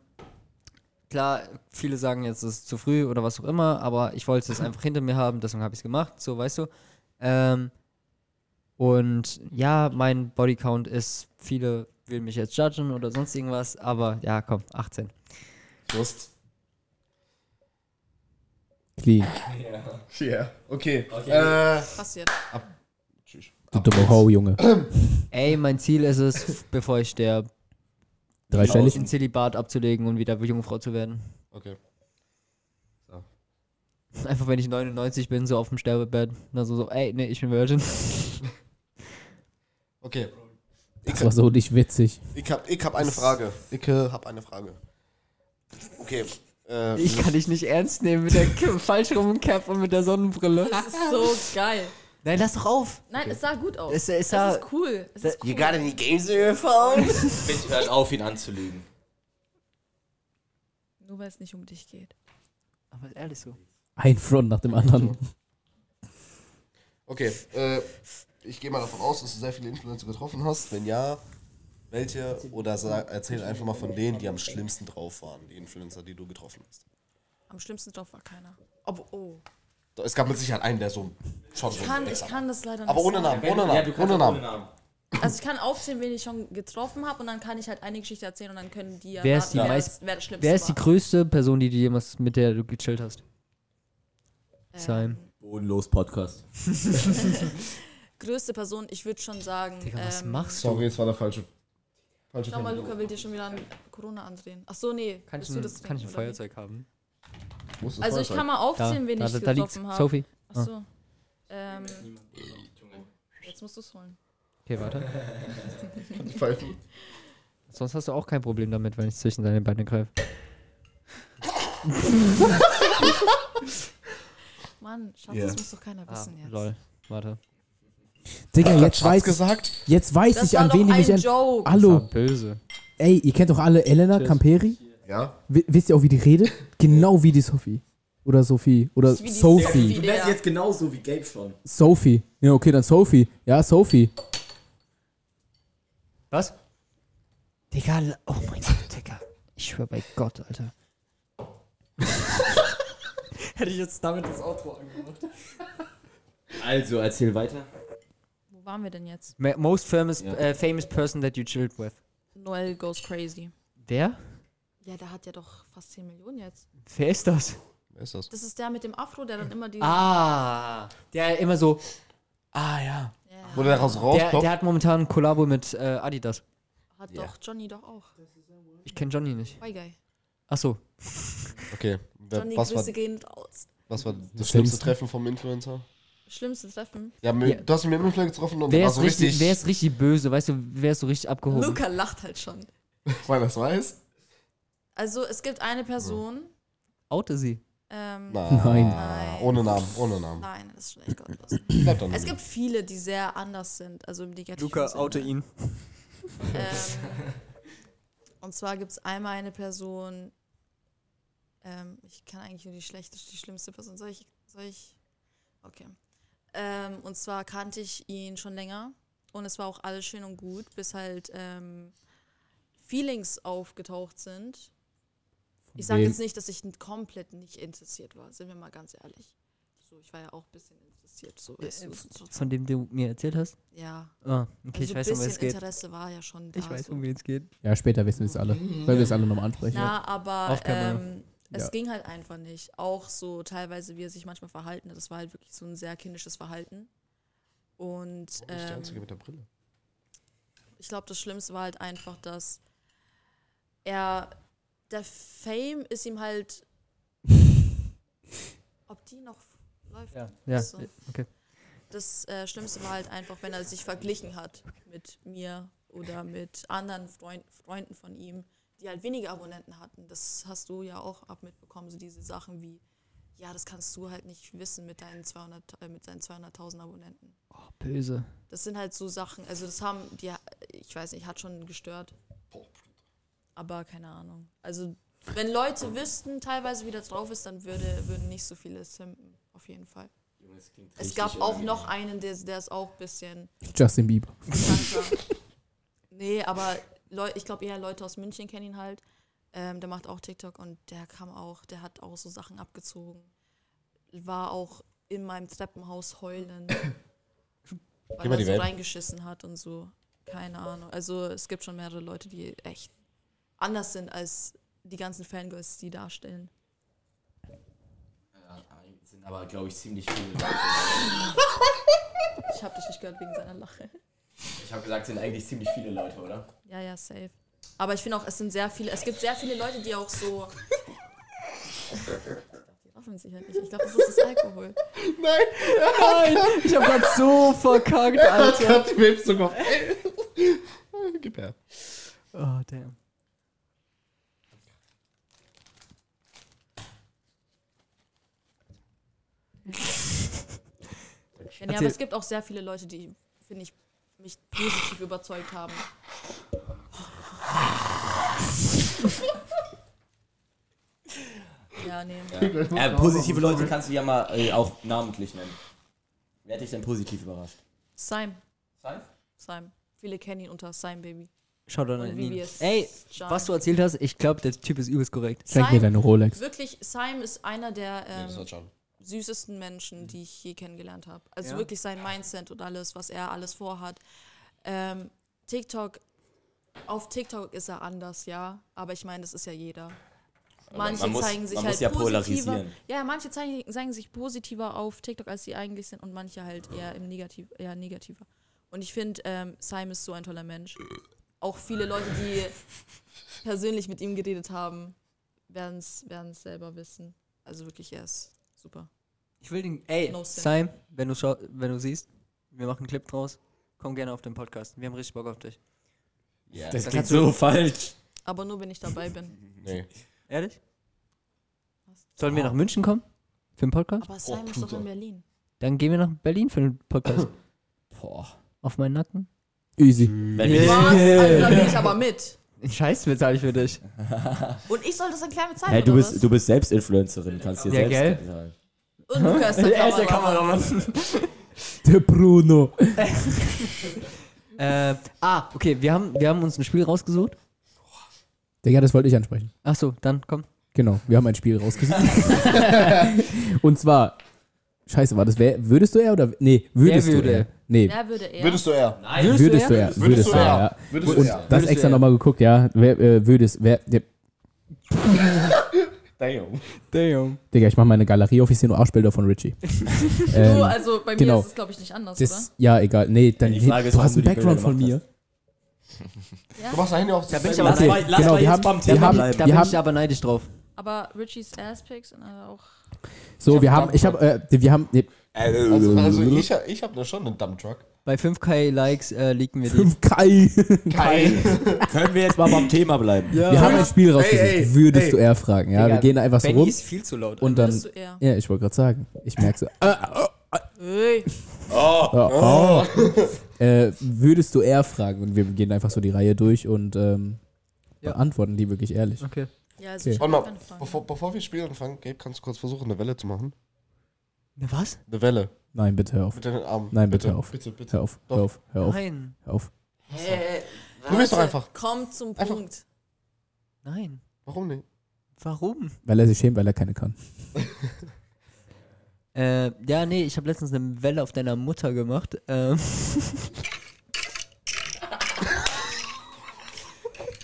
Speaker 1: klar, viele sagen jetzt, es ist zu früh oder was auch immer, aber ich wollte es einfach hinter mir haben, deswegen habe ich es gemacht, so weißt du. Ähm, und ja, mein Bodycount ist, viele will mich jetzt judgen oder sonst irgendwas, aber ja, komm, 18.
Speaker 5: Lust.
Speaker 2: Clean.
Speaker 5: Yeah. Okay. Äh,
Speaker 3: Passiert.
Speaker 5: tschüss.
Speaker 2: Du dumme Ho, Junge.
Speaker 1: Ey, mein Ziel ist es, bevor ich sterbe,
Speaker 2: Dreistellig.
Speaker 1: den Zilibat abzulegen und wieder Jungfrau zu werden.
Speaker 5: Okay.
Speaker 1: Einfach wenn ich 99 bin, so auf dem Sterbebett. Na so, so, ey, nee, ich bin Virgin.
Speaker 5: Okay.
Speaker 2: Das war so nicht witzig.
Speaker 5: Ich hab, ich hab eine Frage. Ich äh, hab eine Frage. Okay. Äh,
Speaker 1: Ich kann dich nicht ernst nehmen mit der K- falsch rum Cap und mit der Sonnenbrille.
Speaker 3: Das ist so geil.
Speaker 1: Nein, lass doch auf.
Speaker 3: Nein, es sah gut aus.
Speaker 1: Es-
Speaker 3: Es,
Speaker 1: es sah-
Speaker 3: ist cool. Es ist cool.
Speaker 5: any games in your phone?
Speaker 6: Bitte hört auf, ihn anzulügen.
Speaker 3: Nur weil es nicht um dich geht.
Speaker 1: Aber ist ehrlich so.
Speaker 2: Ein Front nach dem anderen.
Speaker 5: Okay. Äh, ich gehe mal davon aus, dass du sehr viele Influencer getroffen hast. Wenn ja, welche? Oder sa- erzähl einfach mal von denen, die am schlimmsten drauf waren, die Influencer, die du getroffen hast.
Speaker 3: Am schlimmsten drauf war keiner. Aber oh.
Speaker 5: Doch, Es gab mit Sicherheit einen, der so schon so.
Speaker 3: Kann, ich kann das leider nicht.
Speaker 5: Aber ohne
Speaker 3: sagen.
Speaker 5: Namen, ohne Namen, ohne Namen.
Speaker 3: Also ich kann aufzählen, wen ich schon getroffen habe und dann kann ich halt eine Geschichte erzählen und dann können die ja
Speaker 1: Wer ist die
Speaker 3: raten, wer,
Speaker 1: meist-
Speaker 3: das- wer das Schlimmste
Speaker 1: Wer ist die
Speaker 3: war.
Speaker 1: größte Person, die du jemals mit der du gechillt hast?
Speaker 3: Ähm,
Speaker 1: Sein.
Speaker 6: Bodenlos Podcast.
Speaker 3: Größte Person, ich würde schon sagen.
Speaker 1: Digga, was
Speaker 3: ähm,
Speaker 1: machst du?
Speaker 5: Sorry, es war der falsche. falsche
Speaker 3: Schau mal, Luca will dir schon wieder an Corona andrehen. Ach so, nee.
Speaker 1: Kann ich,
Speaker 3: willst du
Speaker 1: ein,
Speaker 3: das
Speaker 1: kann ich ein
Speaker 3: trinken, oder wie?
Speaker 1: Feuerzeug haben?
Speaker 5: Wo ist das
Speaker 3: Also ich
Speaker 5: Feuerzeug?
Speaker 3: kann mal
Speaker 1: Da, Ah.
Speaker 3: aufzählen, wen
Speaker 1: da,
Speaker 3: ich
Speaker 1: da, da liegt
Speaker 3: getroffen habe.
Speaker 1: Sophie.
Speaker 3: Ach so. Ähm, Jetzt musst du es holen.
Speaker 1: Okay, warte.
Speaker 5: Die Pfeifen.
Speaker 1: Sonst hast du auch kein Problem damit, wenn ich zwischen deine Beine greife.
Speaker 3: Mann, Schatz,
Speaker 5: Ja.
Speaker 3: das muss doch
Speaker 1: Ah,
Speaker 3: keiner wissen jetzt.
Speaker 1: lol. Warte.
Speaker 2: Digga, jetzt
Speaker 5: Schatz
Speaker 2: weiß,
Speaker 5: gesagt?
Speaker 2: jetzt weiß
Speaker 3: Das
Speaker 2: ich,
Speaker 3: war
Speaker 2: an
Speaker 3: doch
Speaker 2: wen ich
Speaker 3: ein
Speaker 2: mich an.
Speaker 3: Joke.
Speaker 1: So.
Speaker 2: Hallo,
Speaker 1: Ah, Böse.
Speaker 2: ey, ihr kennt doch alle Elena Camperi?
Speaker 5: Ja.
Speaker 2: Wi- Wisst ihr auch, wie die redet? Genau wie die Sophie. Oder Sophie. Oder
Speaker 3: Ist wie die
Speaker 2: Sophie.
Speaker 3: Sophie.
Speaker 8: Du wärst jetzt genauso wie Gabe schon.
Speaker 2: Sophie. Ja, okay, dann Sophie. Ja, Sophie.
Speaker 1: Was? Digga, la- oh mein Gott, Digga. Ich schwör bei Gott, Alter. Hätte ich jetzt damit das Outro angemacht.
Speaker 6: Also, erzähl weiter.
Speaker 3: Wo waren wir denn jetzt?
Speaker 1: Most famous, äh, famous person that you chilled with.
Speaker 3: Noel goes crazy.
Speaker 1: Wer?
Speaker 3: Ja, der hat ja doch fast 10 Millionen jetzt.
Speaker 1: Wer ist das?
Speaker 5: Wer ist das?
Speaker 3: Das ist der mit dem Afro, der dann immer die.
Speaker 1: Ah, der immer so. Ah ja.
Speaker 3: Ja,
Speaker 5: Wurde daraus
Speaker 1: Der, der
Speaker 5: rausgeploppt?
Speaker 1: hat momentan ein Kollabo mit äh, Adidas.
Speaker 3: hat
Speaker 5: Ja.
Speaker 3: doch Johnny doch auch.
Speaker 1: Ich kenne Johnny nicht.
Speaker 3: Bye guy.
Speaker 1: Ach so.
Speaker 5: Okay. Wer-
Speaker 3: Johnny,
Speaker 5: Was war,
Speaker 3: Grüße gehen raus.
Speaker 5: was war das
Speaker 2: Schlimmste.
Speaker 5: schlimmste Treffen vom Influencer?
Speaker 3: Schlimmste Treffen.
Speaker 5: Ja, mit,
Speaker 1: Ja.
Speaker 5: du hast ihn mit dem Influencer getroffen und
Speaker 1: Wer
Speaker 5: war
Speaker 1: ist,
Speaker 5: so
Speaker 1: richtig,
Speaker 5: richtig,
Speaker 1: wer ist richtig böse? Weißt du, wer ist so richtig abgehoben?
Speaker 3: Luca lacht halt schon.
Speaker 5: weil das weiß?
Speaker 3: Also es gibt eine Person.
Speaker 1: Oute sie.
Speaker 3: Ähm,
Speaker 2: Nein.
Speaker 3: Nein.
Speaker 5: Ohne Namen, ohne Namen.
Speaker 3: Nein, das ist schon echt gottlos.
Speaker 5: Bleibt dann.
Speaker 3: Es gibt viele, die sehr anders sind, also im negativen Sinne.
Speaker 1: ihn.
Speaker 3: Ähm, und zwar gibt es einmal eine Person, ähm, ich kann eigentlich nur die schlechteste, die schlimmste Person, soll ich, soll ich, okay. Ähm, und zwar kannte ich ihn schon länger und es war auch alles schön und gut, bis halt ähm, Feelings aufgetaucht sind. Ich sage
Speaker 2: wem?
Speaker 3: jetzt nicht, dass ich n- komplett nicht interessiert war, sind wir mal ganz ehrlich. So, ich war ja auch ein bisschen interessiert. So, ist, so, so,
Speaker 1: Von dem du mir erzählt hast?
Speaker 3: ja,
Speaker 1: Ah, okay,
Speaker 3: also
Speaker 1: ich weiß,
Speaker 3: ein
Speaker 1: um
Speaker 3: bisschen
Speaker 1: wen es geht.
Speaker 3: Interesse war ja schon da.
Speaker 1: Ich weiß,
Speaker 3: so.
Speaker 1: um wen es geht.
Speaker 2: Ja, später wissen wir es alle. Weil wir es alle nochmal ansprechen.
Speaker 3: Na, aber
Speaker 1: Auf Kamera.
Speaker 3: ähm, es
Speaker 2: Ja.
Speaker 3: ging halt einfach nicht. Auch so teilweise, wie er sich manchmal verhalten hat. Das war halt wirklich so ein sehr kindisches Verhalten. Und ähm,
Speaker 5: mit der Brille.
Speaker 3: ich glaube, das Schlimmste war halt einfach, dass er, der Fame ist ihm halt, ob die noch läuft.
Speaker 1: Ja,
Speaker 3: So.
Speaker 1: okay.
Speaker 3: Das äh, Schlimmste war halt einfach, wenn er sich verglichen hat mit mir oder mit anderen Freund, Freunden von ihm, die halt weniger Abonnenten hatten. Das hast du ja auch ab mitbekommen, so diese Sachen wie, ja, das kannst du halt nicht wissen mit deinen 200, äh, mit deinen 200.000 Abonnenten.
Speaker 1: Oh, böse.
Speaker 3: Das sind halt so Sachen, also das haben die, ich weiß nicht, hat schon gestört. Aber keine Ahnung. Also wenn Leute wüssten teilweise, wie das drauf ist, dann würde, würden nicht so viele simpen, auf jeden Fall. Es gab auch noch einen, der, der ist auch ein bisschen
Speaker 2: Justin Bieber.
Speaker 3: bekannter. nee, aber Leu ich glaube eher Leute aus München kennen ihn halt. Ähm, der macht auch TikTok und der kam auch, der hat auch so Sachen abgezogen. War auch in meinem Treppenhaus heulen. weil
Speaker 5: mal
Speaker 3: er
Speaker 5: die
Speaker 3: so
Speaker 5: Welt.
Speaker 3: reingeschissen hat und so. Keine Ahnung. Also es gibt schon mehrere Leute, die echt anders sind als die ganzen Fangirls, die darstellen.
Speaker 8: Sind aber, glaube ich, ziemlich viele.
Speaker 3: Ich habe dich nicht gehört wegen seiner Lache.
Speaker 8: Ich habe gesagt, sind eigentlich ziemlich viele Leute, oder?
Speaker 3: Ja, ja, safe. Aber ich finde auch, es sind sehr viele, es gibt sehr viele Leute, die auch so. Die raffen sich halt nicht. Ich glaube, das ist das Alkohol.
Speaker 1: Ich hab grad so verkackt, Alter.
Speaker 5: Hat Oh die Babys sogar. Gib her.
Speaker 1: Oh, damn.
Speaker 3: Ja, nee, aber es gibt auch sehr viele Leute, die, finde ich, mich positiv überzeugt haben. ja, nee.
Speaker 6: Äh, positive Leute kannst du ja mal äh, auch namentlich nennen. Wer hat dich denn positiv überrascht?
Speaker 3: Sime.
Speaker 8: Sime?
Speaker 3: Sime. Viele kennen ihn unter Sime Baby.
Speaker 1: Schau doch
Speaker 3: Und
Speaker 1: an
Speaker 3: wie
Speaker 1: ihn.
Speaker 3: wir es
Speaker 1: Ey,
Speaker 3: schauen.
Speaker 1: was du erzählt hast, ich glaube, der Typ ist übelst korrekt.
Speaker 2: Schenk mir deine Rolex.
Speaker 3: Wirklich, Sime ist einer der
Speaker 5: Das
Speaker 3: ähm,
Speaker 5: hat schon.
Speaker 3: süßesten Menschen, die ich je kennengelernt habe. Also
Speaker 1: Ja?
Speaker 3: wirklich sein Mindset und alles, was er alles vorhat. Ähm, TikTok, auf TikTok ist er anders, ja. Aber ich meine, das ist ja jeder. Manche
Speaker 6: man muss-
Speaker 3: zeigen sich
Speaker 6: man
Speaker 3: halt
Speaker 6: muss ja
Speaker 3: positiver.
Speaker 6: polarisieren.
Speaker 3: Ja, manche zeigen, zeigen sich positiver auf TikTok, als sie eigentlich sind, und manche halt eher im Negativ, eher negativer. Und ich finde, ähm, Simon ist so ein toller Mensch. Auch viele Leute, die persönlich mit ihm geredet haben, werden es selber wissen. Also wirklich, er ist super.
Speaker 1: Ich will den. Ey,
Speaker 3: No sin.
Speaker 1: Sime, wenn du, schau, wenn du siehst, wir machen einen Clip draus. Komm gerne auf den Podcast. Wir haben richtig Bock auf dich.
Speaker 5: Ja.
Speaker 6: Das
Speaker 1: Dann
Speaker 6: klingt
Speaker 1: kannst du-
Speaker 6: so falsch.
Speaker 3: Aber nur, wenn ich dabei bin.
Speaker 5: Nee.
Speaker 1: Ehrlich? Sollen wir nach München kommen? Für den Podcast?
Speaker 3: Aber Simon ist doch in Berlin.
Speaker 1: Dann gehen wir nach Berlin für den Podcast.
Speaker 6: Boah.
Speaker 1: auf meinen Nacken.
Speaker 2: Easy.
Speaker 6: Wenn wir-
Speaker 3: Was? Also, da bin ich aber mit.
Speaker 1: Scheiß bezahle ich für dich.
Speaker 3: Und ich soll das dann klein bezahlen,
Speaker 6: Hey, du
Speaker 3: oder
Speaker 6: bist, du bist selbst Influencerin, kannst dir
Speaker 1: Ja,
Speaker 6: selbst sagen.
Speaker 3: was? Und Lukas, der
Speaker 1: Er ist der
Speaker 3: Kameramann.
Speaker 2: Der Bruno.
Speaker 1: Äh, ah, okay, wir haben, wir haben uns ein Spiel rausgesucht.
Speaker 2: Digga, das wollte ich ansprechen.
Speaker 1: Ach so, dann komm.
Speaker 2: Genau, wir haben ein Spiel rausgesucht. Und zwar, scheiße, war das, wer, würdest du er oder, nee, würdest
Speaker 1: würde?
Speaker 2: du er? Nee,
Speaker 3: Wer würde er?
Speaker 5: Würdest du eher?
Speaker 2: würdest, du er? Würdest du er, ja.
Speaker 5: Würdest
Speaker 2: Und
Speaker 5: du eher?
Speaker 2: das
Speaker 1: du
Speaker 2: extra
Speaker 1: er?
Speaker 2: nochmal geguckt, ja, wer, äh, würdest, wer, der,
Speaker 6: Damn.
Speaker 1: Damn.
Speaker 2: Digga, ich mach meine Galerie auf, ich sehe nur Arschbilder von Richie.
Speaker 3: du,
Speaker 2: ähm,
Speaker 3: also bei mir
Speaker 2: genau.
Speaker 3: ist es, glaube ich, nicht anders,
Speaker 2: das, ja, egal, nee, dann,
Speaker 6: Ja, die Frage ist,
Speaker 2: du
Speaker 6: warum
Speaker 2: hast
Speaker 6: du
Speaker 2: einen
Speaker 6: die
Speaker 2: Background
Speaker 6: Bilder
Speaker 2: von
Speaker 6: gemacht
Speaker 2: mir.
Speaker 5: Du machst da Handy auf. Da
Speaker 1: bin ich aber-
Speaker 6: Lass
Speaker 2: Okay,
Speaker 6: mal, lass
Speaker 2: genau,
Speaker 6: mal
Speaker 2: wir
Speaker 6: jetzt
Speaker 2: haben-
Speaker 6: beim
Speaker 2: wir
Speaker 6: Thema
Speaker 2: haben-
Speaker 6: bleiben.
Speaker 1: Da
Speaker 2: Wir
Speaker 1: bin ich aber neidisch drauf.
Speaker 3: oder? Aber Richies Aspicks und äh, auch.
Speaker 2: So, wir haben, ich hab, äh, wir haben, nee,
Speaker 6: Äh,
Speaker 5: Also, also ich, hab- ich habe schon einen Dumptruck.
Speaker 1: Bei 5k Likes äh, liegen wir die.
Speaker 2: 5K.
Speaker 5: Kein.
Speaker 6: Können wir jetzt mal beim Thema bleiben?
Speaker 2: Wir haben ein Spiel rausgesucht,
Speaker 5: ey,
Speaker 2: würdest
Speaker 5: ey.
Speaker 2: du er fragen, ja, wir gehen da einfach so
Speaker 1: Benny
Speaker 2: rum
Speaker 1: ist viel zu laut.
Speaker 2: und dann,
Speaker 3: Würdest du eher?
Speaker 2: ja, ich wollte gerade sagen, ich merke so,
Speaker 6: Oh.
Speaker 2: äh,
Speaker 3: Ey,
Speaker 2: Ja, oh. äh, würdest du eher fragen? Und wir gehen einfach so die Reihe durch und ähm,
Speaker 1: Ja.
Speaker 2: beantworten die wirklich ehrlich.
Speaker 1: Okay.
Speaker 3: Ja, also ich
Speaker 5: Warte
Speaker 3: hab
Speaker 5: mal,
Speaker 3: keine Frage.
Speaker 5: bevor, bevor wir Spiel anfangen, Gabe, kannst du kurz versuchen, eine Welle zu machen?
Speaker 1: Na was?
Speaker 5: Eine Welle.
Speaker 2: Nein, bitte hör auf.
Speaker 5: Mit deinen Armen.
Speaker 2: Nein, bitte, auf.
Speaker 5: Bitte, bitte.
Speaker 2: Hör auf, hör auf, hör auf,
Speaker 1: Nein.
Speaker 2: hör auf.
Speaker 5: Probier's doch einfach.
Speaker 3: Komm Also, zum
Speaker 5: Einfach-
Speaker 3: Punkt.
Speaker 1: Nein.
Speaker 5: Warum nicht?
Speaker 1: Warum?
Speaker 2: Weil er sich schämt, weil er keine kann.
Speaker 1: Äh, ja, nee, ich habe letztens eine Welle auf deiner Mutter gemacht. Ähm.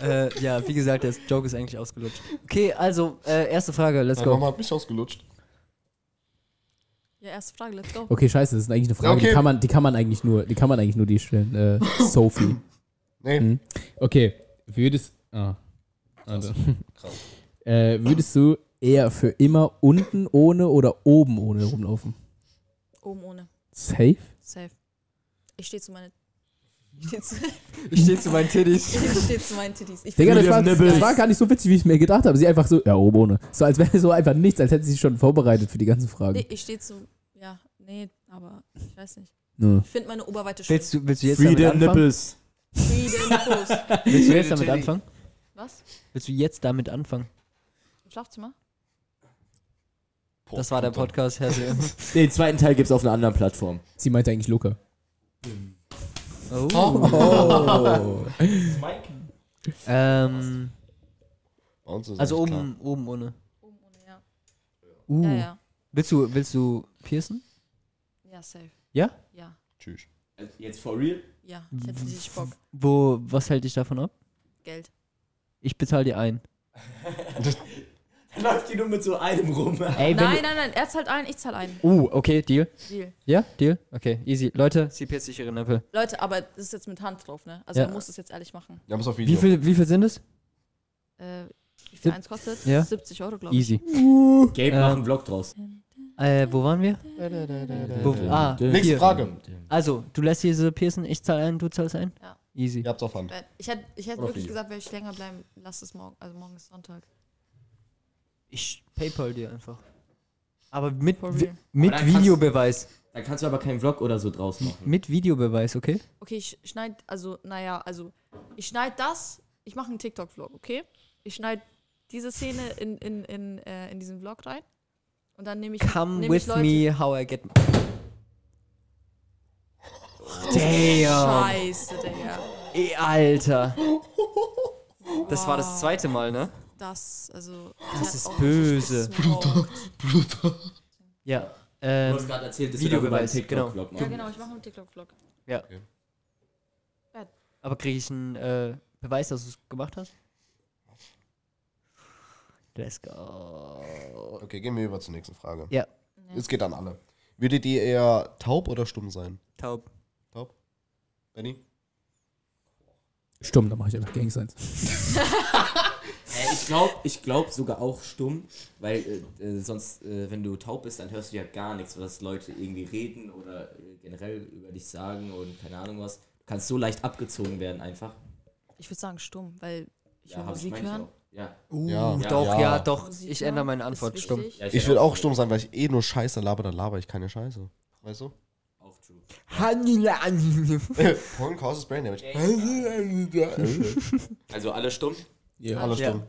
Speaker 1: äh, ja, wie gesagt, der Joke ist eigentlich ausgelutscht. Okay, also, äh, erste Frage, let's
Speaker 5: Deine
Speaker 1: go.
Speaker 5: Mama hat mich ausgelutscht.
Speaker 3: Ja, erste Frage, let's go.
Speaker 2: Okay, scheiße, das ist eigentlich eine Frage, die
Speaker 5: Okay.
Speaker 2: kann man, die kann man eigentlich nur, die kann man eigentlich nur die stellen. Äh, Sophie.
Speaker 5: Nee.
Speaker 2: Hm. Okay, würdest. Ah. Warte.
Speaker 5: Krass.
Speaker 2: Äh, würdest du eher für immer unten ohne oder oben ohne rumlaufen?
Speaker 3: Oben ohne.
Speaker 2: Safe?
Speaker 3: Safe. Ich stehe zu meinen. Ich stehe zu,
Speaker 1: Ich stehe zu meinen Tiddies.
Speaker 3: ich steh zu meinen Titties. Ich
Speaker 2: Digga, das war,
Speaker 3: Nippel.
Speaker 2: das war gar nicht so witzig, wie ich mir gedacht habe. Sie einfach so, ja, oben ohne. So, als wäre so einfach nichts, als hätte sie sich schon vorbereitet für die ganzen Fragen.
Speaker 3: Nee, ich stehe zu. Ja, nee, aber ich weiß nicht.
Speaker 2: Nö.
Speaker 3: Ich finde meine Oberweite schön.
Speaker 1: Willst du, willst du jetzt
Speaker 6: Freedom
Speaker 1: damit anfangen?
Speaker 6: Nipples.
Speaker 3: Frieden, Fuß.
Speaker 1: Willst du jetzt damit anfangen?
Speaker 3: Was?
Speaker 1: Willst du jetzt damit anfangen?
Speaker 3: Im Schlafzimmer?
Speaker 1: Das war der Podcast, Herr Seehofer.
Speaker 6: Den zweiten Teil gibt's auf einer anderen Plattform.
Speaker 2: Sie meinte eigentlich Luca.
Speaker 1: Oh.
Speaker 2: Oh.
Speaker 1: Ähm,
Speaker 5: Bei uns ist
Speaker 1: also
Speaker 5: alles
Speaker 1: oben, oben ohne.
Speaker 3: Oben ohne, ja.
Speaker 1: Uh.
Speaker 3: Ja, ja.
Speaker 1: Willst du, willst du piercen?
Speaker 3: Ja, safe.
Speaker 1: Ja?
Speaker 3: Ja,
Speaker 5: Tschüss.
Speaker 6: Äh,
Speaker 8: Jetzt for real?
Speaker 3: ja. Ich hätte richtig Bock.
Speaker 1: Wo, was hält dich davon ab?
Speaker 3: Geld.
Speaker 1: Ich bezahle dir ein.
Speaker 8: Dann läuft die nur mit so einem rum.
Speaker 1: Ey,
Speaker 3: Nein, nein, nein. Er zahlt ein, ich zahl ein.
Speaker 1: Uh, okay, Deal.
Speaker 3: Deal.
Speaker 1: Ja, Deal. Okay, easy. Leute, sie pierst sich ihre Nippel.
Speaker 3: Leute, aber das ist jetzt mit Hand drauf, ne? Also
Speaker 1: Ja.
Speaker 3: man muss das jetzt ehrlich machen.
Speaker 5: Wir haben es auf
Speaker 1: Wie
Speaker 5: Video.
Speaker 1: viel, wie viel sind es?
Speaker 3: Äh, wie viel
Speaker 1: Sieb-
Speaker 3: eins kostet?
Speaker 1: Ja.
Speaker 3: 70 Euro, glaube ich.
Speaker 1: Easy.
Speaker 6: Gabe, mach einen Vlog draus.
Speaker 1: Äh, wo waren wir? Wo, ah,
Speaker 5: Nächste
Speaker 1: hier.
Speaker 5: Frage.
Speaker 1: Also, du lässt diese piercen, ich zahle ein, du zahlst ein?
Speaker 3: Ja.
Speaker 1: Easy.
Speaker 5: Ihr habt's auf Hand.
Speaker 3: Weil Ich hätte ich hätte
Speaker 8: Oder
Speaker 3: wirklich
Speaker 8: viel.
Speaker 3: gesagt, wenn ich länger bleiben, lass es morgen. Also morgen ist Sonntag.
Speaker 1: Ich paypal dir einfach. Aber mit,
Speaker 3: For
Speaker 1: Vi-
Speaker 3: real.
Speaker 1: mit
Speaker 8: Aber dann kannst-
Speaker 1: Videobeweis.
Speaker 6: Da kannst du aber keinen Vlog oder so draus machen.
Speaker 3: Mhm.
Speaker 1: Mit Videobeweis, okay?
Speaker 3: Okay, ich schneide, also, naja, also, ich schneide das, ich mache einen TikTok-Vlog, okay? Ich schneide diese Szene in, in, in, äh, in diesen Vlog rein. Und dann nehme ich,
Speaker 1: Come
Speaker 3: nehm ich
Speaker 1: with
Speaker 3: Leute.
Speaker 1: me, how I get. Damn!
Speaker 3: Scheiße, Digga.
Speaker 1: Ey, Alter! Das war das zweite Mal, ne?
Speaker 3: Das, also.
Speaker 1: Das ist böse.
Speaker 3: Bruder.
Speaker 1: Ja.
Speaker 6: Du
Speaker 1: Ähm,
Speaker 6: hast gerade erzählt, dass du darüber
Speaker 1: Videobeweis,
Speaker 6: einen TikTok-Vlog
Speaker 3: Ja,
Speaker 6: machst.
Speaker 3: genau, ich mache einen TikTok-Vlog.
Speaker 1: aber kriege ich einen äh, Beweis, dass du es gemacht hast? Let's go.
Speaker 5: Okay, gehen wir über zur nächsten Frage.
Speaker 1: Ja.
Speaker 5: Es geht an alle. Würdet ihr eher taub oder stumm sein?
Speaker 1: Taub.
Speaker 5: Taub? Benny?
Speaker 2: Stumm, da mache ich einfach Gang Signs.
Speaker 6: Äh, ich glaube ich glaub sogar auch stumm, weil äh, äh, sonst, äh, wenn du taub bist, dann hörst du ja gar nichts, was Leute irgendwie reden oder äh, generell über dich sagen und keine Ahnung was. Du kannst so leicht abgezogen werden einfach.
Speaker 3: Ich würde sagen stumm, weil ich will
Speaker 6: hab
Speaker 3: Musik
Speaker 6: mein
Speaker 3: hören.
Speaker 6: auch. Ja.
Speaker 1: Uh,
Speaker 5: Ja.
Speaker 1: doch, ja,
Speaker 5: Ja.
Speaker 1: doch.
Speaker 3: Musik
Speaker 1: Ich
Speaker 3: hören
Speaker 1: ändere meine
Speaker 3: ist
Speaker 1: Antwort, stumm.
Speaker 3: wichtig.
Speaker 5: Ich will auch stumm sein, weil ich eh nur Scheiße laber, dann laber ich keine Scheiße. Weißt du?
Speaker 6: Auch true.
Speaker 5: Porn causes brain damage.
Speaker 4: Also alle stumm?
Speaker 5: Alle stumm.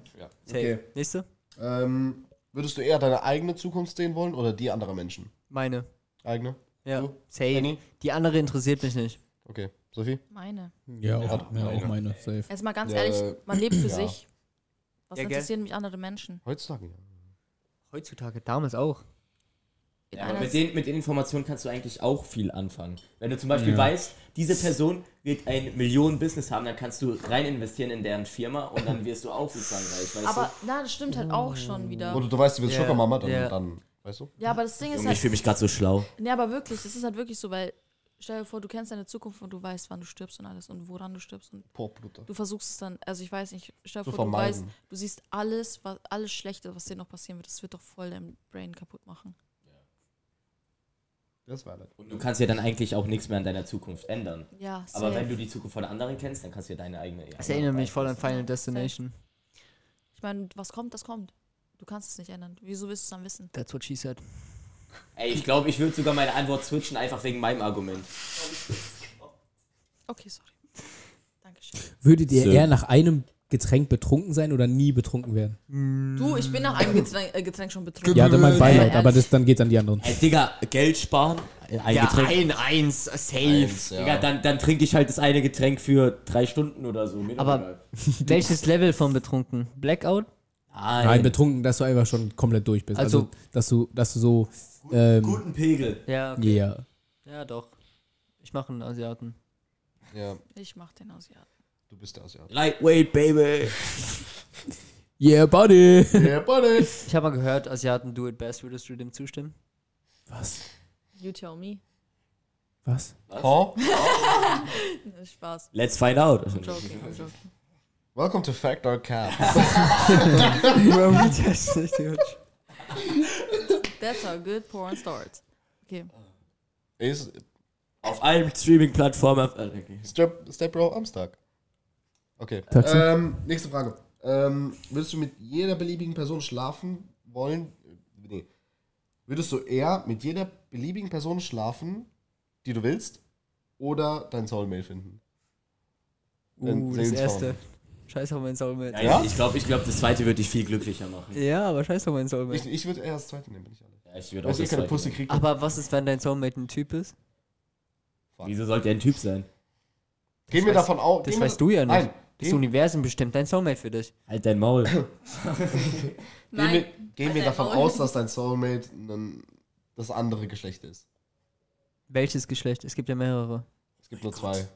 Speaker 1: Okay. Nächste?
Speaker 5: Ähm, würdest du eher deine eigene Zukunft sehen wollen oder die anderer Menschen?
Speaker 1: Meine.
Speaker 5: Eigene?
Speaker 1: Ja.
Speaker 5: Du?
Speaker 1: Safe.
Speaker 5: Jenny?
Speaker 1: Die andere interessiert mich nicht.
Speaker 5: Okay. Sophie?
Speaker 3: Meine.
Speaker 2: Ja, auch, ja, auch meine. Safe.
Speaker 3: Erstmal ganz
Speaker 5: Ja,
Speaker 3: ehrlich, man lebt für
Speaker 5: ja.
Speaker 3: sich. Was
Speaker 1: Ja, gell?
Speaker 3: interessieren mich andere Menschen?
Speaker 5: Heutzutage, ja.
Speaker 1: Heutzutage, damals auch.
Speaker 3: In
Speaker 6: Ja,
Speaker 3: einer
Speaker 6: aber mit, den, mit den Informationen kannst du eigentlich auch viel anfangen. Wenn du zum Beispiel weißt, diese Person wird ein Millionen-Business haben, dann kannst du rein investieren in deren Firma und dann wirst du auch sozusagen reich, weißt
Speaker 3: aber na, das stimmt halt auch schon wieder.
Speaker 5: Oder du weißt, du bist
Speaker 1: Ja.
Speaker 5: Schokomama, dann,
Speaker 1: Ja.
Speaker 5: dann, weißt du?
Speaker 3: Ja, aber das Ding
Speaker 6: du?
Speaker 3: ist
Speaker 6: Junge, ich
Speaker 3: halt.
Speaker 6: fühle mich gerade so schlau.
Speaker 3: Nee, aber wirklich, das ist halt wirklich so, weil stell dir vor, du kennst deine Zukunft und du weißt, wann du stirbst und alles und woran du stirbst und
Speaker 5: Boah, Bluter.
Speaker 3: du versuchst es dann, also ich weiß nicht, stell dir
Speaker 5: Zu
Speaker 3: vor, du weißt,
Speaker 5: vermeiden.
Speaker 3: du siehst alles, was alles Schlechte, was dir noch passieren wird, das wird doch voll dein Brain kaputt machen.
Speaker 5: Das war halt. das.
Speaker 6: Und du kannst ja dann eigentlich auch nichts mehr an deiner Zukunft ändern.
Speaker 3: Ja, safe.
Speaker 6: Aber wenn du die Zukunft von anderen kennst, dann kannst du ja deine eigene.
Speaker 1: Das erinnert mich voll an Final Destination.
Speaker 3: ich meine, was kommt, das kommt. Du kannst es nicht ändern. Wieso willst du es dann wissen?
Speaker 1: That's what she said.
Speaker 6: Ey, ich glaube, ich würde sogar meine Antwort switchen, einfach wegen meinem Argument.
Speaker 3: Okay, sorry. Dankeschön.
Speaker 2: Würdet ihr
Speaker 6: So.
Speaker 2: eher nach einem Getränk betrunken sein oder nie betrunken werden?
Speaker 3: Du, ich bin nach einem Getränk, äh, Getränk schon betrunken.
Speaker 2: Ja, dann mein Beileid,
Speaker 3: Ja,
Speaker 2: aber das, dann geht an die anderen.
Speaker 6: Ey, Digga, Geld sparen? äh, Ein Getränk.
Speaker 1: eins, safe.
Speaker 6: Digga, dann, dann trinke ich halt das eine Getränk für drei Stunden oder so. Mir doch
Speaker 1: Aber-
Speaker 6: egal.
Speaker 1: Welches Level von betrunken? Blackout?
Speaker 6: Nein.
Speaker 2: Nein, betrunken, dass du einfach schon komplett durch bist. Also,
Speaker 1: Also-
Speaker 2: dass du, dass du so, ähm,
Speaker 6: Guten Pegel.
Speaker 1: Ja, okay.
Speaker 2: ja.
Speaker 1: Ja, doch. Ich mache einen Asiaten.
Speaker 5: Ja,
Speaker 3: Ich mach den Asiaten.
Speaker 5: du bist der Asiat.
Speaker 6: Lightweight, Baby.
Speaker 2: Yeah, buddy.
Speaker 5: Yeah, buddy.
Speaker 1: Ich habe mal gehört, Asiaten do it best. Würdest du dem zustimmen?
Speaker 2: Was?
Speaker 3: You tell me.
Speaker 2: Was?
Speaker 5: Huh?
Speaker 3: Äh, Spaß.
Speaker 6: Let's find out.
Speaker 3: I'm joking, I'm joking.
Speaker 5: Welcome to Fact or Cap.
Speaker 1: Das ist nicht gut.
Speaker 3: That's how good porn starts. Okay.
Speaker 5: Ist
Speaker 6: Auf allen Streaming-Plattformen. äh, okay.
Speaker 5: Step, Step Bro am Stag. Okay.
Speaker 2: Taxi?
Speaker 5: Ähm, nächste Frage. Ähm, würdest du mit jeder beliebigen Person schlafen wollen? Nee. Würdest du eher mit jeder beliebigen Person schlafen, die du willst, oder dein Soulmate finden? Dann
Speaker 1: Uh, das
Speaker 5: sehen's
Speaker 1: erste. Scheiß auf mein Soulmate.
Speaker 6: Nein,
Speaker 5: Ja?
Speaker 6: Ich glaube, ich glaub, das zweite würde dich viel glücklicher machen.
Speaker 1: Ja, aber scheiß auf mein
Speaker 5: Ich,
Speaker 1: Soulmate.
Speaker 5: ich würde eher das zweite nehmen, bin ich ehrlich.
Speaker 6: Ja, ich würde
Speaker 5: Weil ich eh keine
Speaker 6: zweite
Speaker 5: Pussy
Speaker 6: nehmen.
Speaker 5: kriege.
Speaker 1: Aber was ist, wenn dein Soulmate ein Typ ist?
Speaker 6: Wieso sollte er ein Typ sein?
Speaker 5: Gehen wir
Speaker 1: weiß-
Speaker 5: davon aus.
Speaker 1: Ah, Das
Speaker 5: gehen wir-
Speaker 1: weißt du ja nicht.
Speaker 5: Nein.
Speaker 1: Das
Speaker 5: Gehen,
Speaker 1: Universum bestimmt dein Soulmate für dich.
Speaker 6: Halt dein Maul.
Speaker 5: gehen wir, gehen wir
Speaker 3: Alter,
Speaker 5: davon
Speaker 3: Maul.
Speaker 5: aus, dass dein Soulmate ein, das andere Geschlecht ist.
Speaker 1: Welches Geschlecht? Es gibt ja mehrere.
Speaker 5: Es gibt nur zwei.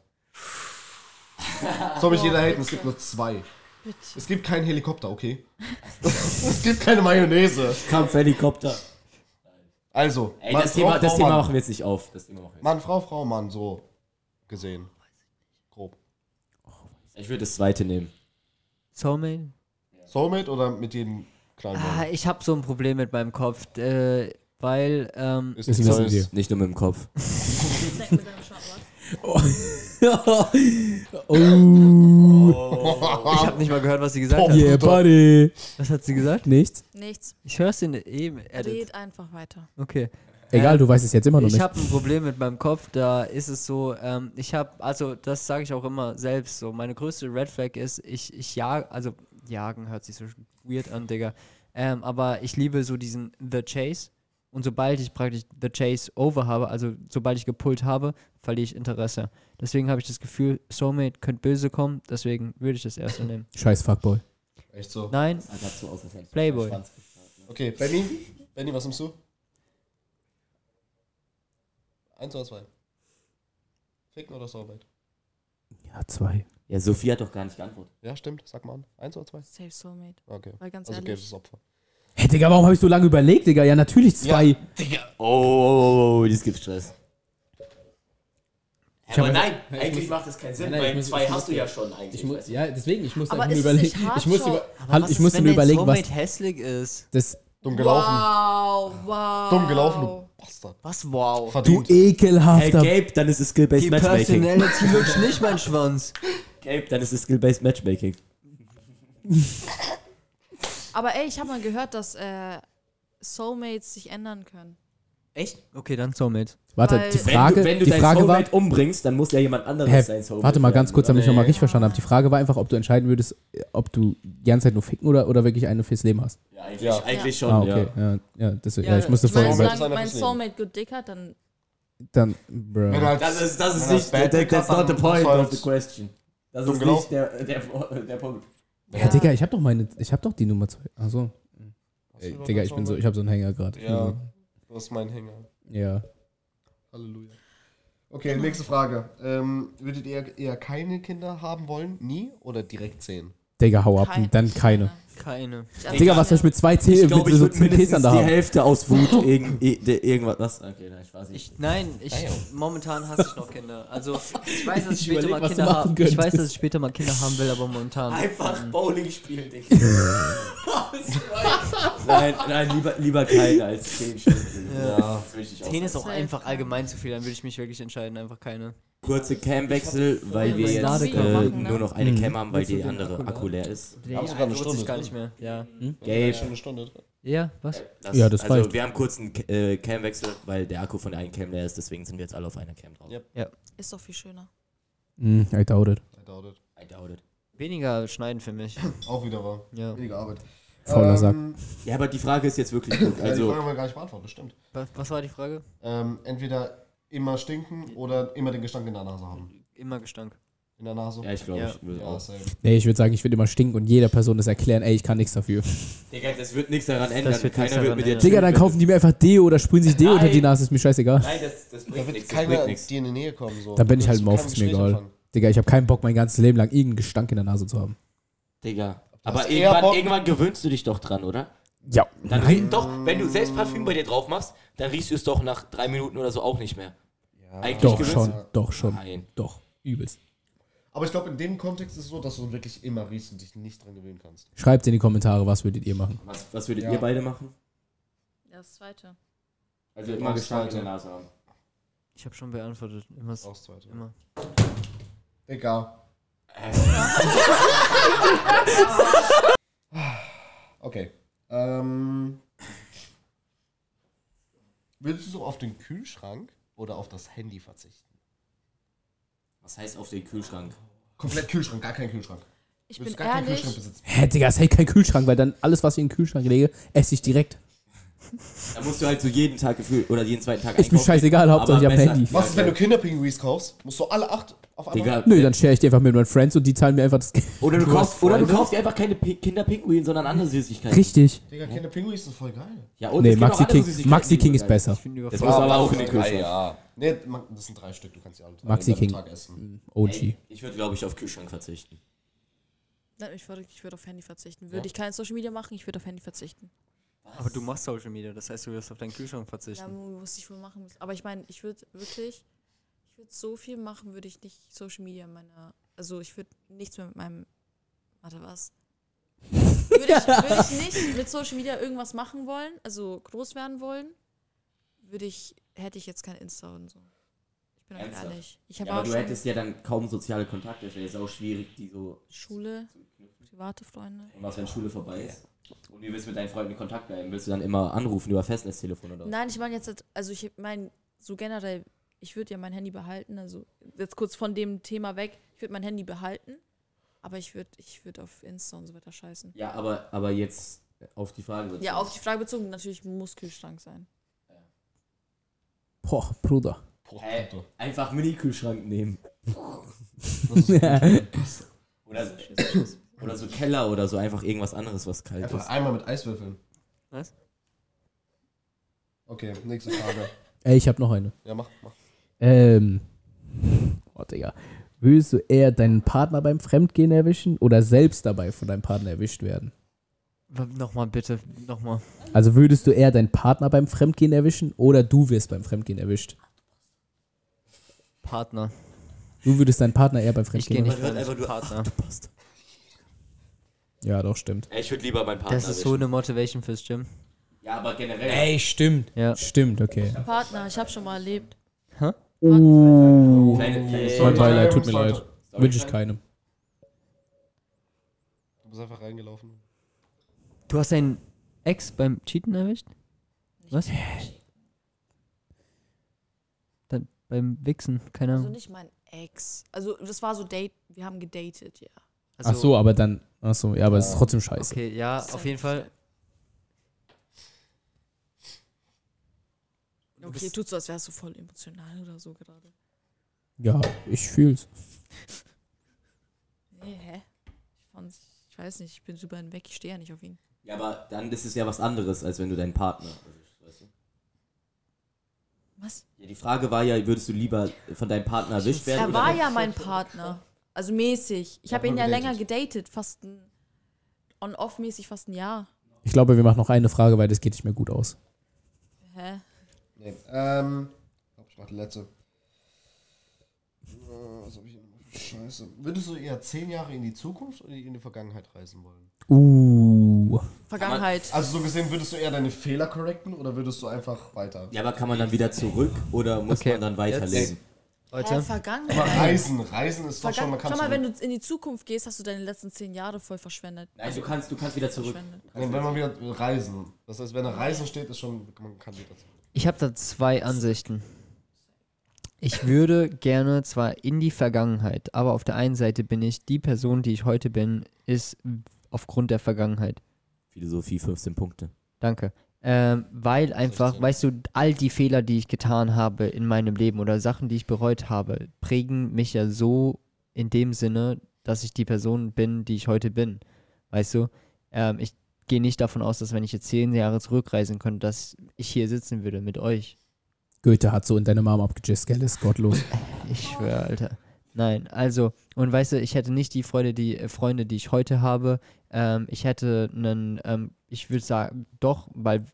Speaker 5: Soll mich jeder haten, es gibt nur zwei.
Speaker 3: Bitte.
Speaker 5: Es gibt keinen Helikopter, okay? es gibt keine Mayonnaise.
Speaker 6: Kampfhelikopter.
Speaker 5: Also,
Speaker 6: Ey,
Speaker 5: Mann,
Speaker 6: das
Speaker 5: Frau,
Speaker 6: Thema,
Speaker 5: Frau,
Speaker 6: das Thema
Speaker 5: Mann.
Speaker 6: machen wir jetzt nicht auf. Das Thema machen wir
Speaker 5: Mann, Frau, Frau, Mann, so gesehen. Grob.
Speaker 6: jetzt. Ich würde das zweite nehmen.
Speaker 1: Soulmate?
Speaker 5: Soulmate oder mit jedem kleinen
Speaker 1: Ah,
Speaker 5: Mann?
Speaker 1: ich habe so ein Problem mit meinem Kopf, äh, weil
Speaker 3: Ah,
Speaker 1: ähm,
Speaker 5: Ist
Speaker 2: Das
Speaker 5: nicht so,
Speaker 2: wissen wir.
Speaker 5: ist,
Speaker 6: Nicht nur mit dem Kopf.
Speaker 1: ich habe nicht mal gehört, was sie gesagt hat.
Speaker 2: Yeah, buddy.
Speaker 1: Was hat sie gesagt?
Speaker 2: Nichts?
Speaker 3: Nichts.
Speaker 1: Ich höre es in eben. Edit.
Speaker 3: Red einfach weiter.
Speaker 1: Okay.
Speaker 2: Egal, du weißt es jetzt immer noch
Speaker 1: Ich
Speaker 2: nicht.
Speaker 1: habe ein Problem mit meinem Kopf, da ist es so, ähm, ich habe, also das sage ich auch immer selbst so, meine größte Red Flag ist, ich, ich jag, also jagen hört sich so weird an, Digga, ähm, aber ich liebe so diesen The Chase und sobald ich praktisch The Chase over habe, also sobald ich gepult habe, verliere ich Interesse. Deswegen habe ich das Gefühl, Soulmate könnte böse kommen, deswegen würde ich das erste nehmen.
Speaker 2: Scheiß Fuckboy.
Speaker 5: echt so.
Speaker 1: Nein,
Speaker 6: Das sah grad so aus, als hättest du
Speaker 1: Playboy.
Speaker 6: einen Schwanz.
Speaker 5: Okay, Benny, Benny, was nimmst du? Eins oder zwei? Ficken oder Soulmate?
Speaker 2: Ja, zwei.
Speaker 6: Ja, Sophie hat doch gar nicht geantwortet.
Speaker 5: Ja, stimmt, sag mal an. Eins oder zwei?
Speaker 3: Safe Soulmate.
Speaker 5: Okay.
Speaker 3: Weil ganz
Speaker 5: Also gäbe
Speaker 3: ehrlich.
Speaker 5: es Opfer.
Speaker 2: Hey, Digga, warum habe ich so lange überlegt, Digga? Ja, natürlich zwei.
Speaker 5: Ja.
Speaker 6: Oh, oh, oh, oh, das gibt Stress.
Speaker 2: Ich hab-
Speaker 6: aber nein, eigentlich macht das keinen Sinn,
Speaker 2: Nein, nein, ich
Speaker 6: weil
Speaker 2: muss-
Speaker 6: zwei
Speaker 2: ich muss-
Speaker 6: hast du ja schon eigentlich. weißt du?
Speaker 2: ja, deswegen, ich muss
Speaker 3: Aber einfach nur ist es nicht überlegen. hart, Ich musste über-
Speaker 1: was
Speaker 2: ich
Speaker 1: ist,
Speaker 2: musste
Speaker 1: wenn
Speaker 2: mir
Speaker 1: dein
Speaker 2: überlegen, was
Speaker 1: Soulmate hässlich ist.
Speaker 2: das.
Speaker 3: Oh.
Speaker 5: Dumm gelaufen.
Speaker 3: Wow, wow.
Speaker 5: Dumm gelaufen, du Bastard.
Speaker 8: Was? Wow.
Speaker 6: Du
Speaker 5: Verdient.
Speaker 6: Hey,
Speaker 2: Ekelhafter.
Speaker 6: Gabe, dann ist es Skill-Based
Speaker 8: Die
Speaker 6: Matchmaking.
Speaker 8: Personality lutscht nicht meinen Schwanz.
Speaker 6: Gabe, dann ist es Skill-Based Matchmaking.
Speaker 3: Aber ey, ich habe mal gehört, dass äh, Soulmates sich ändern können.
Speaker 8: Echt?
Speaker 1: Okay, dann Soulmate.
Speaker 2: Warte,
Speaker 3: Weil-
Speaker 2: die
Speaker 3: Wenn
Speaker 2: Frage,
Speaker 6: wenn du, wenn du
Speaker 2: die
Speaker 6: dein
Speaker 2: Frage war.
Speaker 6: Soulmate umbringst, dann muss ja jemand anderes
Speaker 2: Hä,
Speaker 6: sein Soulmate
Speaker 2: warte mal ganz
Speaker 6: werden,
Speaker 2: kurz, damit
Speaker 6: oder?
Speaker 2: ich nochmal richtig verstanden habe. Die Frage war einfach, ob du entscheiden würdest, ob du die ganze Zeit nur ficken oder, oder wirklich eine fürs Leben hast.
Speaker 6: Ja, eigentlich, eigentlich schon,
Speaker 2: ah,
Speaker 6: ja.
Speaker 2: okay. Ja, ja, deswegen,
Speaker 3: Ja,
Speaker 2: ja, ich musste
Speaker 3: ich meine,
Speaker 2: vorhin.
Speaker 5: Soulmate.
Speaker 3: solange mein Soulmate gut dick hat, dann
Speaker 2: Dann, bruh.
Speaker 5: Wenn er
Speaker 6: Das ist, das ist
Speaker 5: wenn er
Speaker 6: nicht,
Speaker 5: bad
Speaker 6: that, that's
Speaker 5: hat,
Speaker 6: not the
Speaker 5: dann
Speaker 6: point
Speaker 5: muss er
Speaker 6: of the
Speaker 5: halt-
Speaker 6: question. Das
Speaker 5: Dumm
Speaker 6: ist
Speaker 5: gelaufen.
Speaker 6: nicht der, der, der Punkt.
Speaker 2: Ja, Digga, ich hab doch meine, ich hab doch die Nummer zwei. Achso. Ey, Digga, ich bin so, ich hab so einen Hänger gerade.
Speaker 5: Ja. Du hast meinen Hänger.
Speaker 2: Ja.
Speaker 5: Halleluja. Okay, nächste Frage. Ähm, würdet ihr eher keine Kinder haben wollen? Nie oder direkt zehn?
Speaker 2: Digga, hau ab,
Speaker 3: kein-
Speaker 2: dann keine.
Speaker 1: Keine.
Speaker 3: Ich- also
Speaker 2: Digga, was soll ich mit zwei Zähnen,
Speaker 6: Ich glaube,
Speaker 2: mit
Speaker 6: ich
Speaker 2: so
Speaker 6: würde
Speaker 2: zwei Pissern
Speaker 6: mindestens
Speaker 2: da
Speaker 6: die
Speaker 2: haben?
Speaker 6: Hälfte aus Wut irgend, i- de- irgendwas. Was? Okay, nein, Spaß. Ich,
Speaker 1: Ich, nein, ich, momentan hasse ich noch Kinder. Also, ich weiß, dass ich, später
Speaker 2: überleg,
Speaker 1: mal
Speaker 2: was du
Speaker 1: Kinder
Speaker 2: machen
Speaker 1: haben Ich weiß,
Speaker 2: könntest.
Speaker 1: dass ich später mal Kinder haben will, aber momentan.
Speaker 6: Mhm.
Speaker 8: Einfach Bowling spielen, Digga.
Speaker 6: nein, nein, lieber, lieber keine als zehn Stunden.
Speaker 1: Ja.
Speaker 6: das ist richtig.
Speaker 1: 10 ist auch
Speaker 3: Safe,
Speaker 1: einfach
Speaker 3: ja.
Speaker 1: allgemein zu viel, dann würde ich mich wirklich entscheiden, einfach keine.
Speaker 6: Kurze Cam-Wechsel, weil wir
Speaker 1: das
Speaker 6: jetzt
Speaker 1: Ladekabel
Speaker 6: äh,
Speaker 3: machen, ne?
Speaker 6: nur noch eine
Speaker 2: Mhm.
Speaker 6: Cam haben, weil
Speaker 1: Willst du
Speaker 6: die
Speaker 1: den
Speaker 6: andere
Speaker 1: Akku laden?
Speaker 6: Akku leer ist.
Speaker 1: Nee,
Speaker 5: haben sogar eine
Speaker 1: lohnt
Speaker 5: Stunde
Speaker 1: sich gar
Speaker 5: drin.
Speaker 1: nicht mehr. Ja.
Speaker 6: Gabe,
Speaker 5: Eine Stunde.
Speaker 1: Ja, was?
Speaker 6: das,
Speaker 2: Ja, das
Speaker 6: also
Speaker 2: reicht.
Speaker 6: wir haben kurz einen Ca- äh, Cam-Wechsel, weil der Akku von der einen Cam leer ist, deswegen sind wir jetzt alle auf einer Cam drauf.
Speaker 5: Yep.
Speaker 3: ist doch viel schöner.
Speaker 2: Hm, I doubt it.
Speaker 5: I doubt it.
Speaker 6: I doubt it.
Speaker 1: Weniger schneiden für mich.
Speaker 5: Auch wieder wahr.
Speaker 1: Ja.
Speaker 5: Weniger Arbeit.
Speaker 2: Fauler Sack.
Speaker 6: Ja, aber die Frage ist jetzt wirklich gut.
Speaker 5: Also, die
Speaker 6: Also,
Speaker 5: Frage haben wir gar nicht beantwortet, stimmt.
Speaker 1: Was, was war die Frage?
Speaker 5: Ähm, entweder immer stinken oder immer den Gestank in der Nase haben.
Speaker 1: Immer Gestank.
Speaker 5: In der Nase?
Speaker 6: ja, ich glaube,
Speaker 1: Ja.
Speaker 6: ich würde
Speaker 5: Ja,
Speaker 6: auch.
Speaker 5: same.
Speaker 2: Nee, ich würde sagen, ich würde immer stinken und jeder Person das erklären, ey, ich kann nichts dafür.
Speaker 6: Digga, das wird nichts daran ändern.
Speaker 1: wird nichts
Speaker 6: Keiner
Speaker 1: daran
Speaker 6: wird mit dir
Speaker 1: ändern.
Speaker 2: Digga, dann kaufen die mir einfach Deo oder sprühen sich Deo unter die Nase, ist mir scheißegal.
Speaker 6: Nein, das, das
Speaker 5: Da
Speaker 6: bringt
Speaker 5: wird
Speaker 6: nichts. Das bringt
Speaker 5: keiner
Speaker 6: nichts.
Speaker 5: dir in die Nähe kommen. So.
Speaker 2: Dann bin ich halt
Speaker 5: Du
Speaker 2: im Auf,
Speaker 5: kannst
Speaker 2: ist mir
Speaker 5: kein Gespräch
Speaker 2: egal.
Speaker 5: anfangen.
Speaker 2: Digga, ich habe keinen Bock, mein ganzes Leben lang irgendeinen Gestank in der Nase zu haben.
Speaker 6: Digga.
Speaker 5: hast
Speaker 6: Aber
Speaker 5: eher
Speaker 6: irgendwann,
Speaker 5: Bock-
Speaker 6: irgendwann gewöhnst du dich doch dran, oder?
Speaker 2: Ja.
Speaker 6: Dann Doch, wenn du selbst Parfüm bei dir drauf machst, dann riechst du es doch nach drei Minuten oder so auch nicht mehr. Eigentlich
Speaker 2: Doch
Speaker 6: gewöhnst
Speaker 2: schon,
Speaker 6: du-
Speaker 2: doch schon.
Speaker 6: Nein.
Speaker 2: Doch, übelst.
Speaker 5: Aber ich glaube, in dem Kontext ist es so, dass du wirklich immer riechst und dich nicht dran gewöhnen kannst.
Speaker 2: Schreibt in die Kommentare, was würdet ihr machen?
Speaker 6: Was, was würdet
Speaker 5: Ja.
Speaker 6: ihr beide machen?
Speaker 3: Ja, das zweite.
Speaker 6: Also
Speaker 5: Ja,
Speaker 6: immer
Speaker 5: das
Speaker 6: Gestank in
Speaker 5: Zweite.
Speaker 6: der Nase haben.
Speaker 1: Ich habe schon beantwortet. Immer. s-
Speaker 5: Auch das zweite.
Speaker 1: immer.
Speaker 5: Egal. okay. Ähm, würdest du auf den Kühlschrank oder auf das Handy verzichten?
Speaker 6: Was heißt auf den Kühlschrank?
Speaker 5: Komplett Kühlschrank, gar kein Kühlschrank.
Speaker 3: Ich bin
Speaker 5: Willst du gar keinen
Speaker 3: ehrlich,
Speaker 5: Kühlschrank besitzen?
Speaker 2: Hä, Digga, ist halt kein Kühlschrank, weil dann alles, was ich in den Kühlschrank lege, esse ich direkt.
Speaker 6: Da musst du halt so jeden Tag gefühlt oder jeden zweiten Tag
Speaker 2: Ist mir scheißegal, Hauptsache ich hab
Speaker 6: besser-
Speaker 2: Handy.
Speaker 5: Was ist, wenn du Kinderpinguis kaufst? Musst du alle acht auf einmal?
Speaker 6: Digga,
Speaker 2: Nö, dann share ich die einfach mit meinen Friends und die zahlen mir einfach das Geld.
Speaker 6: oder du, kaufst,
Speaker 2: hast
Speaker 6: oder du
Speaker 2: Freunde?
Speaker 6: kaufst dir einfach keine Pi- Kinderpinguin, sondern andere Süßigkeiten.
Speaker 2: Richtig.
Speaker 5: Digga, Kinderpinguis sind voll geil.
Speaker 6: Ja, und
Speaker 2: Nee,
Speaker 6: es gibt auch
Speaker 2: Maxi
Speaker 6: andere
Speaker 2: King,
Speaker 6: Süßigkeiten,
Speaker 2: Maxi
Speaker 6: die
Speaker 2: King
Speaker 6: so
Speaker 2: ist
Speaker 6: geil
Speaker 2: besser.
Speaker 1: Ich bin
Speaker 6: Das
Speaker 1: überfordert.
Speaker 6: muss aber auch in den Kühlschrank.
Speaker 5: Ja. Nee, man- das sind drei Stück, du kannst die alle drei
Speaker 2: Maxi
Speaker 5: am selben
Speaker 2: King.
Speaker 5: Tag essen.
Speaker 2: OG.
Speaker 6: Ich würde, glaube ich, auf Kühlschrank verzichten.
Speaker 3: nein, ich würde ich würd auf Handy verzichten. Würde ich kein Social Media machen, ich würde auf Handy verzichten.
Speaker 1: Aber du machst Social Media, das heißt, du wirst auf deinen Kühlschrank
Speaker 3: Ja,
Speaker 1: verzichten.
Speaker 3: muss ich wohl machen. Aber ich meine, ich würde wirklich, ich würde so viel machen, würde ich nicht Social Media in meiner, also ich würde nichts mehr mit meinem, warte, was? Würde ich, würde ich nicht mit Social Media irgendwas machen wollen, also groß werden wollen, würde ich, hätte ich jetzt kein Insta und so. Ich bin euch
Speaker 6: Ernsthaft?
Speaker 3: ehrlich. Ich habe
Speaker 6: aber
Speaker 3: auch
Speaker 6: du
Speaker 3: schon
Speaker 6: hättest ja dann kaum soziale Kontakte. Es wäre jetzt auch schwierig, die so.
Speaker 3: Schule, private Freunde.
Speaker 6: Und was, wenn Schule vorbei ist? Und wie willst du mit deinen Freunden in Kontakt bleiben? Willst du dann immer anrufen über Festnetztelefon oder was?
Speaker 3: Nein, ich meine jetzt, also ich meine, so generell, ich würde ja mein Handy behalten, also jetzt kurz von dem Thema weg, ich würde mein Handy behalten, aber ich würde ich würd auf Insta und so weiter scheißen.
Speaker 6: Ja, aber, aber jetzt auf die Frage. bezogen.
Speaker 3: Ja, auf die Frage bezogen, natürlich Muskelstank sein.
Speaker 2: Boah, Bruder.
Speaker 5: Boah,
Speaker 6: Hä?
Speaker 5: Alter.
Speaker 6: Einfach Mini-Kühlschrank nehmen. Oder,
Speaker 5: Das ist
Speaker 6: oder so Keller oder so. Einfach irgendwas anderes, was kalt
Speaker 5: Einfach
Speaker 6: ist.
Speaker 5: einmal mit Eiswürfeln.
Speaker 1: Was?
Speaker 5: Okay, nächste Frage.
Speaker 2: Ey, ich hab noch eine.
Speaker 5: ja, mach, mach.
Speaker 2: Ähm. Oh, Digga. Willst du eher deinen Partner beim Fremdgehen erwischen oder selbst dabei von deinem Partner erwischt werden?
Speaker 1: Ja. Nochmal bitte, nochmal.
Speaker 2: Also würdest du eher deinen Partner beim Fremdgehen erwischen oder du wirst beim Fremdgehen erwischt?
Speaker 1: Partner.
Speaker 2: Du würdest deinen Partner eher beim
Speaker 1: Ich gehe
Speaker 2: Fremdgehen
Speaker 1: nicht
Speaker 2: erwischen.
Speaker 6: hört
Speaker 1: rein, ich
Speaker 6: einfach
Speaker 1: bin
Speaker 6: nur,
Speaker 1: Partner.
Speaker 2: Ja, doch, stimmt.
Speaker 6: Ja, Ich würde lieber meinen Partner.
Speaker 1: Das ist so eine Motivation fürs Gym.
Speaker 6: erwischen.
Speaker 8: Ja, aber generell.
Speaker 2: Ey, stimmt.
Speaker 1: Ja.
Speaker 2: Stimmt, okay.
Speaker 3: Partner, ich habe schon mal erlebt.
Speaker 1: Hä?
Speaker 2: Oh.
Speaker 8: Kleine, kleine
Speaker 2: Mein
Speaker 8: Story.
Speaker 2: Beileid, tut mir leid. Wünsche ich keinem.
Speaker 5: Du bist einfach reingelaufen.
Speaker 1: Du hast deinen Ex beim Cheaten erwischt? Was? Dann beim Wichsen, keine
Speaker 3: Also
Speaker 1: Ahnung.
Speaker 3: nicht mein Ex. Also das war so Date, wir haben gedatet, ja.
Speaker 2: Ach so, aber dann. Ach so, ja, aber es ist trotzdem scheiße.
Speaker 1: Also Okay, ja,
Speaker 3: Ist ja
Speaker 1: auf jeden
Speaker 3: nicht
Speaker 1: Fall.
Speaker 3: Okay, tut so, als wärst du voll emotional oder so gerade.
Speaker 2: Ja, ich fühl's.
Speaker 3: Nee, hä? Ich fand's, ich weiß nicht, ich bin drüber hinweg, ich stehe ja nicht auf ihn.
Speaker 8: Ja, aber dann ist es ja was anderes, als wenn du deinen Partner. Weißt du?
Speaker 3: Was?
Speaker 8: ja, die Frage war ja, würdest du lieber von deinem Partner erwischt werden?
Speaker 3: Er
Speaker 8: oder
Speaker 3: war
Speaker 8: dein-
Speaker 3: ja mein Partner. Also mäßig. Ich habe ihn ja länger gedatet, fast ein on-off-mäßig fast ein Jahr.
Speaker 2: Ich glaube, wir machen noch eine Frage, weil das geht nicht mehr gut aus.
Speaker 3: Hä?
Speaker 5: Nee. Ähm, ich glaube, ich mach die letzte. Äh, Was hab ich denn für Scheiße. Würdest du eher zehn Jahre in die Zukunft oder in die Vergangenheit reisen wollen?
Speaker 2: Uh.
Speaker 3: Vergangenheit.
Speaker 5: Also so gesehen, würdest du eher deine Fehler correcten oder würdest du einfach weiter?
Speaker 8: Ja, aber kann man dann wieder zurück oder muss
Speaker 1: Okay,
Speaker 8: man dann weiterleben?
Speaker 3: Hä,
Speaker 1: Leute,
Speaker 5: Aber
Speaker 3: Oh, Vergangenheit.
Speaker 5: Reisen, Reisen ist doch schon,
Speaker 3: Vergangen
Speaker 5: man kann
Speaker 3: Schau mal, wenn
Speaker 5: zurück.
Speaker 3: du in die Zukunft gehst, hast du deine letzten zehn Jahre voll verschwendet.
Speaker 8: Nein, du kannst, du kannst wieder zurück.
Speaker 3: Verschwendet.
Speaker 5: Nee, wenn man wieder reisen. Das heißt, wenn er Reisen steht, ist schon, man kann wieder zurück.
Speaker 1: ich habe da zwei Ansichten. Ich würde gerne zwar in die Vergangenheit, aber auf der einen Seite bin ich die Person, die ich heute bin, ist aufgrund der Vergangenheit.
Speaker 8: Philosophie 15 Punkte.
Speaker 1: Danke. Ähm, weil einfach, weißt du, all die Fehler, die ich getan habe in meinem Leben oder Sachen, die ich bereut habe, prägen mich ja so in dem Sinne, dass ich die Person bin, die ich heute bin. Weißt du, ähm, ich gehe nicht davon aus, dass wenn ich jetzt zehn Jahre zurückreisen könnte, dass ich hier sitzen würde mit euch.
Speaker 2: Goethe hat so in deine Mom abgejist, gell? Ist gottlos.
Speaker 1: Ich schwöre, Alter. Nein, also, und weißt du, ich hätte nicht die Freude, die äh, Freunde, die ich heute habe. Ähm, ich hätte einen, ähm, ich würde sagen, doch, weil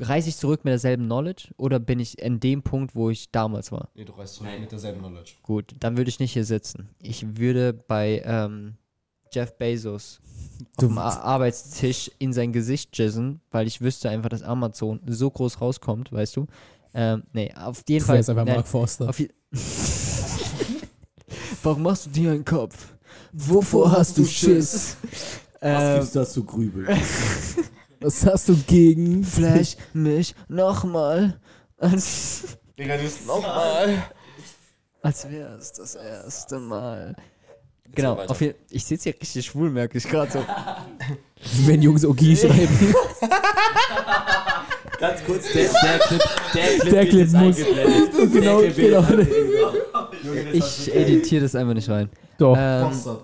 Speaker 1: reise ich zurück mit derselben Knowledge oder bin ich in dem Punkt, wo ich damals war?
Speaker 5: Nee, du reist zurück mit derselben Knowledge.
Speaker 1: Gut, dann würde ich nicht hier sitzen. Ich würde bei ähm, Jeff Bezos auf dem Ar- Arbeitstisch in sein Gesicht jizzen, weil ich wüsste einfach, dass Amazon so groß rauskommt, weißt du? Ähm, nee, auf jeden
Speaker 2: Du
Speaker 1: Fall.
Speaker 2: wärst einfach
Speaker 1: nein,
Speaker 2: Mark Forster.
Speaker 1: auf je- Warum machst du dir einen Kopf? Wovor hast du Schiss?
Speaker 8: Was
Speaker 1: Ähm,
Speaker 8: gibst du, dass du grübeln?
Speaker 2: Was hast du gegen
Speaker 1: flash mich Hm, nochmal. Als,
Speaker 5: Digga, die ist nochmal.
Speaker 1: als wäre es das erste Mal. Genau, auf je- ich sitze hier richtig schwul, merke ich gerade so.
Speaker 2: Wenn Jungs OG schreiben.
Speaker 8: Ganz kurz, der, der Clip, der Clip,
Speaker 2: Der
Speaker 8: wird
Speaker 2: Clip
Speaker 8: jetzt
Speaker 2: muss.
Speaker 8: eingeblendet.
Speaker 2: genau,
Speaker 8: Der Clip wird
Speaker 2: genau.
Speaker 1: Ich editiere das einfach nicht rein.
Speaker 2: Doch.
Speaker 1: Ähm,
Speaker 5: Halt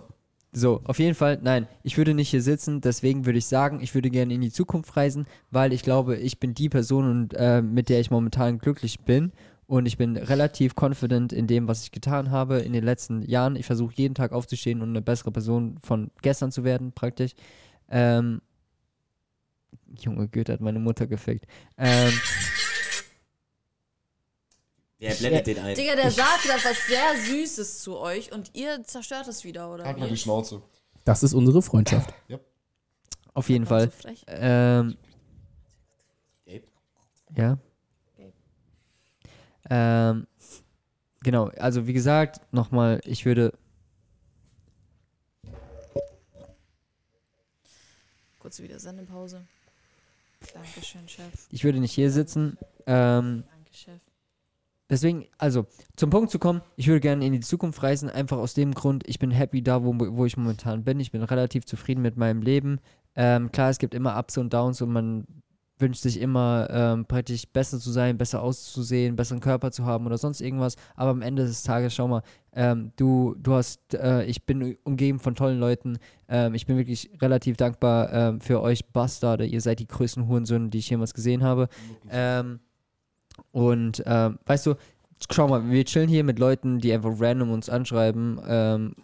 Speaker 1: so, auf jeden Fall, nein, ich würde nicht hier sitzen, deswegen würde ich sagen, ich würde gerne in die Zukunft reisen, weil ich glaube, ich bin die Person, und, äh, mit der ich momentan glücklich bin. Und ich bin relativ confident in dem, was ich getan habe in den letzten Jahren. Ich versuche jeden Tag aufzustehen und eine bessere Person von gestern zu werden, praktisch. Ähm, Junge Goethe hat meine Mutter gefickt. Ähm,
Speaker 8: Der blendet den
Speaker 6: Äh,
Speaker 8: ein.
Speaker 3: Digga, der sagt gerade was sehr Süßes zu euch und ihr zerstört es wieder, oder?
Speaker 5: Halt
Speaker 3: wie?
Speaker 5: mal die Schnauze.
Speaker 2: Das ist unsere Freundschaft.
Speaker 1: auf jeden
Speaker 3: War
Speaker 1: Fall.
Speaker 3: so frech.
Speaker 1: Ähm.
Speaker 8: Gelb?
Speaker 1: Ja. Ähm, genau, also wie gesagt, nochmal, ich würde.
Speaker 3: Kurz wieder Sendepause. Dankeschön, Chef.
Speaker 1: Ich würde nicht hier sitzen. Ähm,
Speaker 3: Danke, Chef.
Speaker 1: deswegen, also, zum Punkt zu kommen, ich würde gerne in die Zukunft reisen, einfach aus dem Grund, ich bin happy da, wo, wo ich momentan bin. Ich bin relativ zufrieden mit meinem Leben. Ähm, klar, es gibt immer Ups und Downs und man wünscht sich immer ähm, praktisch besser zu sein, besser auszusehen, besseren Körper zu haben oder sonst irgendwas. Aber am Ende des Tages, schau mal, ähm, du, du hast, äh, ich bin umgeben von tollen Leuten. Ähm, ich bin wirklich relativ dankbar ähm, für euch Bastarde. Ihr seid die größten Hurensöhne, die ich jemals gesehen habe. Ähm, und ähm, weißt du, schau mal, wir chillen hier mit Leuten, die einfach random uns anschreiben. Ähm,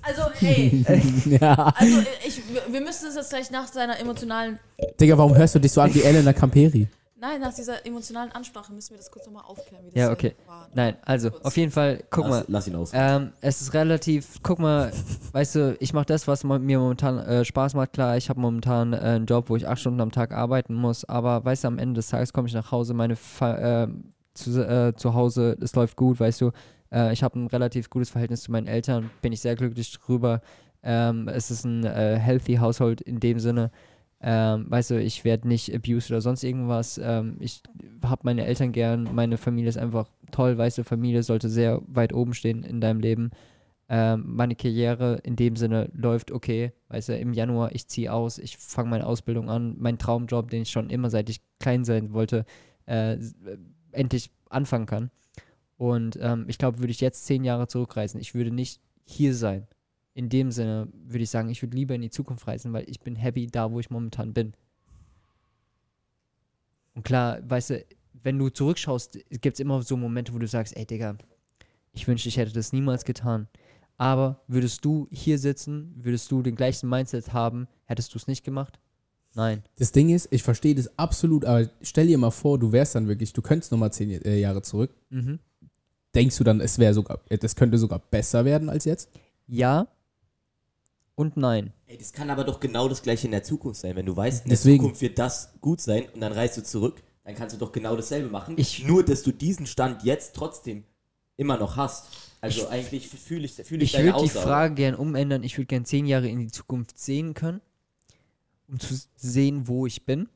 Speaker 3: Also, ey,
Speaker 2: ja.
Speaker 3: also ich, wir müssen es jetzt gleich nach seiner emotionalen.
Speaker 2: Digga, warum hörst du dich so an wie Elena Camperi?
Speaker 3: Nein, nach dieser emotionalen Ansprache müssen wir das kurz nochmal aufklären, wie das
Speaker 1: Ja,
Speaker 3: denn
Speaker 1: okay.
Speaker 3: war.
Speaker 1: Nein, also
Speaker 3: Kurz.
Speaker 1: auf jeden Fall, guck mal,
Speaker 6: Lass, lass ihn aus.
Speaker 1: Ähm, es ist relativ, guck mal, weißt du, ich mache das, was mo- mir momentan äh, Spaß macht. Klar, ich habe momentan äh, einen Job, wo ich acht Stunden am Tag arbeiten muss, aber weißt du, am Ende des Tages komme ich nach Hause, meine Fa äh, zu, äh, zu Hause, es läuft gut, weißt du. Äh, ich habe ein relativ gutes Verhältnis zu meinen Eltern, bin ich sehr glücklich drüber. Ähm, es ist ein äh, healthy Household in dem Sinne. Ähm, weißt du, ich werde nicht abused oder sonst irgendwas. Ähm, ich habe meine Eltern gern, meine Familie ist einfach toll, weißt du, Familie sollte sehr weit oben stehen in deinem Leben. Ähm, meine Karriere in dem Sinne läuft okay, weißt du, im Januar, ich ziehe aus, ich fange meine Ausbildung an, mein Traumjob, den ich schon immer seit ich klein sein wollte, äh, s- äh, endlich anfangen kann. Und ähm, ich glaube, würde ich jetzt zehn Jahre zurückreisen, ich würde nicht hier sein. In dem Sinne würde ich sagen, ich würde lieber in die Zukunft reisen, weil ich bin happy da, wo ich momentan bin. Und klar, weißt du, wenn du zurückschaust, gibt es immer so Momente, wo du sagst, ey Digga, ich wünschte, ich hätte das niemals getan. Aber würdest du hier sitzen, würdest du den gleichen Mindset haben, hättest du es nicht gemacht? Nein.
Speaker 2: Das Ding ist, ich verstehe das absolut, aber stell dir mal vor, du wärst dann wirklich, du könntest nochmal zehn äh, Jahre zurück.
Speaker 1: Mhm.
Speaker 2: Denkst du dann, es wäre sogar, äh, das könnte sogar besser werden als jetzt?
Speaker 1: Ja und nein.
Speaker 6: Ey, das kann aber doch genau das gleiche in der Zukunft sein. Wenn du weißt, in
Speaker 2: Deswegen.
Speaker 6: der Zukunft wird das gut sein und dann reist du zurück, dann kannst du doch genau dasselbe machen.
Speaker 1: Ich-
Speaker 6: Nur, dass du diesen Stand jetzt trotzdem immer noch hast. Also eigentlich fühle ich, fühl ich,
Speaker 1: Ich
Speaker 6: deine
Speaker 1: würde die
Speaker 6: Aussage.
Speaker 1: Frage gern umändern. Ich würde gern zehn Jahre in die Zukunft sehen können, um zu sehen, wo ich bin.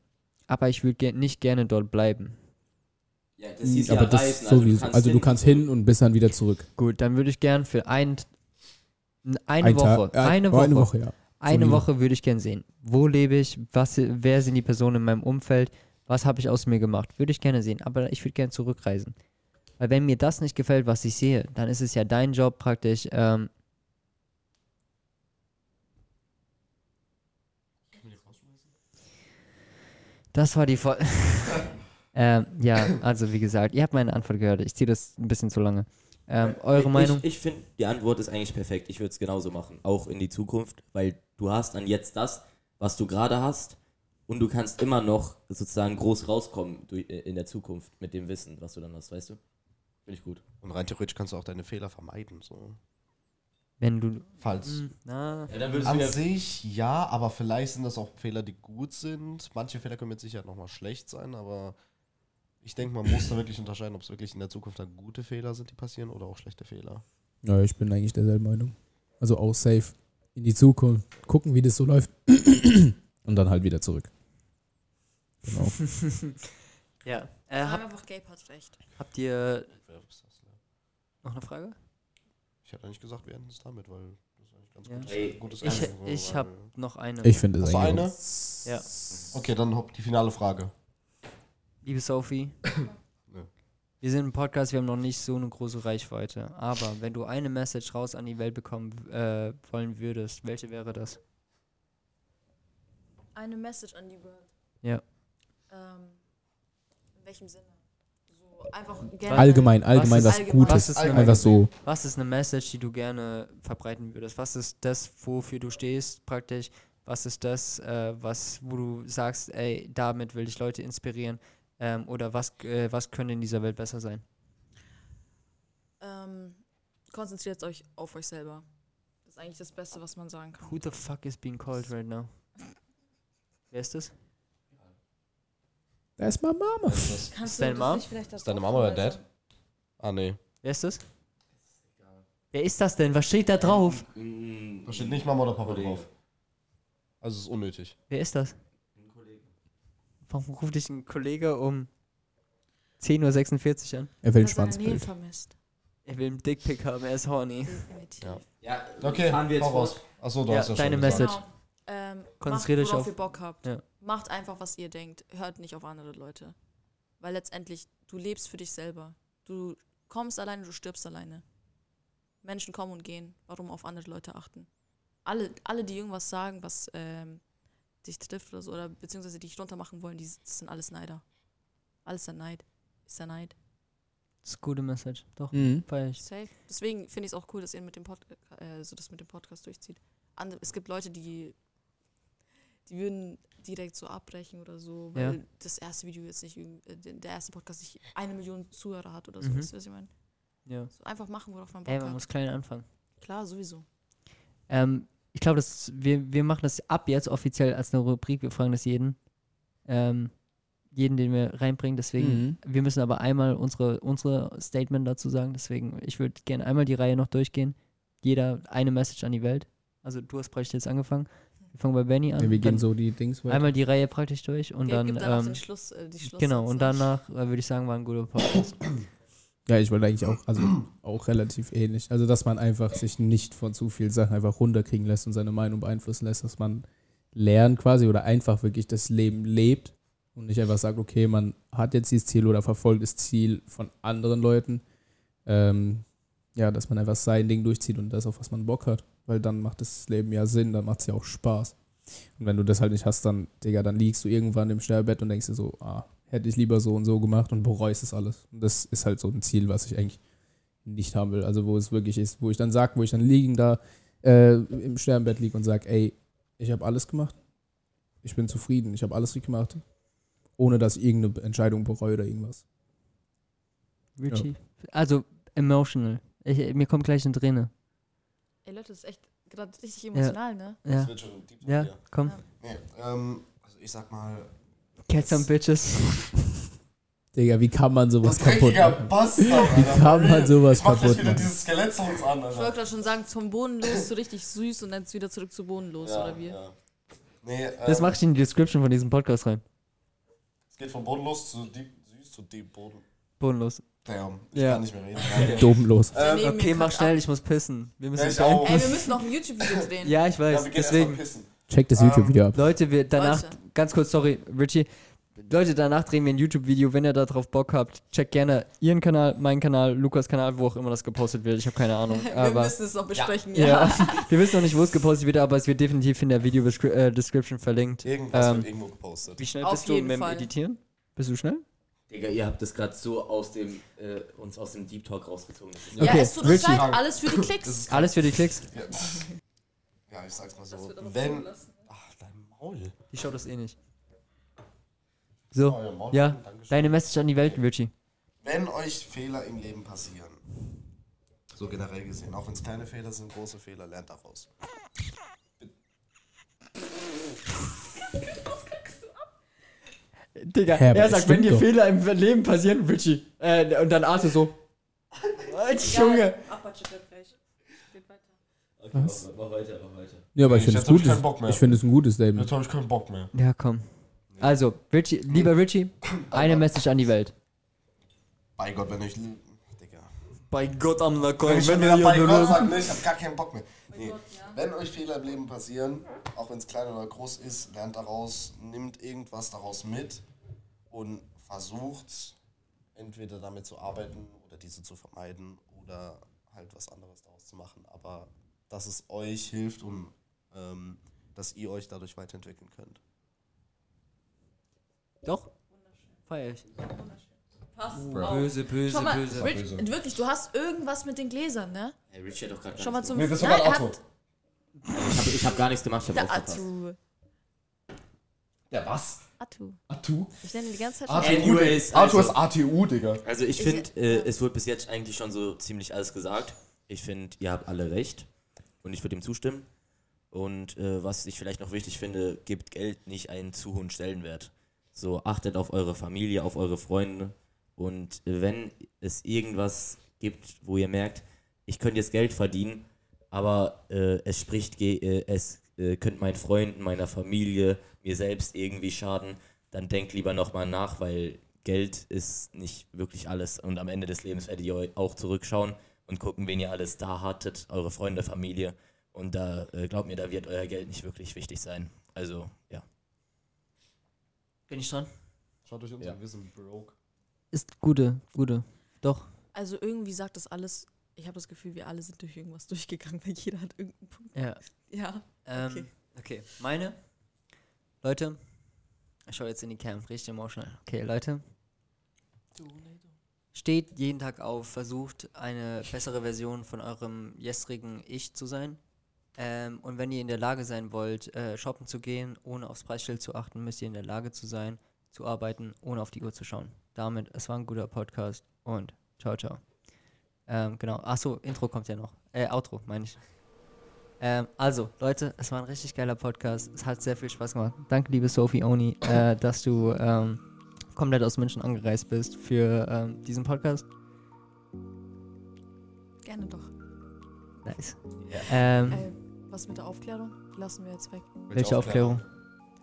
Speaker 1: Aber ich würde ger nicht gerne dort bleiben.
Speaker 6: ja, das hieß
Speaker 2: aber
Speaker 6: ja
Speaker 2: das
Speaker 6: reisen,
Speaker 2: sowieso. Also du kannst hin und bist dann wieder zurück.
Speaker 1: Gut, dann würde ich gern für ein, eine,
Speaker 2: Ein
Speaker 1: Woche,
Speaker 2: Tag- äh,
Speaker 1: eine
Speaker 2: oh,
Speaker 1: Woche,
Speaker 2: Eine Woche, ja.
Speaker 1: Eine
Speaker 2: Solide.
Speaker 1: Woche würde ich gern sehen. Wo lebe ich? Was, wer sind die Personen in meinem Umfeld? Was habe ich aus mir gemacht? Würde ich gerne sehen, aber ich würde gerne zurückreisen. Weil wenn mir das nicht gefällt, was ich sehe, dann ist es ja dein Job praktisch. Ähm, das war die Folge. ähm, ja, also wie gesagt, ihr habt meine Antwort gehört. Ich ziehe das ein bisschen zu lange. Ähm, eure
Speaker 6: ich,
Speaker 1: Meinung?
Speaker 6: Ich, ich finde, die Antwort ist eigentlich perfekt. Ich würde es genauso machen, auch in die Zukunft, weil du hast dann jetzt das, was du gerade hast und du kannst immer noch sozusagen groß rauskommen durch- äh, in der Zukunft mit dem Wissen, was du dann hast, weißt du? Finde ich gut.
Speaker 5: Und rein theoretisch kannst du auch deine Fehler vermeiden. So.
Speaker 1: wenn du.
Speaker 5: Falls.
Speaker 3: Mhm.
Speaker 1: Hm, Na,
Speaker 4: Ja, dann würdest du
Speaker 5: An
Speaker 4: wieder
Speaker 5: sich ja, aber vielleicht sind das auch Fehler, die gut sind. Manche Fehler können mit Sicherheit nochmal schlecht sein, aber ich denke, man muss da wirklich unterscheiden, ob es wirklich in der Zukunft dann gute Fehler sind, die passieren oder auch schlechte Fehler.
Speaker 2: Ja, ich bin eigentlich derselben Meinung. Also auch safe. In die Zukunft. Gucken, wie das so läuft. Und dann halt wieder zurück. Genau.
Speaker 1: ja. Äh,
Speaker 3: Wir
Speaker 1: hab,
Speaker 3: haben einfach Gabe hat recht.
Speaker 1: habt ihr
Speaker 5: Ich
Speaker 1: noch eine Frage?
Speaker 5: hätte eigentlich gesagt, wir enden es damit, weil das ist eigentlich ganz
Speaker 1: Ja.
Speaker 5: gutes,
Speaker 6: Ey,
Speaker 5: gutes
Speaker 1: Ich,
Speaker 5: Ende, so,
Speaker 1: ich
Speaker 5: weil-
Speaker 1: habe noch eine.
Speaker 2: Ich finde es
Speaker 5: Hast du
Speaker 2: eigentlich.
Speaker 5: eine?
Speaker 1: Ja.
Speaker 5: Okay, dann hopp, die finale Frage.
Speaker 1: Liebe Sophie,
Speaker 5: Ne.
Speaker 1: wir sind ein Podcast, wir haben noch nicht so eine große Reichweite. Aber wenn du eine Message raus an die Welt bekommen äh, wollen würdest, welche wäre das?
Speaker 3: Eine Message an die World.
Speaker 1: Ja.
Speaker 3: Ähm, in welchem Sinne? So einfach gerne.
Speaker 2: Allgemein, allgemein was,
Speaker 1: ist-
Speaker 3: allgemein-
Speaker 2: Gutes.
Speaker 1: Was ist, eine,
Speaker 2: Einfach so.
Speaker 1: was ist eine Message, die du gerne verbreiten würdest? Was ist das, wofür du stehst praktisch? Was ist das, äh, was, wo du sagst, ey, damit will ich Leute inspirieren? Ähm, oder was, äh, was könnte in dieser Welt besser sein?
Speaker 3: Ähm, konzentriert euch auf euch selber. Das ist eigentlich das Beste, was man sagen kann.
Speaker 1: Who the fuck is being called right now? Wer ist das?
Speaker 2: Da ist meine Mama.
Speaker 3: Kannst
Speaker 1: Ist deine Mom?
Speaker 5: Ist deine Mama oder Dad? Ah, nee.
Speaker 1: Wer ist das? Wer ist das denn? Was steht da drauf?
Speaker 6: Mm,
Speaker 5: Da steht nicht Mama oder Papa drauf. Also ist unnötig.
Speaker 1: Wer ist das? Warum ruft dich ein Kollege um
Speaker 2: 10.46
Speaker 1: 10.46 Uhr an?
Speaker 2: Er will ein
Speaker 3: Dass er Nähe
Speaker 2: Schwanzbild.
Speaker 3: vermisst.
Speaker 1: Er will einen Dickpick haben, er ist horny.
Speaker 3: Definitiv.
Speaker 5: Ja.
Speaker 6: Ja,
Speaker 5: Okay,
Speaker 6: fahren wir jetzt
Speaker 5: hau
Speaker 6: raus.
Speaker 5: raus. Achso, du
Speaker 1: Ja,
Speaker 5: hast ja
Speaker 1: deine
Speaker 5: schon
Speaker 1: Message.
Speaker 3: Genau. Ähm,
Speaker 1: Konzentriert
Speaker 3: macht,
Speaker 1: euch
Speaker 3: worauf
Speaker 1: auf-
Speaker 3: ihr Bock habt.
Speaker 1: Ja.
Speaker 3: Macht einfach, was ihr denkt. Hört nicht auf andere Leute. Weil letztendlich, du lebst für dich selber. Du kommst alleine, du stirbst alleine. Menschen kommen und gehen. Warum auf andere Leute achten? Alle, alle die irgendwas sagen, was ähm, dich trifft oder so, oder beziehungsweise dich runtermachen wollen, die, das sind alles Neider. Alles der Neid. Ist der Neid.
Speaker 1: Das ist eine gute Message. Doch,
Speaker 2: Mhm.
Speaker 1: feier ich.
Speaker 3: Safe. Deswegen finde ich es auch cool, dass ihr mit dem Pod äh, so das mit dem Podcast durchzieht. Andere, es gibt Leute, die die würden direkt so abbrechen oder so,
Speaker 1: Ja.
Speaker 3: weil das erste Video jetzt nicht, irgend- äh, der erste Podcast nicht eine Million Zuhörer hat oder so.
Speaker 1: Mhm.
Speaker 3: Weißt du, was ich meine?
Speaker 1: Ja.
Speaker 3: So einfach machen, worauf man Bock
Speaker 1: Ey, man
Speaker 3: hat.
Speaker 1: muss klein anfangen.
Speaker 3: Klar, sowieso.
Speaker 1: Ähm, ich glaube, dass wir, wir machen das ab jetzt offiziell als eine Rubrik. Wir fragen das jeden. Ähm, jeden, den wir reinbringen. Deswegen,
Speaker 2: Mhm.
Speaker 1: wir müssen aber einmal unsere, unsere Statement dazu sagen. Deswegen, ich würde gerne einmal die Reihe noch durchgehen. Jeder eine Message an die Welt. Also du hast praktisch jetzt angefangen. Wir fangen bei Benny an.
Speaker 2: Ja, wir gehen
Speaker 1: dann
Speaker 2: so die Dings weiter.
Speaker 1: einmal die Reihe praktisch durch und
Speaker 3: Gib-
Speaker 1: dann.
Speaker 3: Gib danach
Speaker 1: Ähm,
Speaker 3: den Schluss, äh, die Schluss
Speaker 1: genau, und danach äh, würde ich sagen, war ein guter Podcast.
Speaker 2: Ja, ich wollte eigentlich auch, also auch relativ ähnlich. Also, dass man einfach sich nicht von zu vielen Sachen einfach runterkriegen lässt und seine Meinung beeinflussen lässt, dass man lernt quasi oder einfach wirklich das Leben lebt und nicht einfach sagt, okay, man hat jetzt dieses Ziel oder verfolgt das Ziel von anderen Leuten. Ähm, ja, dass man einfach sein Ding durchzieht und das, auf was man Bock hat. Weil dann macht das Leben ja Sinn, dann macht es ja auch Spaß. Und wenn du das halt nicht hast, dann, Digga, dann liegst du irgendwann im Sterbebett und denkst dir so, ah, hätte ich lieber so und so gemacht und bereust es alles. Und das ist halt so ein Ziel, was ich eigentlich nicht haben will. Also wo es wirklich ist, wo ich dann sage, wo ich dann liegen da äh, im Sternbett liege und sage, ey, ich habe alles gemacht. Ich bin zufrieden. Ich habe alles gemacht. Ohne dass ich irgendeine Entscheidung bereue oder irgendwas.
Speaker 1: Richie. Also, emotional. Ich, mir kommt gleich eine Träne.
Speaker 3: Ey Leute, das ist echt gerade richtig emotional, ne?
Speaker 1: Ja,
Speaker 5: wird schon deep
Speaker 1: ja, komm.
Speaker 5: Nee, ähm, also ich sag mal.
Speaker 1: Cats and Bitches.
Speaker 2: Digga, wie kann man sowas kaputt
Speaker 5: Dreckiger
Speaker 2: machen?
Speaker 5: Bastard, Alter.
Speaker 2: Wie kann man sowas
Speaker 5: Ich mach gleich
Speaker 2: kaputt
Speaker 5: wieder
Speaker 2: machen?
Speaker 5: dieses Skelettsons an,
Speaker 3: Ich
Speaker 5: Alter.
Speaker 3: wollte gerade schon sagen, vom Boden los zu richtig süß und dann wieder zurück zu Boden los,
Speaker 5: Ja,
Speaker 3: oder wie?
Speaker 5: ja. Nee, ähm,
Speaker 1: Das mache ich in die Description von diesem Podcast rein.
Speaker 5: Es geht von bodenlos zu deep, süß zu deep Boden.
Speaker 1: Bodenlos.
Speaker 5: Damn, ich
Speaker 1: Ja.
Speaker 5: kann nicht mehr reden. Ja,
Speaker 2: Dumm los.
Speaker 5: Ähm,
Speaker 3: Neben mir
Speaker 1: Okay, mach
Speaker 3: kackt
Speaker 1: schnell, ich muss pissen. Wir müssen
Speaker 5: Ja, ich
Speaker 1: schnell-
Speaker 5: auch.
Speaker 3: Ey, wir müssen noch ein YouTube-Video drehen.
Speaker 1: Ja, ich
Speaker 5: Ja,
Speaker 1: weiß.
Speaker 5: wir gehen erstmal
Speaker 1: Deswegen,
Speaker 5: pissen.
Speaker 2: Check das
Speaker 5: Ähm,
Speaker 2: YouTube-Video ab.
Speaker 1: Leute, wir danach,
Speaker 3: Leute.
Speaker 1: ganz kurz, sorry, Richie. Leute, danach drehen wir ein YouTube-Video. Wenn ihr da drauf Bock habt, checkt gerne ihren Kanal, meinen Kanal, Lukas Kanal, wo auch immer das gepostet wird. Ich habe keine Ahnung.
Speaker 3: Wir
Speaker 1: Aber
Speaker 3: müssen es noch besprechen, ja.
Speaker 1: ja, wir wissen noch nicht, wo es gepostet wird, aber es wird definitiv in der Video-Description verlinkt.
Speaker 5: Irgendwas
Speaker 1: Ähm,
Speaker 5: wird irgendwo gepostet.
Speaker 1: Wie schnell
Speaker 3: Auf
Speaker 1: bist du
Speaker 3: jeden
Speaker 1: mit dem
Speaker 3: Fall.
Speaker 1: Editieren? Bist du schnell?
Speaker 6: Digga, ihr habt das gerade so aus dem, äh, uns aus dem Deep Talk rausgezogen. Das ist
Speaker 3: Ja,
Speaker 1: Okay,
Speaker 3: es tut uns
Speaker 1: Richie.
Speaker 3: leid, alles für die Klicks.
Speaker 1: Alles für die Klicks?
Speaker 5: Ja. ja, ich sag's mal so. Wenn. Ach, dein Maul.
Speaker 1: Ich schau das eh nicht.
Speaker 5: Oh,
Speaker 1: So,
Speaker 5: ja, Maul.
Speaker 1: ja,
Speaker 5: Dankeschön.
Speaker 1: deine Message an die Welt, Richie.
Speaker 5: Wenn euch Fehler im Leben passieren, so generell gesehen, auch wenn es kleine Fehler sind, große Fehler, lernt daraus.
Speaker 1: Digga,
Speaker 2: Hä, aber er das sagt, wenn stimmt dir doch.
Speaker 1: Fehler im Leben passieren, Richie. und dann Arte so. Junge.
Speaker 6: Was? Mach weiter, mach weiter.
Speaker 2: Ja, aber ich
Speaker 5: Ich
Speaker 2: finde es
Speaker 5: hab jetzt
Speaker 2: gut.
Speaker 5: keinen Bock mehr.
Speaker 2: Ich finde es ein gutes Leben.
Speaker 5: habe ich keinen Bock mehr.
Speaker 1: Ja, komm. Also, Richie, lieber Richie, eine Message an die Welt.
Speaker 5: Bei Gott, wenn euch. Digga.
Speaker 1: Bei Gott am
Speaker 5: Wenn
Speaker 1: Nacken,
Speaker 5: ich wieder bei Gott sag, ne, ich hab gar keinen Bock mehr. Nee. Wenn euch Fehler im Leben passieren, auch wenn es klein oder groß ist, lernt daraus, nimmt irgendwas daraus mit und versucht entweder damit zu arbeiten oder diese zu vermeiden oder halt was anderes daraus zu machen. Aber dass es euch hilft und ähm, dass ihr euch dadurch weiterentwickeln könnt.
Speaker 1: Doch? Feier ich.
Speaker 3: Pass auf.
Speaker 1: Böse, böse,
Speaker 3: Schau mal,
Speaker 1: böse.
Speaker 3: Rich, wirklich, du hast irgendwas mit den Gläsern, ne?
Speaker 6: Hey, Richie hat doch gerade
Speaker 3: Schau mal zum...
Speaker 5: Nee, das war
Speaker 3: Nein,
Speaker 5: mein
Speaker 3: er
Speaker 5: Auto.
Speaker 3: hat-
Speaker 6: Ich hab, ich hab gar nichts gemacht, ich hab
Speaker 3: Der
Speaker 6: aufgepasst.
Speaker 3: Atu.
Speaker 5: Ja, was?
Speaker 3: Atu.
Speaker 5: ATU?
Speaker 3: Ich nenne ihn die ganze Zeit
Speaker 5: ATU,
Speaker 3: schon.
Speaker 6: Anyways,
Speaker 5: Digga. ATU
Speaker 6: also-
Speaker 5: ist ATU, Digga.
Speaker 6: Also ich
Speaker 3: Ich-
Speaker 6: finde, äh, es wurde bis jetzt eigentlich schon so ziemlich alles gesagt. Ich finde, ihr habt alle recht und ich würde dem zustimmen. Und äh, was ich vielleicht noch wichtig finde, gebt Geld nicht einen zu hohen Stellenwert. So achtet auf eure Familie, auf eure Freunde. Und äh, wenn es irgendwas gibt, wo ihr merkt, ich könnte jetzt Geld verdienen, aber äh, es spricht, ge äh, es äh, könnte meinen Freunden, meiner Familie, mir selbst irgendwie schaden, dann denkt lieber nochmal nach, weil Geld ist nicht wirklich alles. Und am Ende des Lebens werdet ihr eu- auch zurückschauen und gucken, wen ihr alles da hattet, eure Freunde, Familie. Und da, äh, glaubt mir, da wird euer Geld nicht wirklich wichtig sein. Also, ja.
Speaker 1: Bin ich dran?
Speaker 5: Schaut euch unser Wissen broke.
Speaker 1: Ist gute, gute. Doch.
Speaker 3: Also irgendwie sagt das alles... Ich habe das Gefühl, wir alle sind durch irgendwas durchgegangen, weil jeder hat irgendeinen Punkt.
Speaker 1: Ja.
Speaker 3: Ja.
Speaker 1: Ähm, okay.
Speaker 3: Okay.
Speaker 1: meine. Leute, ich schaue jetzt in die Cam, richtig emotional. Okay, Leute. Steht jeden Tag auf, versucht eine bessere Version von eurem gestrigen Ich zu sein. Ähm, und wenn ihr in der Lage sein wollt, äh, shoppen zu gehen, ohne aufs Preisschild zu achten, müsst ihr in der Lage zu sein, zu arbeiten, ohne auf die Uhr zu schauen. Damit, es war ein guter Podcast und ciao, ciao. Ähm, genau. Achso, Intro kommt ja noch. Äh, Outro, meine ich. Ähm, also, Leute, es war ein richtig geiler Podcast. Es hat sehr viel Spaß gemacht. Danke, liebe Sophie Oni, äh, dass du ähm, komplett aus München angereist bist für ähm, diesen Podcast.
Speaker 3: Gerne doch.
Speaker 1: Nice.
Speaker 4: Ja.
Speaker 1: Ähm,
Speaker 3: Äh, was mit der Aufklärung? Die lassen wir jetzt weg.
Speaker 1: welche Aufklärung?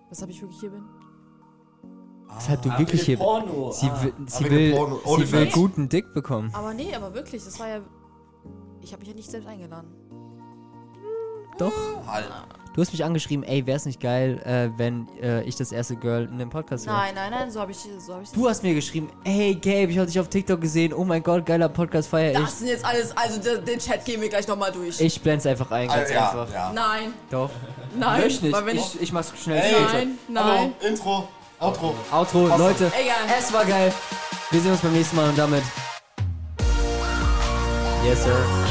Speaker 3: Weshalb ich wirklich hier bin?
Speaker 1: Weshalb
Speaker 5: Ah,
Speaker 1: du wirklich hier
Speaker 8: Porno.
Speaker 1: Sie,
Speaker 8: ah.
Speaker 1: will- sie,
Speaker 5: wegen
Speaker 1: will,
Speaker 5: Porno-
Speaker 1: sie will
Speaker 5: OnlyFans.
Speaker 1: guten Dick bekommen.
Speaker 3: Aber nee, aber wirklich, das war ja. Ich habe mich ja nicht selbst eingeladen.
Speaker 1: Doch.
Speaker 4: Alter.
Speaker 1: Du hast mich angeschrieben, ey, wär's nicht geil, äh, wenn äh, ich das erste Girl in dem Podcast wäre.
Speaker 3: Nein, nein, nein, so habe ich so hab ich
Speaker 1: Du hast mir geschrieben, hey Gabe, ich habe dich auf TikTok gesehen, oh mein Gott, geiler Podcast, feier
Speaker 3: Das
Speaker 1: ich.
Speaker 3: sind jetzt alles, also de- den Chat gehen wir gleich nochmal durch.
Speaker 1: Ich blend's einfach ein, ganz
Speaker 5: Also, ja,
Speaker 1: einfach.
Speaker 5: ja.
Speaker 3: nein,
Speaker 1: Doch.
Speaker 3: nein.
Speaker 1: ich nicht.
Speaker 3: Weil wenn ich,
Speaker 1: ich, ich mach's schnell.
Speaker 3: nein, nein.
Speaker 5: Hallo, Intro, Outro.
Speaker 1: Outro, Leute,
Speaker 3: Egal.
Speaker 1: es war geil. Wir sehen uns beim nächsten Mal und damit. Yes, sir.